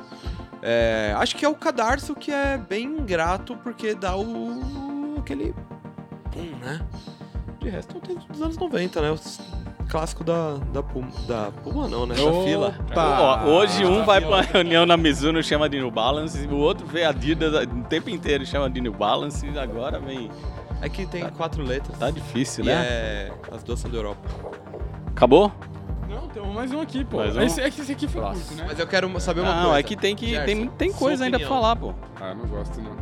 É, acho que é o cadarço que é bem ingrato, porque dá um o. aquele. pum, né? De resto é o tênis dos anos 90, né? Os clássico da, da Puma. Da Puma não, né? Da
Opa!
fila.
Ó, hoje um vai pra reunião na Mizuno chama de New Balance, e o outro vê a Adidas o tempo inteiro e chama de New Balance, e agora vem.
É que tem quatro letras.
Tá difícil,
e
né?
é... As duas são da Europa.
Acabou?
Não, tem mais um aqui, pô.
Mais um?
Esse, é que esse aqui foi curto, né?
Mas eu quero saber uma coisa.
Não, é que tem que. Tem,
Gerson,
tem
sua
coisa ainda pra
opinião.
falar, pô.
Ah, eu não gosto não.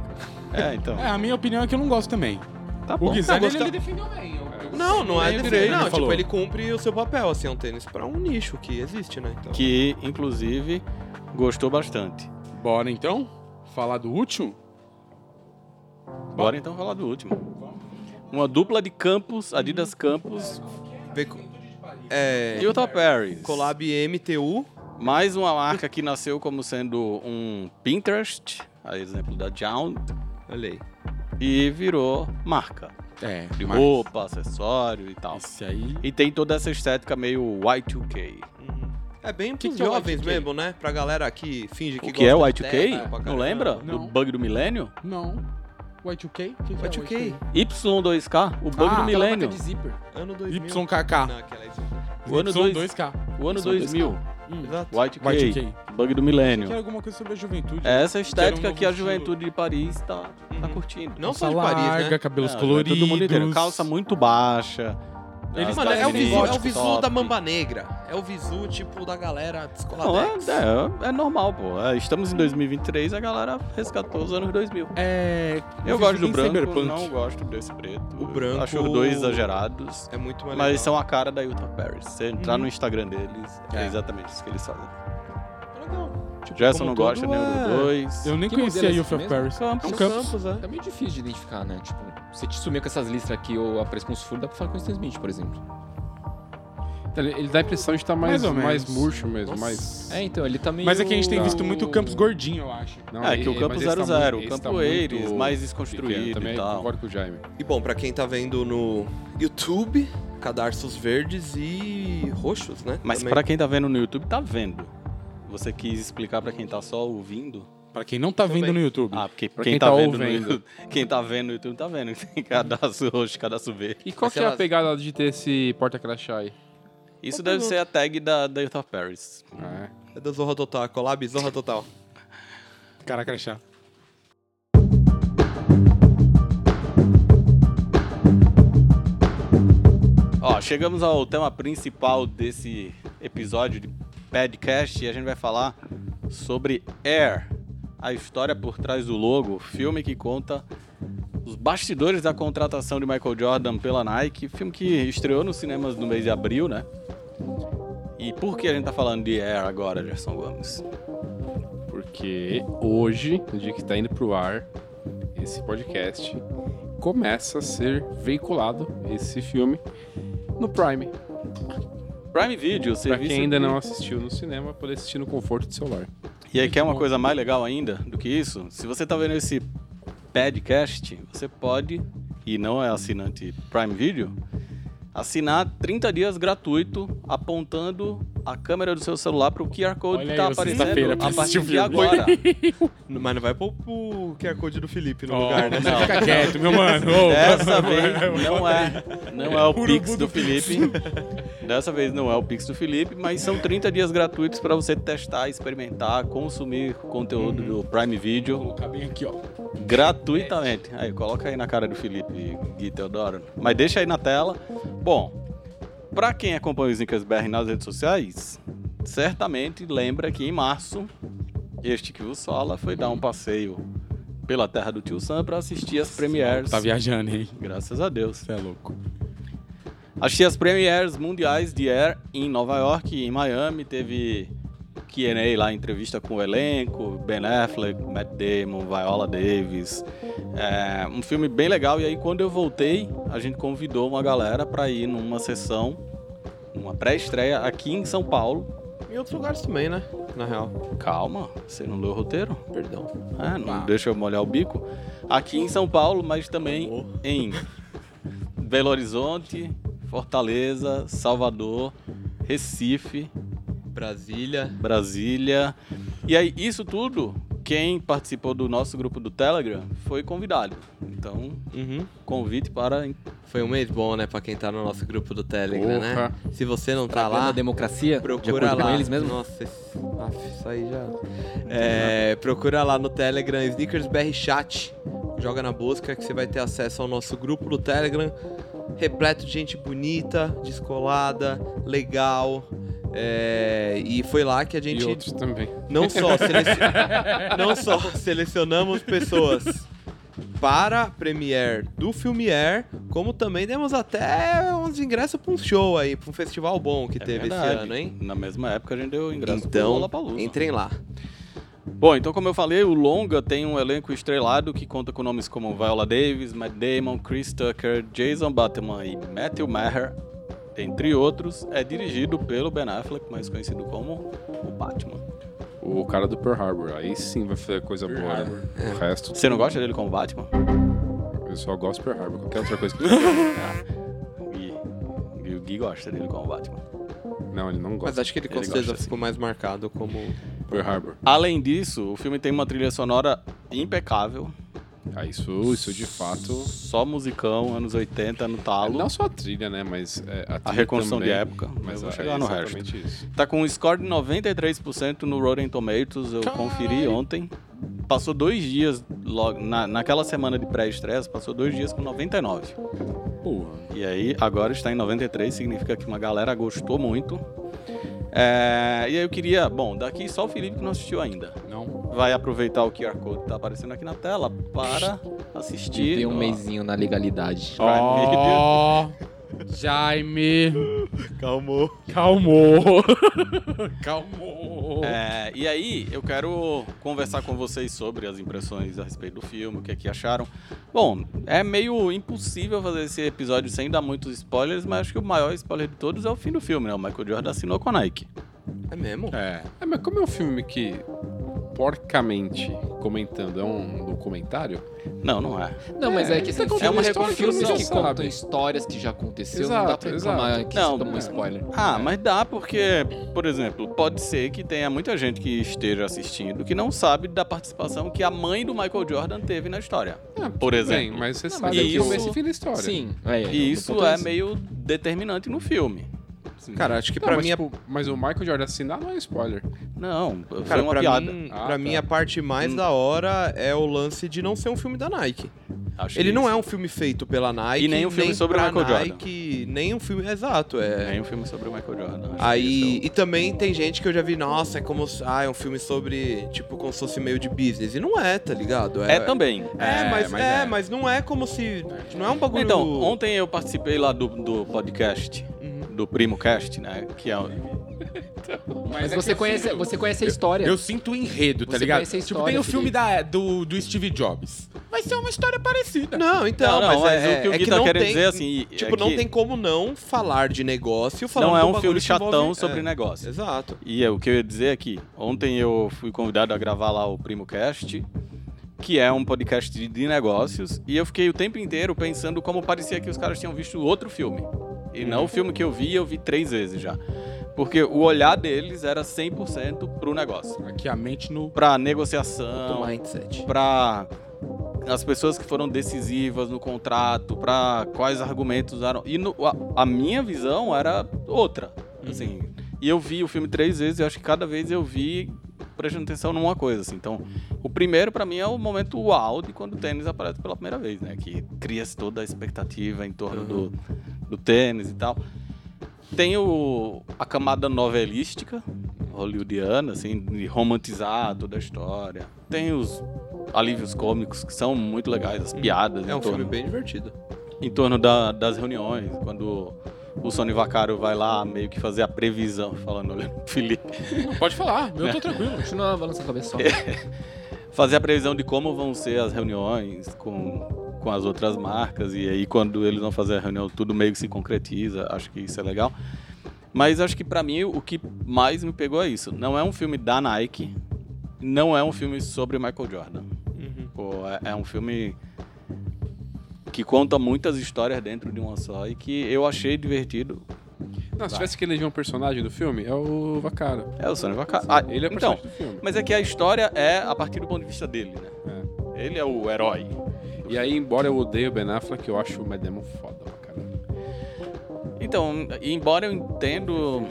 É, então.
É, a minha opinião é que eu não gosto também.
Tá
O
bom.
Guizani,
gostar-
ele defendeu bem. eu- eu-
Não, não é
Lembrei,
defeito.
ele
Não, tipo,
falou.
ele cumpre o seu papel, assim, é um tênis pra um nicho que existe, né? Então,
Que, inclusive, gostou bastante.
Bora então? Falar do último?
Bora então falar do último. Uma dupla de Campos, Adidas Campos
vê co- É.
e Utah Paris.
Collab MTU.
Mais uma marca que nasceu como sendo um Pinterest, a exemplo da Jound,
Olha aí.
e virou marca.
É,
Roupa, acessório y tal.
Esse aí.
E tem toda essa estética meio Y2K.
É bem
Que
pros
que é o
jovens
2K?
mesmo, né? Pra galera que finge que
O que é
gosta de
Y2K?
terra pra
Não
caramba.
lembra? Do
Não.
bug do milênio?
Não. Y2K? O que que é
Y2K,
Y2K, o bug
Ah,
do milênio.
de zíper.
ano 2000. Não,
YKK.
aquela aí.
O ano
Y2K.
dois-
2K.
O ano
Y2K.
2000.
Exato.
Y2K. Bug do milênio.
Quero Hum. alguma coisa sobre a juventude.
É essa
Que era um
estética
novo
que a
um estilo.
juventude de Paris tá, tá curtindo.
Não só
Calça
de Paris,
larga,
né?
cabelos
É,
coloridos.
Todo mundo inteiro. Calça muito baixa.
Eles-
Mano, é o
Ele-
visu, é o
top.
visu da mamba negra. É o visu, tipo, da galera
Não, é,
descoladex.
é, é normal, pô. É, Estamos em 2023, a galera resgatou os anos 2000.
É.
Eu gosto do
em
branco,
cyberpunk.
não gosto desse preto.
O branco-
Acho os dois exagerados.
É muito mais
Mas eles
legal.
são a cara da Utah Paris. Se entrar no Instagram deles, é, exatamente isso que eles fazem.
Legal. Tipo,
Gerson
como
não gosta,
tudo,
Neuro
é-
2.
Eu nem
Que
conhecia
modelo é
a
esse
Youth of
mesmo?
Paris.
Campos.
É um Campos.
Tá meio difícil de identificar, né? Tipo, se te sumir com essas listras aqui ou aparece com os furos, dá pra falar com o Stan Smith, por exemplo.
Ele, ele dá a impressão de estar mais,
Mais ou
mais,
menos.
murcho mesmo, mais...
É, então, ele tá meio... Tá
Mas é que a gente tem visto muito Campos gordinho, eu acho.
Não,
É, que o
e-
Campo
mas esse tá
00,
muito-
o
esse
Campo Eires,
muito
mais
pequeno.
desconstruído
Também
e tal.
concordo com o Jaime.
E bom, pra quem tá vendo no YouTube, cadarços verdes e roxos, né?
Mas
Também.
pra quem tá vendo no YouTube, tá vendo. Você quis explicar pra quem tá só ouvindo?
Pra quem não tá vendo
bem.
no YouTube.
Ah, porque
Pra
quem,
quem
tá,
tá
vendo no
ouvindo.
YouTube, quem tá vendo no YouTube tá vendo. Tem cadastro roxo, cadastro verde.
E qual
Mas
que
sei
é
lá-
a pegada de ter esse porta-crachá aí?
Isso
Boa
deve
pergunta.
ser a tag da, da Youth of Paris.
Ah, é.
É da Zorra Total, collab Zorra Total.
Cara crachá.
Ó, chegamos ao tema principal desse episódio de podcast e a gente vai falar sobre Air, a história por trás do logo, filme que conta os bastidores da contratação de Michael Jordan pela Nike, filme que estreou nos cinemas no mês de abril, né? E por que a gente tá falando de Air agora, Gerson Gomes?
Porque hoje, no dia que está indo pro ar, esse podcast começa a ser veiculado, esse filme, no Prime.
Prime Video,
Pra
serviço
quem ainda
que-
não assistiu no cinema, poder assistir no conforto do celular.
E aí, quer uma coisa mais legal ainda do que isso? Se você tá vendo esse podcast, você pode, e não é assinante Prime Video, assinar 30 dias gratuito apontando a câmera do seu celular pro QR Code
Olha
que
aí,
tá
você
aparecendo
sexta-feira pra
a
assistir
partir
o
de
filme.
agora.
Mas não vai pôr o QR Code do Felipe no
Ó,
lugar, né?
Não, fica quieto, meu mano. Ô,
Dessa vez não é, não é o
Urubu
Pix
do
do Felipe. Dessa vez não é o Pix do Felipe, mas são 30 dias gratuitos para você testar, experimentar, consumir conteúdo
Uhum.
do Prime Video.
Vou colocar bem aqui, ó.
Gratuitamente. Aí, coloca aí na cara do Felipe Gui Teodoro. Mas deixa aí na tela. Bom, pra quem acompanha o Zincas BR nas redes sociais, certamente lembra que em março, este que vos fala foi dar um passeio pela terra do tio Sam pra assistir as premieres.
Tá viajando, hein?
Graças a Deus.
Você é louco.
Achei as premieres mundiais de Air em Nova York e em Miami. Teve Q&A lá, entrevista com o elenco, Ben Affleck, Matt Damon, Viola Davis. É, um filme bem legal. E aí, quando eu voltei, a gente convidou uma galera para ir numa sessão, uma pré-estreia aqui em São Paulo.
Em outros lugares também, né? Na real.
Calma, você não leu o roteiro?
Perdão.
Ah, não
Ah.
deixa eu molhar o bico. Aqui em São Paulo, mas também em Belo Horizonte, Fortaleza, Salvador, Recife,
Brasília.
Brasília. E aí, isso tudo quem participou do nosso grupo do Telegram foi convidado. Então,
Uhum.
convite para
Foi um mês bom, né, pra quem tá no nosso grupo do Telegram,
Porra.
né? Se você não tá
Pra
lá,
lá, democracia, de
procura
acordo
lá.
com eles mesmo.
Nossa, esse... Aff, isso aí já... É, procura lá no Telegram, Sneakers BR Chat. Joga na busca que você vai ter acesso ao nosso grupo do Telegram, repleto de gente bonita, descolada, legal. É, e foi lá que a
E
gente
outros também.
não só, selec- não só selecionamos pessoas para a premiere do filme Air, como também demos até uns ingressos para um show aí, para um festival bom que
É
teve
verdade.
esse ano, hein?
Na mesma época a gente deu ingresso pro
Então,
Lollapalooza.
entrem lá.
Bom, então como eu falei, o Longa tem um elenco estrelado que conta com nomes como Viola Davis, Matt Damon, Chris Tucker, Jason Bateman e Matthew Maher, entre outros. É dirigido pelo Ben Affleck, mais conhecido como o Batman.
O cara do Pearl Harbor, aí sim vai fazer coisa
Pearl
boa.
Harbor.
Né? O resto,
Você não gosta dele como Batman?
eu só gosto do Pearl Harbor. Qualquer outra coisa que
Gui. Gui- O Gui gosta dele como Batman.
Não, ele não
Mas
gosta.
acho que ele com
Ele
certeza
gosta, sim.
ficou mais marcado como
Pearl Harbor.
Além disso, o filme tem uma trilha sonora impecável.
Ah, isso, isso de fato.
Só musicão, anos 80, no talo.
Não só a trilha, né? Mas é, a,
a
trilha
reconstrução
também,
de época. Mas
Mas
eu vou
é
chegar no resto.
exatamente isso.
Tá com um score de 93% no Rotten Tomatoes, eu conferi ontem. Passou dois dias, logo, na, naquela semana de pré-estresse, passou dois dias com 99.
Porra.
E aí, agora está em 93, significa que uma galera gostou muito. É, e aí eu queria, bom, daqui só o Felipe que não assistiu ainda.
Não.
Vai aproveitar o QR Code que tá aparecendo aqui na tela para assistir.
Dei um
Ó,
mêsinho na legalidade.
Ó, Jaime,
Calmou.
calmou. calmou.
É, e aí, eu quero conversar com vocês sobre as impressões a respeito do filme, o que, é que acharam. Bom, é meio impossível fazer esse episódio sem dar muitos spoilers, mas acho que o maior spoiler de todos é o fim do filme, né? O Michael Jordan assinou com a Nike.
É mesmo?
É.
É, mas como é um filme que, porcamente comentando, é um documentário?
Não, não é.
Não, mas é que
Isso é
assim,
como
é uma
uma
reconstrução.
reconstrução,
Filmes que
sabe?
contam histórias que já aconteceu, não dá pra
Exato, exato.
reclamar que
Não,
isso tomou
é.
spoiler.
Ah, mas dá porque, por exemplo, pode ser que tenha muita gente que esteja assistindo que não sabe da participação que a mãe do Michael Jordan teve na história.
Ah,
Por
tudo
exemplo.
Bem, mas você
Não,
sabe
mas
que
isso-
é esse fim da história.
Sim, é, é,
E
eu
isso
boto
é meio determinante no filme.
Cara, acho que
Não,
para
mas,
mim é
tipo, mas o Michael Jordan assinar não é spoiler.
Não, foi
Cara,
uma
pra
piada. Hum.
mim,
Ah,
pra
tá.
mim a parte mais da hora é o lance de não ser um filme da Nike.
Acho
Ele não
isso.
é um filme feito pela Nike,
E nem um filme sobre o
pra
Michael Jordan.
Nike, Nem um filme, exato, é.
Nem um filme sobre o Michael Jordan. acho que
Aí,
isso é um-
e também tem gente que eu já vi, nossa, é como se- ah, é um filme sobre, tipo, como se fosse meio de business. E não é, tá ligado?
É, o- é também.
É,
É,
mas,
mas
é,
é.
mas não é como se. Não é um bagulho.
Então, ontem eu participei lá do, do podcast,
Uhum.
do Primo Cast, né? Que é,
Mas você conhece, você conhece a história.
Eu sinto o enredo, tá
Você
ligado?
conhece a
tipo, tem
história,
o filme da, do, do Steve Jobs. Vai ser uma história parecida.
Não, então,
Não, não,
mas
mas
é,
o que o
é
Gui tá
não
querendo
tem-
dizer, assim, é
Tipo, não
que-
tem como não falar de negócio falando
não é
de
um
bagulho
filme
que
chatão
envolve-
sobre
é,
negócio.
Exato.
E é, o que eu ia dizer é que ontem eu fui convidado a gravar lá o Primo Cast, que é um podcast de, de negócios, e eu fiquei o tempo inteiro pensando como parecia que os caras tinham visto outro filme. E não o filme que eu vi, eu vi três vezes já. Porque o olhar deles era 100% pro negócio.
Aqui a mente no.
Pra
Do
negociação,
mindset.
para as pessoas que foram decisivas no contrato, para quais argumentos usaram. E no- a, a minha visão era outra, assim. E eu vi o filme três vezes e acho que cada vez eu vi prestando atenção numa coisa, assim. Então, o primeiro para mim é o momento uau de quando o tênis aparece pela primeira vez, né? Que cria-se toda a expectativa em torno
Uhum.
do, do tênis e tal. Tem o, a camada novelística, hollywoodiana, assim, de romantizar toda a história. Tem os alívios cômicos que são muito legais, as piadas
É
em
um filme
torno,
bem divertido.
em torno da- das reuniões, quando o Sony Vaccaro vai lá meio que fazer a previsão, falando, olhando pro Felipe,
Pode falar, eu tô tranquilo.
Continua balançando a cabeça só.
É. fazer a previsão de como vão ser as reuniões com, com as outras marcas, e aí quando eles vão fazer a reunião, tudo meio que se concretiza, acho que isso é legal. Mas acho que pra mim o que mais me pegou é isso. Não é um filme da Nike, não é um filme sobre Michael Jordan.
Uhum.
Pô, é, é um filme que conta muitas histórias dentro de uma só e que eu achei divertido.
Não, Não, se tivesse que eleger um personagem do filme, é o Vacara.
É, o Sônia Vaca. Ah,
Ele é o
então,
personagem do filme.
mas é que a história é a partir do ponto de vista dele, né? Ele é o herói.
E aí, embora eu odeie o Ben Affleck, eu acho o Matt Damon foda, cara.
Então, embora eu entendo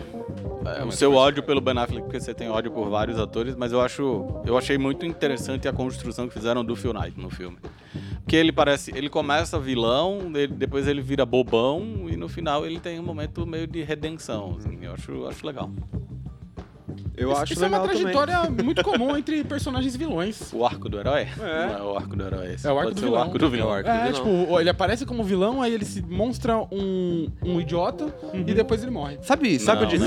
é, o
mas
seu
faz-
ódio pelo Ben Affleck, porque você tem ódio por vários atores, mas eu acho, eu achei muito interessante a construção que fizeram do Phil Knight no filme. Porque ele parece, ele começa vilão, ele- depois ele vira bobão e no final ele tem um momento meio de redenção. assim. eu acho, acho legal.
Eu
isso,
acho
isso é
legal
uma trajetória muito comum entre personagens vilões.
O arco do herói? É. Não é o arco do herói. Esse.
É o arco
Pode
do
ser o
vilão.
arco do vilão.
É, tipo, ele aparece como vilão, aí ele se mostra um, um idiota e depois ele morre.
também. Sabe, sabe
Não,
onde
não.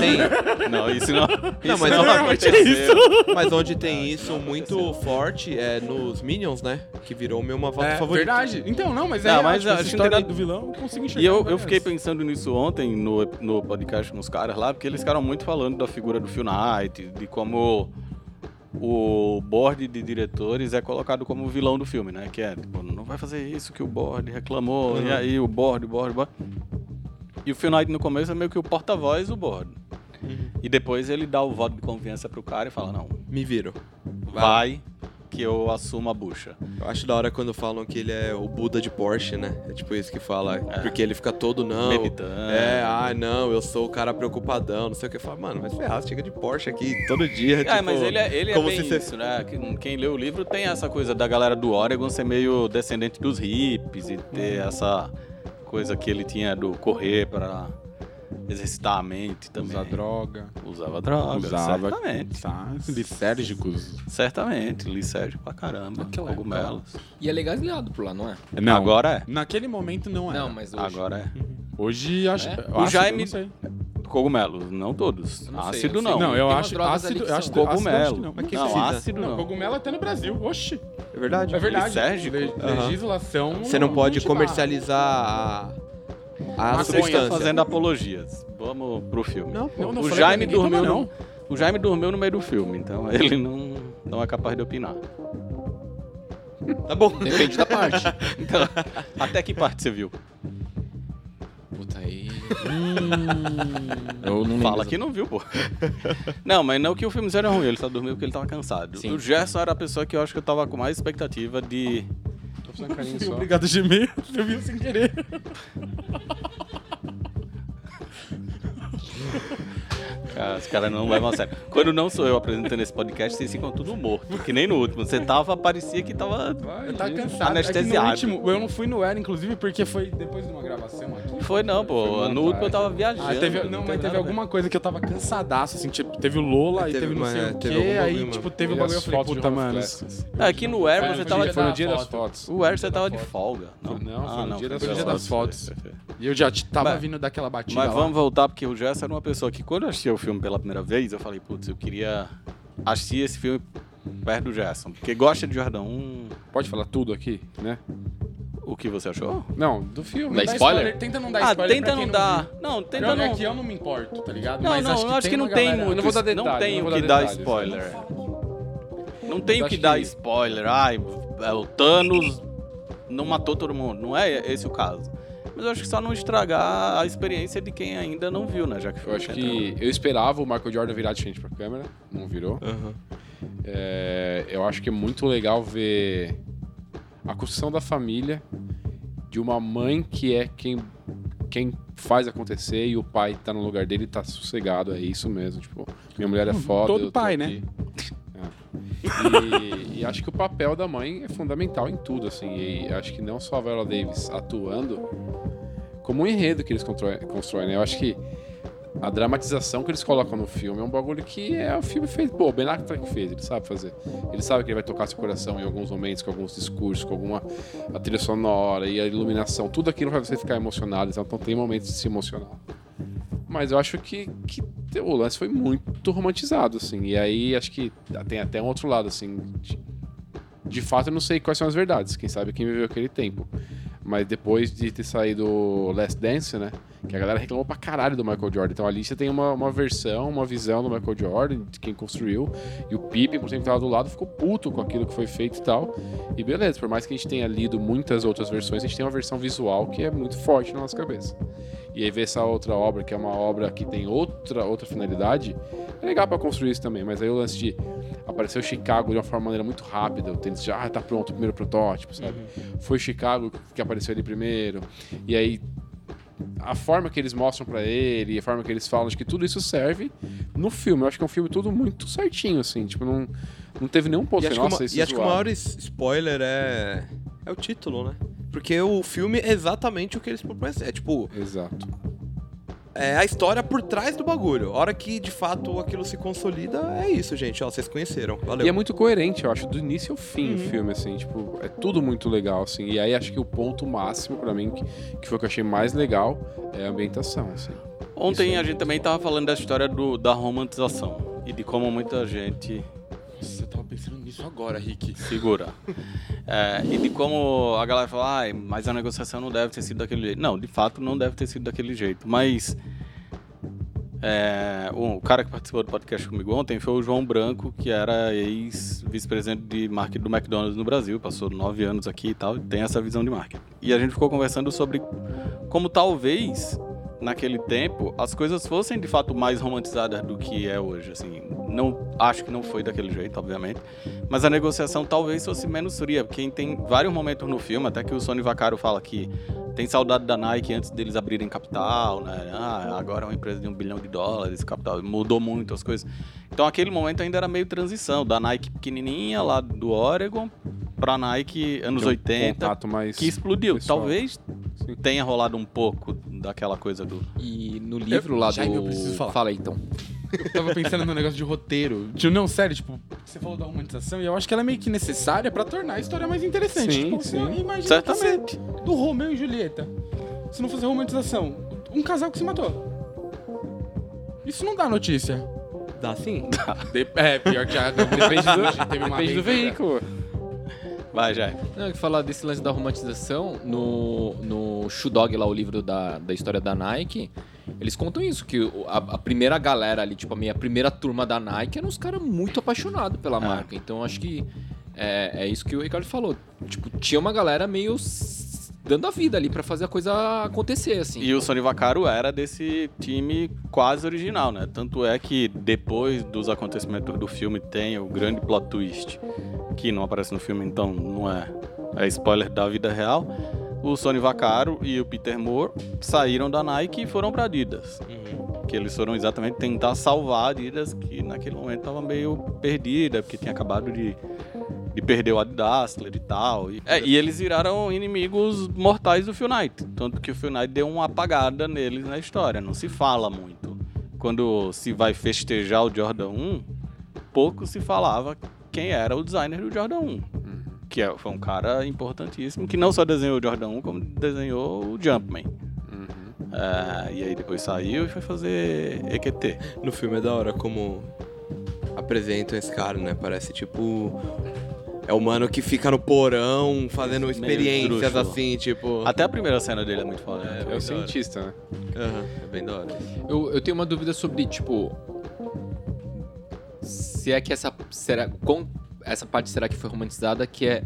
tem...
Não, isso não. Isso
mas
não
normalmente é
aconteceu.
Mas onde tem isso muito forte é nos Minions, né? Que virou meu uma volta
É,
favorita.
verdade. Então, não, mas
Não,
é
mas acho
tipo, essa
que
história
tem nada-
do vilão, eu consigo enxergar.
E eu, eu
várias.
fiquei pensando nisso ontem no, no podcast com os caras lá, porque eles ficaram muito falando da figura do Phil Knight, de como o board de diretores é colocado como o vilão do filme, né? Que é, tipo, não vai fazer isso que o board reclamou,
Uhum.
e aí o board, o board, o board. E o Phil Knight no começo é meio que o porta-voz do board.
Uhum.
E depois ele dá o voto de confiança pro cara e fala, não,
Me viram.
vai que eu assumo a bucha.
Eu acho da hora quando falam que ele é o Buda de Porsche, né? É tipo isso que fala. Porque ele fica todo, não.
Meditando.
É, ah, não, eu sou o cara preocupadão, não sei o que. Fala, mano, vai se ferrar, você chega de Porsche aqui todo dia.
Ah,
tipo,
mas ele é, ele é
como
bem
se você-
isso, né? Quem, quem lê o livro tem essa coisa da galera do Oregon ser meio descendente dos hippies e ter essa coisa que ele tinha do correr pra exercitar a mente também.
Usar droga.
Usava droga,
usava
Ah, certamente.
Tá, lisérgicos.
Certamente, Licérgio pra caramba,
Naquela época.
cogumelos.
E é legalizado por lá, não é?
Não,
Agora
Naquele momento não
Não,
era.
mas
é.
hoje.
Agora é.
Hoje acho.
É?
eu
O
acho,
Jaime-
eu não sei.
Cogumelos, não todos.
Eu não sei,
ácido
eu não
não.
sei.
Não, eu
Tem umas
acho.
drogas ali
Ácido,
que
eu
são-
acho ácido, acho que
Cogumelo.
não.
Mas quem
não,
precisa?
ácido
Não,
não.
cogumelo é até no Brasil. Oxi.
É verdade.
É verdade.
Lisérgico?
Le-
Aham.
Legislação.
Você não pode
te barra.
comercializar a, a
Maconha.
Vocês estão
substância.
fazendo apologias. Vamos pro filme.
Não,
Eu
pô.
não
o
falei
Jaime
pra ninguém
dormiu
tomar,
no, o Jaime dormiu no meio do filme, então ele não, não é capaz de opinar.
Tá bom.
Depende da parte.
Então, até que parte você viu?
Puta aí. eu não
Fala que não viu, pô. Não, mas não que o filme era ruim, ele só dormiu porque ele tava cansado.
Sim.
O Gerson era a pessoa que eu acho que eu tava com mais expectativa de.
Tô fazendo carinho só.
Obrigado, Gmail. Eu vi sem querer.
Ah, os caras não levam a sério. Quando não sou eu apresentando esse podcast, vocês ficam tudo morto. Que nem no último. Você tava, parecia que tava.
Vai,
Eu tava
gente.
cansado.
Anestesiado.
É que no último, eu não fui no Air, inclusive, porque foi depois de uma gravação aqui.
Foi não, pô.
Foi
no último eu tava viajando.
Ah,
tem
teve, não, mas
nada
teve
a ver.
alguma coisa que eu tava cansadaço, assim, tipo, teve o Lola,
É,
e
teve
teve não
uma-
sei o
teve
quê,
algum
aí,
bagulho,
tipo,
mano.
teve o
E
bagulho, eu
as
falei,
fotos de
puta,
Home
mano...
Class?
Ah, aqui no Air
Foi
você
no
tava.
dia
Foi no
da
dia das
foto.
fotos.
O Air você tava de folga. Não,
Não, foi no dia das-
foi
foi no dia das fotos.
Perfeito.
E eu já te- tava
Mas-
vindo daquela batida
Mas
lá.
vamos voltar, porque o Jess era uma pessoa que, quando eu assisti o filme pela primeira vez, eu falei, putz, eu queria assistir esse filme perto do Gerson. Porque gosta de Jordan 1.
Pode falar tudo aqui, né?
O que você achou?
Não, do filme.
Dá
Não dá
spoiler?
Tenta não dar
Ah,
spoiler pra
tenta
quem
não
não
dar. Não, tenta
Tenta
não.
aqui eu não me importo, tá ligado?
Não,
Mas
não, eu acho que não
uma
tem
galera-
muito.
Eu não vou dar
Não
detalhe,
tem
não
o
vou
que
dar
dar
detalhes,
spoiler. Não tem
Mas
o que
acho
dar
que-
spoiler. Ai, é, o Thanos não matou todo mundo. Não é esse o caso. Mas eu acho que só não estragar a experiência de quem ainda não viu, né? Já que
Eu acho que eu esperava o Michael Jordan virar de frente pra câmera, não virou.
Aham.
É, eu acho que é muito legal ver a construção da família de uma mãe que é quem, quem faz acontecer e o pai tá no lugar dele e tá sossegado, é isso mesmo. Tipo, minha mulher é foda.
Todo
eu tô
pai, né?
aqui. É. E, e acho que o papel da mãe é fundamental em tudo, assim. E acho que não só a Viola Davis atuando, como um enredo que eles controem- constroem, né? Eu acho que a dramatização que eles colocam no filme é um bagulho que é o filme fez. Pô, o Ben Affleck fez, ele sabe fazer. Ele sabe que ele vai tocar seu coração em alguns momentos, com alguns discursos, com alguma a trilha sonora e a iluminação. Tudo aquilo vai você ficar emocionado, então tem momentos de se emocionar. Mas eu acho que, que o lance foi muito romantizado, assim. E aí acho que tem até um outro lado, assim. De, de fato, eu não sei quais são as verdades. Quem sabe quem viveu aquele tempo. Mas depois de ter saído o Last Dance, né? Que a galera reclamou pra caralho do Michael Jordan. Então ali você tem uma, uma versão, uma visão do Michael Jordan, de quem construiu. E o Pippen, por exemplo, que tava do lado, ficou puto com aquilo que foi feito e tal. E beleza, por mais que a gente tenha lido muitas outras versões, a gente tem uma versão visual que é muito forte na nossa cabeça. E aí ver essa outra obra, que é uma obra que tem outra, outra finalidade, é legal pra construir isso também. Mas aí o lance de apareceu Chicago de uma forma maneira muito rápida, o tênis já ah, tá pronto, o primeiro protótipo, sabe?
Uhum.
Foi Chicago que apareceu ali primeiro. E aí a forma que eles mostram pra ele, a forma que eles falam, acho que tudo isso serve no filme. Eu acho que é um filme tudo muito certinho, assim. Tipo, não, não teve nenhum ponto
E acho,
que,
que,
nossa,
uma-
isso é
e acho que o
zoado."
maior es- spoiler é. É o título, né? Porque o filme é exatamente o que eles propõem. a ser. É tipo,
Exato.
é a história por trás do bagulho. A hora que de fato aquilo se consolida, é isso, gente. Ó, vocês conheceram. Valeu.
E é muito coerente, eu acho, do início ao fim o filme, assim, tipo, é tudo muito legal, assim. E aí acho que o ponto máximo pra mim, que, que foi o que eu achei mais legal, é a ambientação, assim.
Ontem
Isso é
a gente também tava falando da história do, da romantização e de como muita gente
Nossa, eu tava pensando nisso agora, Rick.
segura. É, e de como a galera fala, "Ai, mas a negociação não deve ter sido daquele jeito. Não, de fato não deve ter sido daquele jeito. Mas é, o cara que participou do podcast comigo ontem foi o João Branco, que era ex-vice-presidente de marketing do McDonald's no Brasil, passou nove anos aqui e tal, e tem essa visão de marketing. E a gente ficou conversando sobre como talvez naquele tempo as coisas fossem de fato mais romantizadas do que é hoje assim não acho que não foi daquele jeito obviamente mas a negociação talvez fosse menos fria porque tem vários momentos no filme até que o Sony Vaccaro fala que tem saudade da Nike antes deles abrirem capital né ah, agora é uma empresa de um bilhão de dólares capital mudou muito as coisas então aquele momento ainda era meio transição da Nike pequenininha lá do Oregon para Nike anos
Tem um
80
Contato mais...
tá que explodiu.
pessoal.
Talvez
Sim.
tenha rolado um pouco daquela coisa do.
E no livro lá
Jaime,
do.
eu preciso falar.
Fala aí, então.
Eu tava pensando no negócio de roteiro. Tipo, não, sério, tipo, você falou da romantização e eu acho que ela é meio que necessária pra tornar a história mais interessante.
Sim,
tipo, você
sim.
imagina
Certamente.
que você- do Romeu e Julieta. Se não fosse a romantização, um casal que se matou. Isso não dá notícia.
Dá sim.
De- É, pior que já depende do, teve uma
Depende do
vez-
veículo.
Vai, já.
Não, eu ia falar desse lance da romantização, no, no Shoe Dog, lá, o livro da, da história da Nike, eles contam isso, que o- a, a primeira galera ali, tipo, a minha primeira turma da Nike eram uns caras muito apaixonados
É.
pela marca. Então, acho que é, é isso que o Ricardo falou. Tipo, tinha uma galera meio s- dando a vida ali pra fazer a coisa acontecer, assim.
E o Sony Vaccaro era desse time quase original, né? Tanto é que depois dos acontecimentos do filme tem o grande plot twist, que não aparece no filme, então não é, é spoiler da vida real. O Sony Vaccaro e o Peter Moore saíram da Nike e foram pra Adidas. Que eles foram exatamente tentar salvar a Adidas, que naquele momento tava meio perdida, porque tinha acabado de, de perder o Adidasler e tal. E, é, e eles viraram inimigos mortais do Phil Knight. Tanto que o Phil Knight deu uma apagada neles na história, não se fala muito. Quando se vai festejar o Jordan 1, pouco se falava quem era o designer do Jordan 1. Que é- foi um cara importantíssimo, que não só desenhou o Jordan 1, como desenhou o Jumpman. Ah, e aí depois saiu e foi fazer EQT.
No filme é da hora como apresentam esse cara, né? Parece tipo. É o mano que fica no porão fazendo
Meio
experiências
esdrúxulo.
assim, tipo.
Até a primeira cena dele é muito foda. né?
É o cientista, né?
Aham, é bem da hora.
Eu, eu tenho uma dúvida sobre, tipo. Se é que essa. Será, com, essa parte será que foi romantizada? Que é.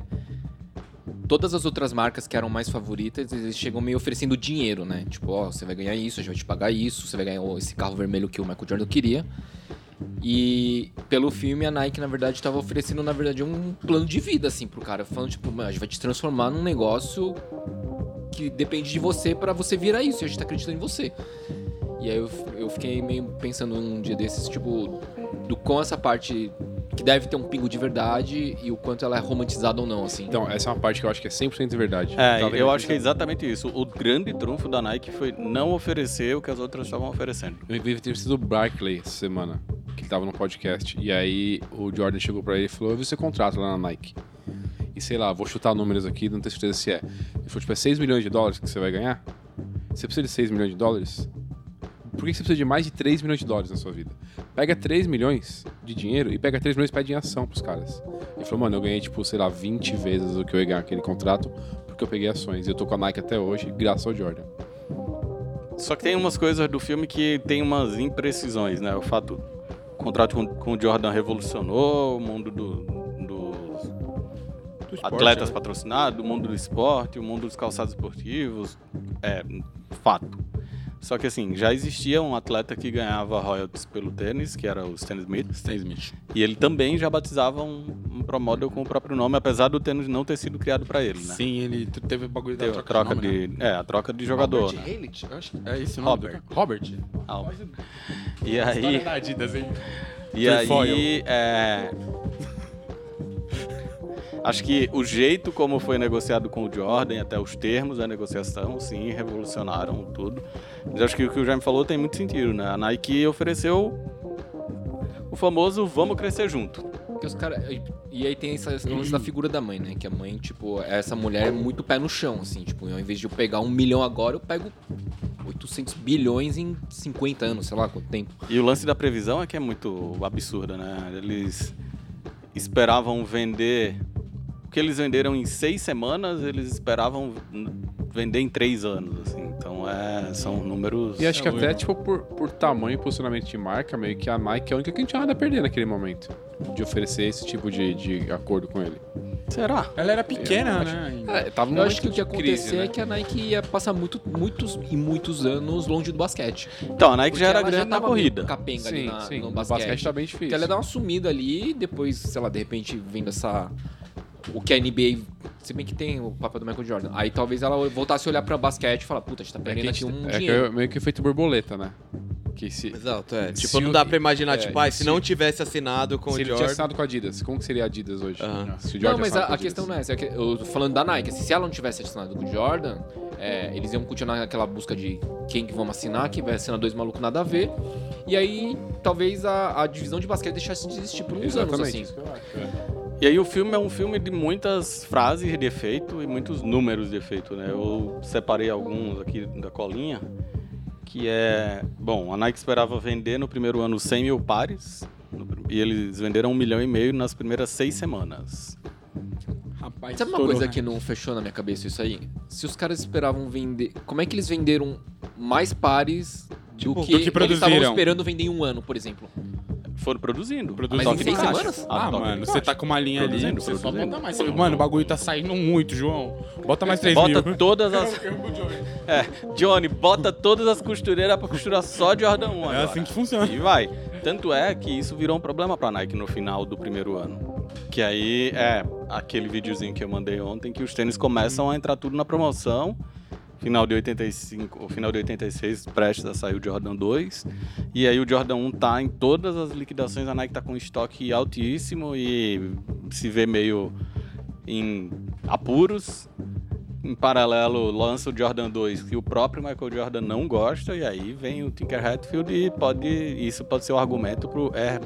Todas as outras marcas que eram mais favoritas, eles chegam meio oferecendo dinheiro, né? Tipo, ó, você vai ganhar isso, a gente vai te pagar isso, você vai ganhar esse carro vermelho que o Michael Jordan queria. E pelo filme, a Nike, na verdade, tava oferecendo, na verdade, um plano de vida, assim, pro cara. Falando, tipo, "Mano, a gente vai te transformar num negócio que depende de você pra você virar isso, e a gente tá acreditando em você. E aí eu, f- eu fiquei meio pensando um dia desses, tipo, do quão essa parte que deve ter um pingo de verdade e o quanto ela é romantizada ou não, assim.
Então, essa é uma parte que eu acho que é 100% verdade. Então,
É,
Tava
eu acho que é
um
exatamente isso. O grande trunfo da Nike foi não oferecer o que as outras estavam oferecendo.
Eu vi entrevista do Barkley essa semana, que ele tava no podcast. E aí o Jordan chegou pra ele e falou: Eu vi seu contrato lá na Nike. E sei lá, vou chutar números aqui, não tenho certeza se é. Ele falou: Tipo, é 6 milhões de dólares que você vai ganhar? Você precisa de 6 milhões de dólares? Por que que você precisa de mais de 3 milhões de dólares na sua vida? Pega 3 milhões de dinheiro e pega 3 milhões e pede em ação pros caras. Ele falou, mano, eu ganhei, tipo, sei lá, 20 vezes o que eu ia ganhar aquele contrato porque eu peguei ações. E eu tô com a Nike até hoje, graças ao Jordan.
Só que tem umas coisas do filme que tem umas imprecisões, né? O fato. O contrato com, com o Jordan revolucionou o mundo do- dos
Do esporte,
atletas
né?
patrocinados, o mundo do esporte, o mundo dos calçados esportivos. É, fato. Só que assim, já existia um atleta que ganhava royalties pelo tênis, que era o Stan Smith.
né?
Stan Smith.
E ele também já batizava um, um pro model com o próprio nome, apesar do tênis não ter sido criado para ele, né?
Sim, ele t- teve o bagulho da
Teve a
troca,
troca
nome, né?
de, é, a troca de jogador.
Robert
né?
Halit? Eu acho que-
É esse o nome? do
Robert.
cara? Robert.
Ah,
um-
E aí,
História da Adidas, hein?
e
Trefoil.
aí, é... Acho que o jeito como foi negociado com o Jordan, até os termos da negociação, sim, revolucionaram tudo. Mas acho que o que o Jaime falou tem muito sentido, né? A Nike ofereceu o famoso vamos crescer junto.
Porque os cara... E aí tem essa esse lance da figura da mãe, né? Que a mãe, tipo, essa mulher é muito pé no chão, assim. Tipo, ao invés de eu pegar um milhão agora, eu pego 800 bilhões em 50 anos, sei lá quanto tempo.
E o lance da previsão é que é muito absurda, né? Eles esperavam vender. O que eles venderam em seis semanas, eles esperavam n- vender em três anos, assim. Então é, são números.
E acho que
É
até,
louco.
tipo, por, por tamanho e posicionamento de marca, meio que a Nike é a única que não tinha nada a perder naquele momento. De oferecer esse tipo de, de acordo com ele.
Será?
Ela era pequena, né?
É, tava num
Eu acho
momento
que o que ia
de
acontecer
crise, né?
é que a Nike ia passar muito, muitos e muitos anos longe do basquete.
Então, a Nike já era
ela
grande na
tava meio
corrida.
Capenga ali
Sim,
na,
sim.
no
O
basquete.
basquete tá bem difícil.
Porque ela é dá uma sumida ali, depois, sei lá, de repente vendo essa. O que a NBA. Se bem que tem o papel do Michael Jordan. Aí talvez ela voltasse a olhar pra basquete e falar, puta, a gente tá
É que
perdendo
a
aqui
gente-
um
é que
dinheiro.
é meio que feito borboleta, né? Que se,
Exato, é.
Se
Tipo, não
o-
dá pra imaginar,
é,
tipo, ah, se
se-
não tivesse assinado com o
se ele tivesse
Jordan.
assinado com a Adidas, como que seria a Adidas hoje?
Aham.
Se o Jordan
Ah. Não, mas
assinado
a,
com
a questão não
Adidas.
é essa. é que Eu tô falando da Nike. assim, Se ela não tivesse assinado com o Jordan, é, eles iam continuar naquela busca de quem que vamos assinar, que vai assinar dois malucos nada a ver. E aí, talvez a, a divisão de basquete deixasse de existir por uns anos,
Exatamente.
assim.
isso que eu acho.
E aí o filme é um filme de muitas frases de efeito e muitos números de efeito, né? Eu separei alguns aqui da colinha, que é... Bom, a Nike esperava vender no primeiro ano 100 mil pares, no prim- e eles venderam um milhão e meio nas primeiras seis semanas.
Rapaz,
Sabe uma
estourou,
coisa
né?
que não fechou na minha cabeça isso aí? Se os caras esperavam vender. Como é que eles venderam mais pares do que,
do que
eles
produziram?
estavam esperando vender em um ano, por exemplo?
Foram produzindo.
Produzindo.
Toque
Mas em
de
seis
caixa.
semanas?
Ah,
Ah,
toque de
mano, você
caixa.
tá com uma linha ali,
Produzindo,
você só
produzindo.
bota mais. Você vê, mano, o bagulho tá saindo muito, João. Bota mais 3 mil.
Bota todas as. É, Johnny, bota todas as costureiras pra costurar só de Jordan 1
É
agora.
assim que funciona.
E vai. Tanto é que isso virou um problema pra Nike no final do primeiro ano. Que aí é aquele videozinho que eu mandei ontem que os tênis começam a entrar tudo na promoção. Final de 85, o final de 86 prestes a sair o Jordan 2. E aí o Jordan 1 tá em todas as liquidações, a Nike tá com estoque altíssimo e se vê meio em apuros. Em paralelo, lança o Jordan 2, que o próprio Michael Jordan não gosta, e aí vem o Tinker Hatfield e pode, isso pode ser o argumento pro Air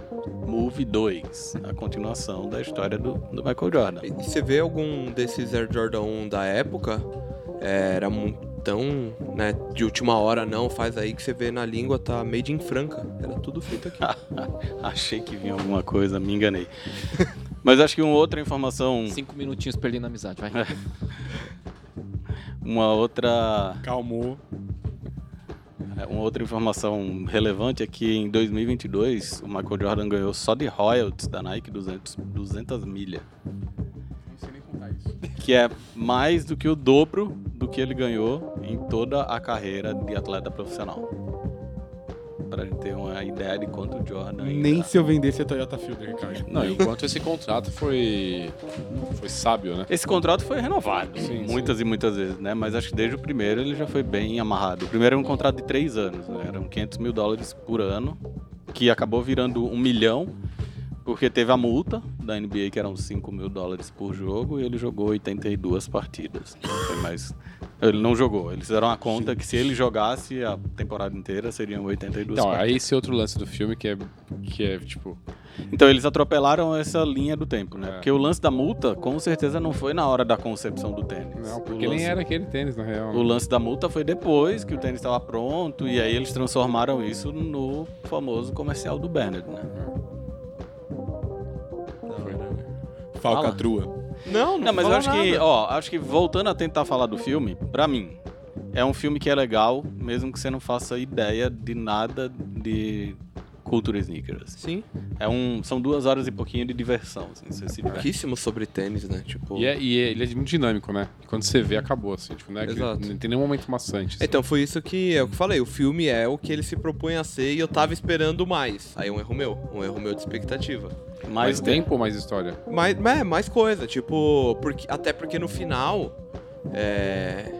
Move 2, a continuação da história do, do Michael Jordan.
E Você vê algum desses Air Jordan 1 da época? É, era mu- tão, né, de última hora não, faz aí que você vê na língua tá made in Franca. Era tudo feito aqui.
Achei que vinha alguma coisa, me enganei. Mas acho que uma outra informação,
Cinco minutinhos perdendo a amizade, vai.
uma outra
Calmou.
É, Uma outra informação relevante é que em 2022 o Michael Jordan ganhou só de royalties da Nike 200, 200 milha,
Não sei nem contar isso.
que é mais do que o dobro do que ele ganhou em toda a carreira de atleta profissional. Pra gente ter uma ideia de quanto o Jordan ainda-
Nem se eu vendesse a Toyota Fielder, cara.
Não,
E o quanto esse contrato foi, foi sábio, né?
Esse contrato foi renovado
Sim,
muitas e muitas vezes, né? Mas acho que desde o primeiro ele já foi bem amarrado. O primeiro era um contrato de três anos, né? Eram 500 mil dólares por ano, que acabou virando um milhão, porque teve a multa da NBA, que eram 5 mil dólares por jogo, e ele jogou 82 partidas. Então Foi mais... Ele não jogou. Eles fizeram a conta que se ele jogasse a temporada inteira, seriam 82
Então,
partidas.
aí esse outro lance do filme que é, que é tipo,
Então eles atropelaram essa linha do tempo,
É.
né? Porque o lance da multa, com certeza, não foi na hora da concepção do tênis.
Não,
O
porque
lance-
nem era aquele tênis, na real. né?
O lance da multa foi depois que o tênis estava pronto e aí eles transformaram isso no famoso comercial do Bernard, né?
Falcatrua.
Não,
Não, mas eu
fala
acho
nada.
que, ó, acho que voltando a tentar falar do filme, pra mim é um filme que é legal, mesmo que você não faça ideia de nada de cultura sneakers.
Sim.
É um, são duas horas e pouquinho de diversão. Assim, você se diverte.
Pouquíssimo sobre tênis, né? Tipo.
E, é, e é- ele é muito dinâmico, né? Quando você vê, acabou, assim. Tipo, não, é que-
Exato.
não tem nenhum momento maçante.
É,
assim.
Então, foi isso que eu falei. O filme é o que ele se propõe a ser e eu tava esperando mais. Aí é um erro meu. Um erro meu de expectativa.
mais
Mas
tempo ou mais história?
Mais, é, mais coisa, tipo, porque, até porque no final, é,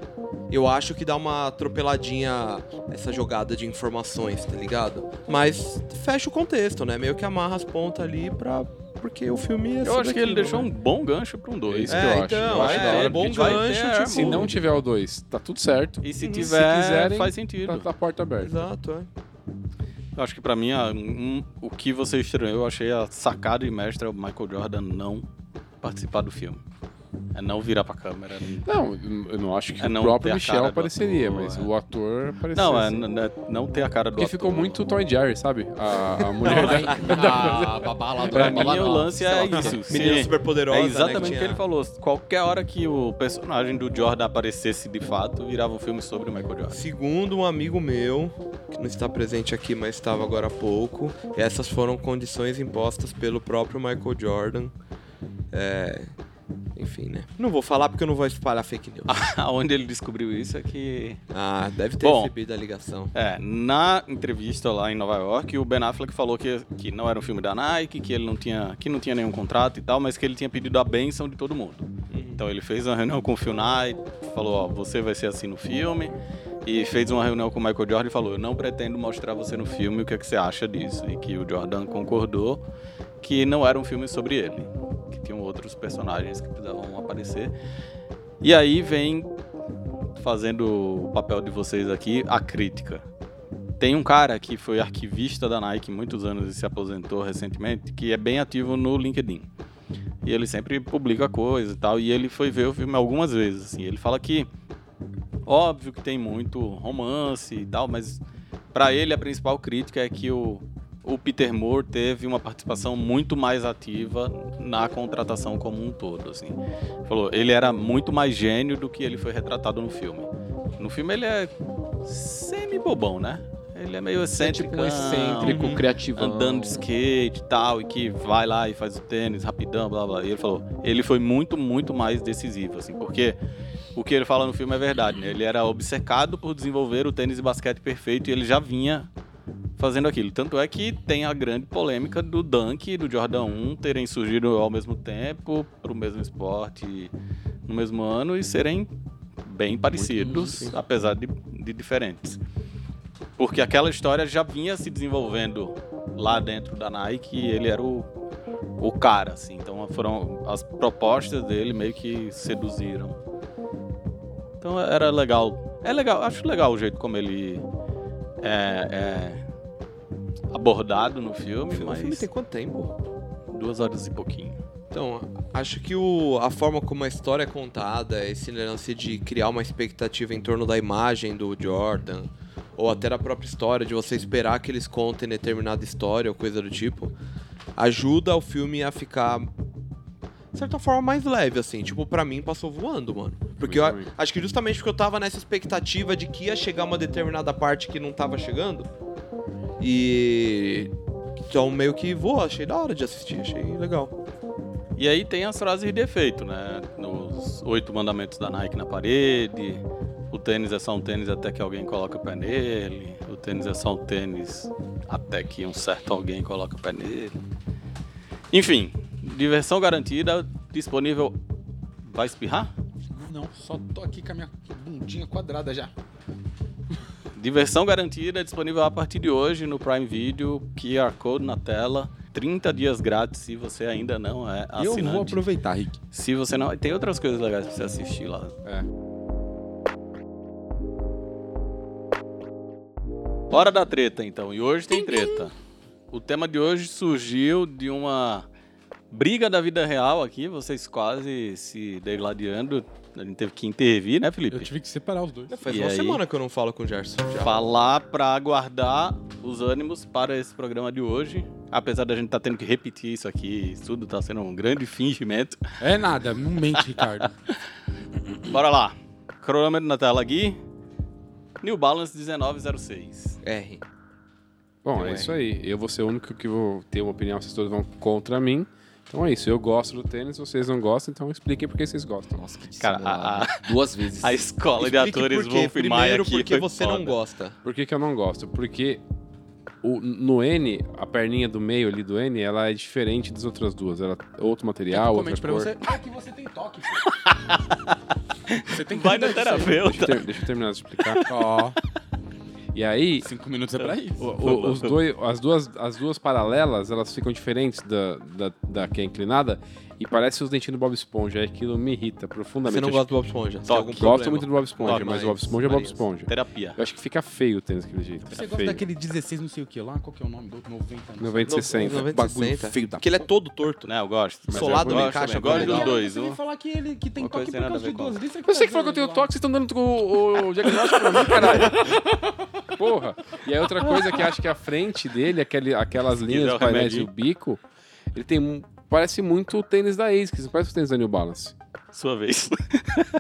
eu acho que dá uma atropeladinha essa jogada de informações, tá ligado? Mas fecha o contexto, né? Meio que amarra as pontas ali pra. Porque o filme é
eu acho que ele deixou um bom gancho pra um dois.
isso que
é,
eu acho.
Então,
Eu acho da
é,
hora,
é bom
porque vai
gancho,
ter
tipo.
Se não tiver o 2, tá tudo certo.
E se
Se
tiver,
quiserem,
faz
Tá,
sentido.
tá a porta aberta.
Exato, é.
Eu acho que pra mim, a- um- o que você estranhou, eu achei a sacada e mestra é o Michael Jordan não participar do filme. É não virar pra câmera.
Não, eu não acho que
É, não
o
ter
próprio
a
Michel
cara do
apareceria,
ator,
mas
é.
o ator apareceu.
Não, é,
assim.
n- n- não ter a cara do
Porque ficou
ator.
muito Tom e Jerry, sabe? A, a mulher da...
A babá lá do
Pra mim,
babá lá
o
não.
lance é isso. Se-
Menina super poderosa.
É exatamente o
né,
que ele falou. Qualquer hora que o personagem do Jordan aparecesse de fato, virava um filme sobre o Michael Jordan.
Segundo um amigo meu, que não está presente aqui, mas estava agora há pouco, essas foram condições impostas pelo próprio Michael Jordan. É, Enfim, né? Não vou falar porque eu não vou espalhar fake news.
Onde ele descobriu isso é que
Ah, deve ter
Bom.
recebido a ligação.
É, na entrevista lá em Nova York, o Ben Affleck falou que, que não era um filme da Nike, que ele não tinha, que não tinha nenhum contrato e tal, mas que ele tinha pedido a benção de todo mundo. Então ele fez uma reunião com o Phil Knight, falou, ó, você vai ser assim no filme, e fez uma reunião com o Michael Jordan e falou, eu não pretendo mostrar você no filme, o que é que você acha disso? E que o Jordan concordou que não era um filme sobre ele, que tinham outros personagens que precisavam aparecer. E aí vem fazendo o papel de vocês aqui, a crítica. Tem um cara que foi arquivista da Nike muitos anos e se aposentou recentemente, que é bem ativo no LinkedIn. E ele sempre publica coisa e tal, e ele foi ver o filme algumas vezes, assim. Ele fala que óbvio que tem muito romance e tal, mas pra ele a principal crítica é que o o Peter Moore teve uma participação muito mais ativa na contratação como um todo, assim falou, ele era muito mais gênio do que ele foi retratado no filme. No filme ele é semi-bobão, né? Ele é meio
É
excêntrico.
tipo um excêntrico,
Uhum.
criativo.
Andando de skate e tal, e que vai lá e faz o tênis rapidão, blá blá. E ele falou, ele foi muito, muito mais decisivo, assim, porque o que ele fala no filme é verdade, né? Ele era obcecado por desenvolver o tênis e basquete perfeito e ele já vinha fazendo aquilo. Tanto é que tem a grande polêmica do Dunk e do Jordan 1 terem surgido ao mesmo tempo, pro mesmo esporte, no mesmo ano e serem bem parecidos, apesar de, de diferentes. Porque aquela história já vinha se desenvolvendo lá dentro da Nike e ele era o, o cara, assim. Então foram as propostas dele meio que seduziram. Então era legal. É legal, acho legal o jeito como ele é, é abordado no
O
filme,
filme, o
mas
filme tem quanto tempo?
duas horas e pouquinho.
Então, acho que o- a forma como a história é contada, esse lance de criar uma expectativa em torno da imagem do Jordan, ou até da própria história, de você esperar que eles contem determinada história ou coisa do tipo, ajuda o filme a ficar, de certa forma, mais leve, assim. Tipo, pra mim, passou voando, mano. Porque eu, a-
Muito bem.
acho que justamente porque eu tava nessa expectativa de que ia chegar uma determinada parte que não tava chegando. E. Então, meio que voou, achei da hora de assistir, achei legal.
E aí tem as frases de efeito, né? Os oito mandamentos da Nike na parede, o tênis é só um tênis até que alguém coloca o pé nele, o tênis é só um tênis até que um certo alguém coloca o pé nele. Enfim, diversão garantida, disponível. Vai espirrar?
Não, só tô aqui com a minha bundinha quadrada já.
Diversão garantida, disponível a partir de hoje no Prime Video, QR Code na tela. 30 dias grátis se você ainda não é
E eu vou
assinante.
aproveitar, Rick.
Se você não. Tem outras coisas legais pra você assistir lá.
É.
Hora da treta, então. E hoje tem treta. O tema de hoje surgiu de uma briga da vida real aqui, vocês quase se degladiando. A gente teve que intervir, né, Felipe?
Eu tive que separar os dois.
Faz
E
uma
aí?
semana que eu não falo com o Gerson. Já.
falar pra aguardar os ânimos para esse programa de hoje. Apesar da gente estar tendo que repetir isso aqui, isso tudo tá sendo um grande fingimento.
É nada, não mente, Ricardo.
Bora lá.
É.
Cronômetro na tela aqui. New Balance 1906.
R.
Bom,
Tem
é
um
isso aí. Eu vou ser o único que vou ter uma opinião, vocês todos vão contra mim. Então é isso. Eu gosto do tênis, vocês não gostam, então expliquem por que vocês gostam.
Nossa, que
Cara,
dissimulado. duas vezes.
A escola de
Explique
atores
por quê.
vão filmar
Primeiro,
aqui.
porque
foi
você
foda.
não gosta.
Por que, que eu não gosto? Porque o, no N, a perninha do meio ali do N, ela é diferente das outras duas. Ela é outro material, outra
comente pra
cor.
você. Ah, que você tem toque, pô. Você tem que
Vai no
cuidar disso aí.
Deixa eu,
terapeuta.
ter- deixa eu terminar de explicar.
Ó,
E aí,
cinco minutos é pra
o-
isso.
o- os dois, as, duas, as duas paralelas, elas ficam diferentes da, da, da que é inclinada e parece os dentinhos do Bob Esponja. E aquilo me irrita profundamente.
Você não
Acho
gosta do Bob Esponja. Você tem
Toque.
algum
que-
problema.
Gosto muito do Bob Esponja,
Toque,
mas o
mas
Bob Esponja é Bob
Marias.
Esponja.
Terapia.
Eu acho que fica feio o tênis daquele jeito.
Você
Fica
gosta
feio.
daquele 16 não sei o que lá? Qual que é o nome do outro? 90? não sei.
90 60.
90,
Bagulho
60.
feio da
Porque ele é todo torto, né?
Né, eu gosto.
Mas
Solado
é
na
bonito
caixa,
também,
agora
é
ele
legal.
não-
dois,
Você me
um.
falar que ele que tem
Uma
toque
coisa
por
tem nada
causa
a ver
de
com
duas
a
listas. tá
Você que falou que eu tenho toque, vocês estão dando o, o diagnóstico pra mim, caralho. Porra. E aí outra coisa que acho que a frente dele, aquele, aquelas linhas,
quiser o
os painéis e
remedinho.
o bico, ele tem... um- Parece muito o tênis da ASICS, não parece o tênis da New Balance.
Sua vez.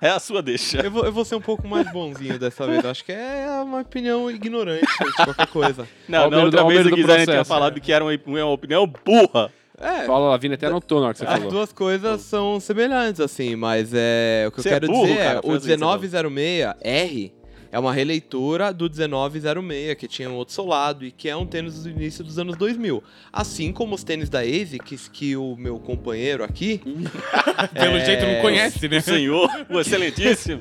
é a sua deixa.
Eu vou, eu vou ser um pouco mais bonzinho dessa vez. Eu acho que é uma opinião ignorante de qualquer coisa.
Não,
Olha o
na
medo-
outra
olha o
vez
medo
o
do
Guilherme tinha
processo.
falado que era um uma, é uma opinião burra.
É,
Paula Lavina até anotou na hora que
É.
você
as
falou.
duas coisas são semelhantes, assim, mas é. O que
Você
eu
é
quero
burro,
dizer
cara,
é:
foi
o
assim que você falou.
1906 R é uma releitura do 1906, que tinha um outro solado e que é um tênis do início dos anos 2000. Assim como os tênis da ASICS, que o meu companheiro aqui,
Hum.
Pelo jeito não conhece, né?
O senhor, o excelentíssimo,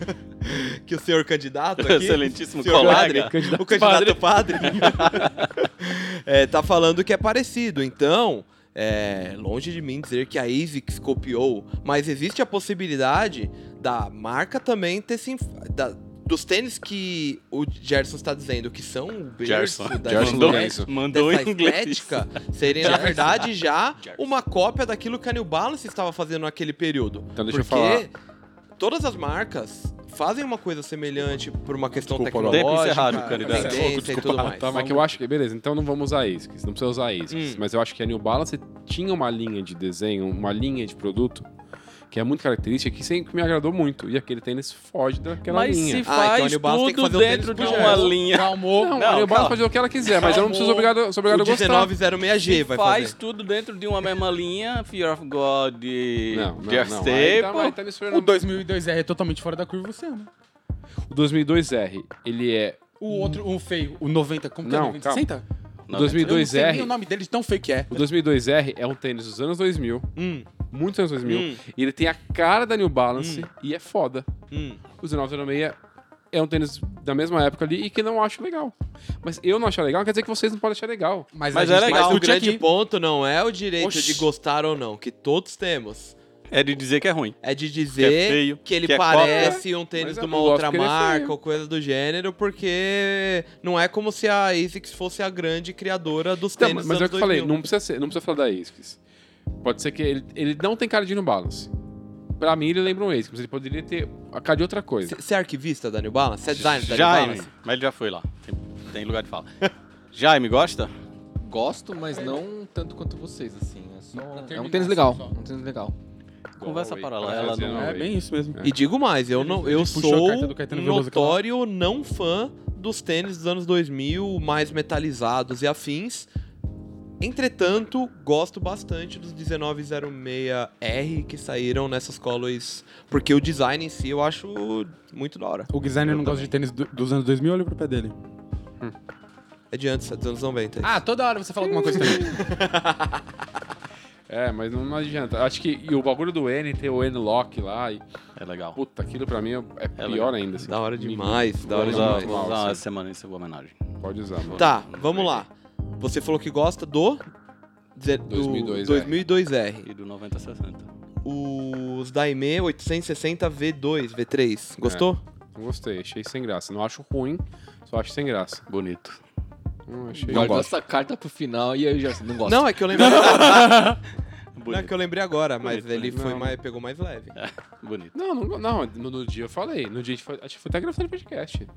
que o senhor candidato
o
aqui.
excelentíssimo
senhor
colega.
padre, o candidato padre, é, tá falando que é parecido. Então, é, longe de mim dizer que a ASICS copiou, mas existe a possibilidade da marca também ter se. inf- da- dos tênis que o Gerson está dizendo que são o berço
Gerson.
da
Gerson
Mandou,
é isso.
mandou
dessa
em inglês.
estética serem, na verdade, já uma cópia daquilo que a New Balance estava fazendo naquele período.
Então deixa eu falar.
Porque todas as marcas fazem uma coisa semelhante por uma questão
Desculpa, tá,
Tempo
tecnológica,
encerrado, candidato.
tendência e tudo mais.
Mas que eu acho que, beleza, então não vamos usar ASICS, não precisa usar ASICS.
Hum.
Mas eu acho que a New Balance tinha uma linha de desenho, uma linha de produto que é muito característica, que sempre me agradou muito. E aquele tênis foge daquela
Mas
linha.
se
Ah, então
faz
ele basta- tem que
tudo
fazer o tênis
dentro de
pro
uma
Gerson.
linha.
Calmou.
Não,
Não,
a New
calma.
Balance pode fazer o que ela quiser, mas eu não preciso obrigado, sou obrigado
O
a gostar.
1906G vai
faz
fazer.
tudo dentro de uma mesma linha, Fear of God,
Não, não,
Jeff
não. Aí tá,
Staple.
aí tá misturando.
O 2002R é totalmente fora da curva, você ama.
O 2002R, ele é.
O outro, o feio, o 90, como que é
Não,
90?
calma.
Senta.
O
Eu não sei nem o
2002R,
nome dele de tão feio que é.
o 2002R é um tênis dos anos 2000,
Hum,
muitos anos 2000,
Hum.
e ele tem a cara da New Balance e é foda.
hum.
O 1906 é um tênis da mesma época ali e que não acho legal. Mas eu não achar legal, quer dizer que vocês não podem achar legal.
Mas
a
é
gente
legal,
Mas o
discute
grande
aqui.
ponto não é o direito
Oxi.
de gostar ou não, que todos temos.
É de dizer que é
Tá
ruim.
É de
Que é
dizer
feio,
que, ele
que é
parece um tênis
Mas
de
eu
uma
não gosto
outra
porque ele é
marca
feio.
ou coisa do gênero, porque não é como se a ASICS fosse a grande criadora dos
Então,
tênis dos
mas é o
anos
que eu falei,
2000.
não precisa, ser- não precisa falar da ASICS. Pode ser que ele, ele não tem cara de New Balance. Pra mim, ele lembra um ASICS, mas ele poderia ter a cara de outra coisa.
C- Você é arquivista da New Balance? Você é designer da New
Jaime,
Balance?
mas ele já foi lá. Tem, tem lugar de fala. Jaime, gosta?
Gosto, mas não tanto quanto vocês, assim. É, só... é um
terminar,
tênis legal.
só.
Um tênis legal.
Conversa
Oi,
paralela.
prazer,
Não...
não.
É bem isso mesmo.
E digo mais, eu não, eu
Ele puxou a
sou um
carta do Caetano Veloso aquela hora.
notório não fã dos tênis dos anos 2000, mais metalizados e afins. Entretanto, gosto bastante dos 1906R que saíram nessas colors, porque o design em si eu acho muito da hora.
O designer não gosta de tênis do- dos anos 2000, olha pro pé dele.
É de antes, é dos anos 90.
Ah, toda hora você fala alguma coisa também.
É, mas não, não adianta. Acho que e o bagulho do N, ter o N-Lock lá, e
É legal.
puta, aquilo pra mim é, é
legal.
pior ainda. assim.
da hora
Me-
demais, da hora
Vamos
Vamos
usar,
demais.
lá,
vamos usar
Nossa.
essa semana em sua homenagem.
Pode usar, mano.
Tá, vamos lá. Você falou que gosta do... Ze- do
2002R.
2002R.
E do 90 a 60.
Os Daime 860 V2, V3. Gostou?
Não gostei, achei sem graça. Não acho ruim, só acho sem graça.
Bonito.
Não achei.
Guardou essa carta pro final e aí eu já assim, não gosto.
Não, é que eu lembrei. não, é
Bonito.
que eu lembrei agora, mas
Bonito,
ele
né?
foi
Não.
mais, pegou mais leve.
Bonito.
Não, não, não no, no dia eu falei. No dia a gente foi, acho que foi até gravando podcast.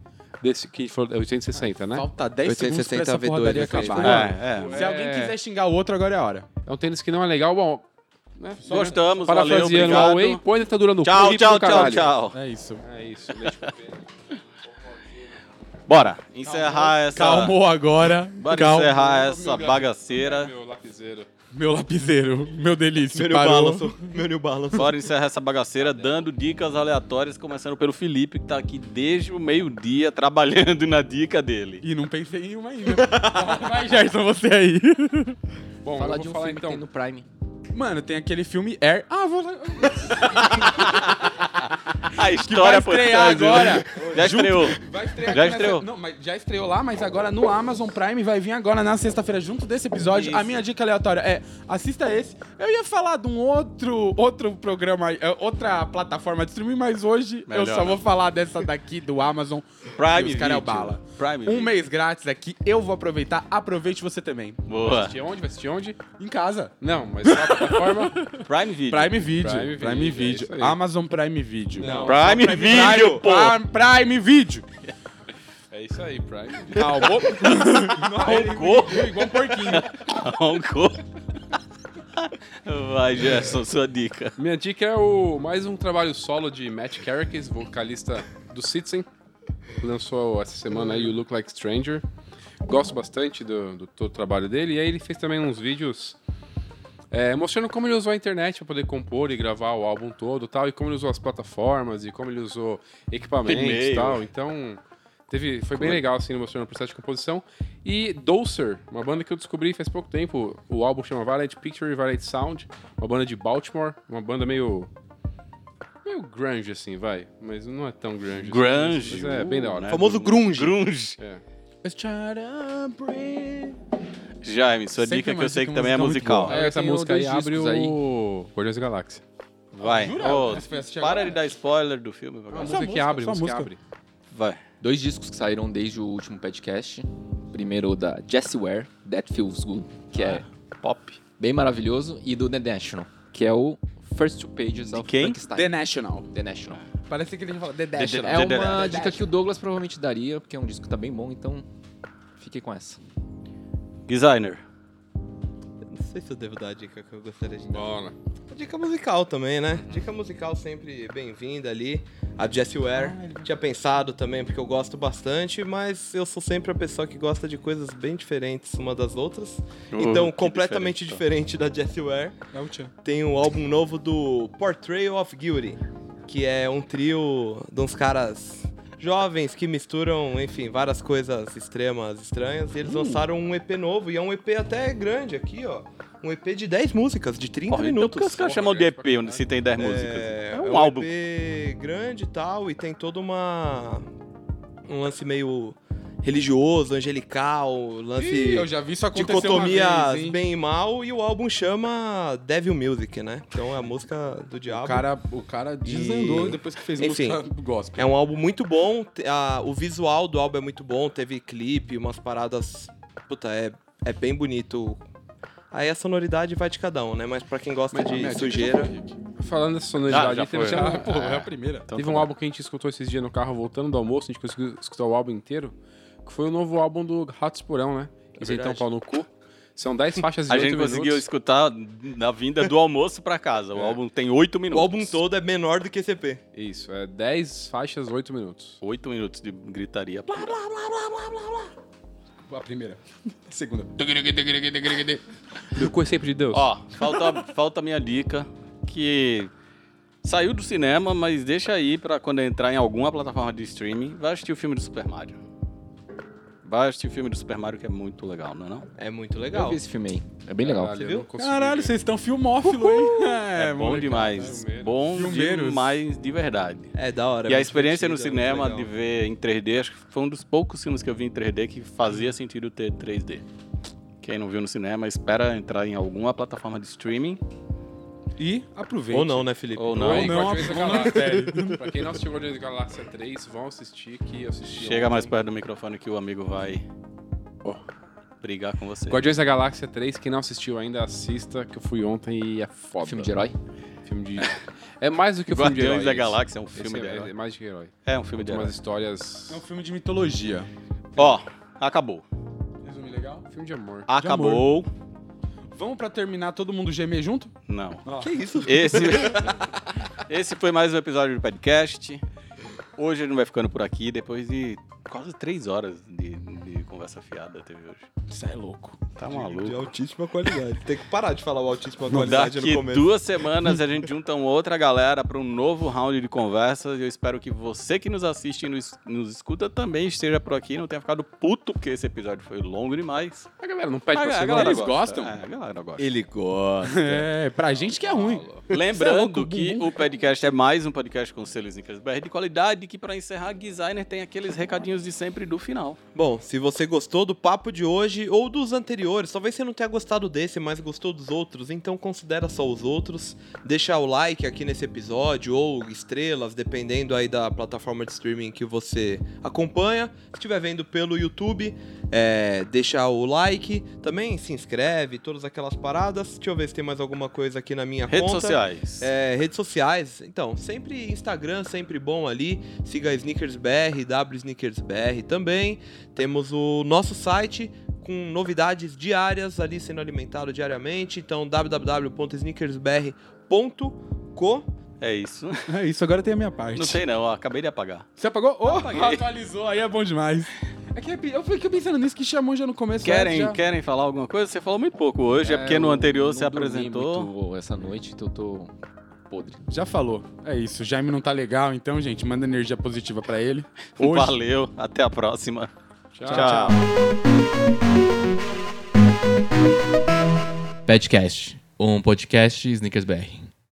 Desse que foi é 860, né?
Falta 10 segundos pra
860
essa
V2
porradaria
vai fechar.
acabar.
É, é.
Se alguém quiser xingar o outro, agora é a hora.
É um tênis que não é legal, bom. Né?
Gostamos, valeu,
Parafraseando o
obrigado.
Huawei, põe a ditadura no cu
Tchau,
e pro
tchau, tchau,
É. caralho.
tchau.
É isso.
É isso, leite com pera.
Bora. encerrar essa.
Calmou agora.
Bora
Calma.
encerrar
Meu
essa
gato.
bagaceira.
Meu lapiseiro.
Meu lapiseiro, meu delício,
Meu
parou.
Balance. Meu New Balance.
Bora encerrar essa bagaceira dando dicas aleatórias, começando pelo Felipe, que tá aqui desde o meio-dia trabalhando na dica dele.
E não pensei em uma ainda. Vai, Gerson, você aí.
Bom,
Falar
eu
de
vou
um
falar
filme que
então.
tem no Prime.
Mano, tem aquele filme Air. Ah, vou.
A história
vai estrear
trás, né?
agora.
Já estreou.
Vai estrear
Já
aqui nessa-
estreou.
Não, mas já estreou lá, mas agora no Amazon Prime vai vir agora na sexta-feira junto desse episódio. A
Isso.
minha dica aleatória é assista esse. Eu ia falar de um outro outro programa, aí, é, outra plataforma de streaming, mas hoje
Melhor,
eu só
né?
vou falar dessa daqui do Amazon.
Prime
E os cara é o
Video.
bala.
Prime
Um
Video.
mês grátis aqui, eu vou aproveitar. Aproveite você também.
Boa.
Assistir onde? Vai assistir onde?
Em casa.
Não, mas na plataforma.
Prime Video.
Prime Video.
Prime Video,
Prime
é
Video.
isso aí.
Amazon Prime Video.
Não.
Prime, Video, pô.
Prime, Prime Video.
É isso aí, Prime.
Calma.
Roncou.
Igual um porquinho.
Roncou. Vai, Gerson, sua dica.
Minha dica é o mais um trabalho solo de Matt Carrickes, vocalista do Citizen. Lançou essa semana aí o Look Like Stranger. Gosto bastante do, do todo o trabalho dele. E aí ele fez também uns vídeos é, mostrando como ele usou a internet para poder compor e gravar o álbum todo e tal. E como ele usou as plataformas e como ele usou equipamentos
E-mail.
e tal. Então, teve, foi bem legal, assim, mostrando o processo de composição. E Dulcer, uma banda que eu descobri faz pouco tempo. O álbum chama Violet Picture e Violet Sound. Uma banda de Baltimore. Uma banda meio... Meio grunge, assim, vai. Mas não é tão grunge. assim,
Grunge.
mas é bem da hora.
né?
Famoso grunge.
Grunge.
É.
Let's try to breathe.
Jaime, sua
Sempre
dica que
uma
eu sei que
dica
também é musical.
musical muito
Aí essa
Tem
música aí
dois
abre
discos aí.
o Guardiões da Galáxia.
Vai.
Jura?
Ô,
Mas foi assistir
para
agora?
de dar spoiler do filme. vai.
A
Só
música, que
música,
abre, a
só
música, que
música.
abre.
Vai.
Dois discos que saíram desde o último podcast. Primeiro da Jessie Ware, That Feels Good, que é
Pop.
bem maravilhoso, e do The National, que é o First Two Pages of
quem?
Frankenstein.
The National.
The National.
Parece que ele fala The
Dash.
National.
É
The
uma
National.
dica que o Douglas provavelmente daria, porque é um disco que tá bem bom, então fiquei com essa.
Designer.
Não sei se eu devo dar a dica que eu gostaria de dar.
Bora.
Dica musical também, né? Dica musical sempre bem-vinda ali. A Jessie Ware. Tinha pensado também, porque eu gosto bastante, mas eu sou sempre a pessoa que gosta de coisas bem diferentes uma das outras.
Oh,
então,
que
completamente diferente, da Jessie Ware,
É
tem um álbum novo do Portrayal of Guilty, que é um trio de uns caras jovens que misturam, enfim, várias coisas extremas, estranhas. E
Hum.
eles lançaram um EP novo, e é um EP até grande aqui, ó. Um EP de 10 músicas, de 30
Porra, então
minutos.
por que os caras chamam de EP, onde se tem 10 músicas?
É,
É um álbum.
EP grande e tal, e tem toda uma. Um lance meio religioso, angelical, lance.
Ih, eu já vi isso acontecer uma
Assim, Dicotomias
vez, hein?
bem e mal, e o álbum chama Devil Music, né? Então é a música do diabo.
O cara, o cara desandou depois que fez
Enfim.
música gospel.
É um álbum muito bom, te- a- o visual do álbum é muito bom, teve clipe, umas paradas. Puta, é, é bem bonito. Aí a sonoridade vai de cada um, né? Mas pra quem gosta de
tipo,
sujeira.
Falando dessa
Ah,
sonoridade,
já
teve,
foi.
tinha-
Ah, pô, é a primeira.
Então
teve
tá
um
bom.
álbum que a gente escutou esses dias no carro voltando do almoço, a gente conseguiu escutar o álbum inteiro, que foi o novo álbum do Ratos Porão, né? Isso então
verdade.
pau no cu. São 10 faixas de
É A
8
gente conseguiu
minutos.
escutar na vinda do almoço pra casa. O álbum tem 8
O
minutos.
álbum todo é menor do que esse EP.
Isso, é 10 faixas, 8 minutos.
8 minutos de gritaria.
A primeira. A segunda.
Do cu é sempre de Deus.
Ó, falta, falta a minha dica, que saiu do cinema, mas deixa aí pra quando entrar em alguma plataforma de streaming, vai assistir o filme do Super Mario. Vai assistir o filme do Super Mario, que é muito legal, não é não?
É muito
Eu
legal.
vi esse filme aí. É bem legal.
Caralho, eu
viu?
não consegui
Caralho,
ver.
vocês estão filmófilo, hein?
É, bom
molecada.
demais.
filmeiro.
Bom
Filmeiros.
demais, de verdade.
É da hora.
E
é
a
muito
experiência no
divertido, é muito
cinema de
legal.
ver em 3D, acho que foi um dos poucos filmes que eu vi em 3D que fazia sentido ter 3D. Quem não viu no cinema, espera entrar em alguma plataforma de streaming.
E aproveite.
Ou não, né, Felipe?
Ou
Não,
não.
aí,
não,
Guardiões da
não,
Galáxia. pra quem não assistiu Guardiões da Galáxia 3, vão assistir que eu assisti.
Chega
ontem.
mais perto do microfone que o amigo vai
Ó.
brigar com você.
Guardiões da Galáxia 3, quem não assistiu ainda, assista, que eu fui ontem e é foda.
Filme de herói?
Filme de- É mais do que o filme de herói.
Guardiões da
esse.
Galáxia é um
Esse
filme de
é- É
herói.
mais de herói.
É um filme de
Tem umas
herói.
histórias...
É um filme de mitologia.
Ó, acabou.
Resumo legal?
Filme de amor.
Acabou.
Vamos pra terminar todo mundo gemer junto?
Não.
Que isso?
Esse... Esse foi mais um episódio do podcast. Hoje a gente vai ficando por aqui, depois de quase três horas de, de conversa fiada teve hoje.
Isso é louco.
Tá
De
maluco.
altíssima qualidade. Tem que parar de falar o altíssima qualidade
Daqui
no começo.
duas semanas a gente junta uma outra galera para um novo round de conversas. E eu espero que você que nos assiste e nos, nos escuta também esteja por aqui. Não tenha ficado puto, porque esse episódio foi longo demais.
A galera não pede pra
a,
ser
a galera
longa.
eles
gosta.
gostam?
É, a galera gosta.
Ele gosta.
É, pra gente
Tá
que é ruim. Você é
Lembrando
louco,
que
bumbum.
o podcast é mais um podcast com selo Snickers BR de qualidade, que para encerrar, designer tem aqueles recadinhos de sempre do final.
Bom, se você gostou do papo de hoje ou dos anteriores, talvez você não tenha gostado desse, mas gostou dos outros, então considera só os outros, deixa o like aqui nesse episódio ou estrelas, dependendo aí da plataforma de streaming que você acompanha. Se estiver vendo pelo YouTube, é, deixa o like, também se inscreve, todas aquelas paradas. Deixa eu ver se tem mais alguma coisa aqui na minha
Redes
conta.
sociais.
É, redes sociais, então, sempre Instagram, sempre bom ali. Siga SneakersBR, WSneakersBR também. Temos o nosso site com novidades diárias ali sendo alimentado diariamente. Então, www.sneakersbr.co.
É isso.
É isso, agora tem a minha parte.
Não sei não, ó, acabei de apagar.
Você apagou? Oh,
Apaguei.
atualizou, aí é bom demais. É que eu fiquei pensando nisso que chamou já no começo.
Querem,
já-
querem falar alguma coisa? Você falou muito pouco hoje, é, porque
eu
no anterior
não
você
dormi
apresentou.
muito essa noite, então eu tô podre.
Já falou. É isso, o Jaime não tá legal, então, gente, manda energia positiva pra ele. Hoje,
Valeu, até a próxima. tchau.
Podcast, um podcast Snickers BR.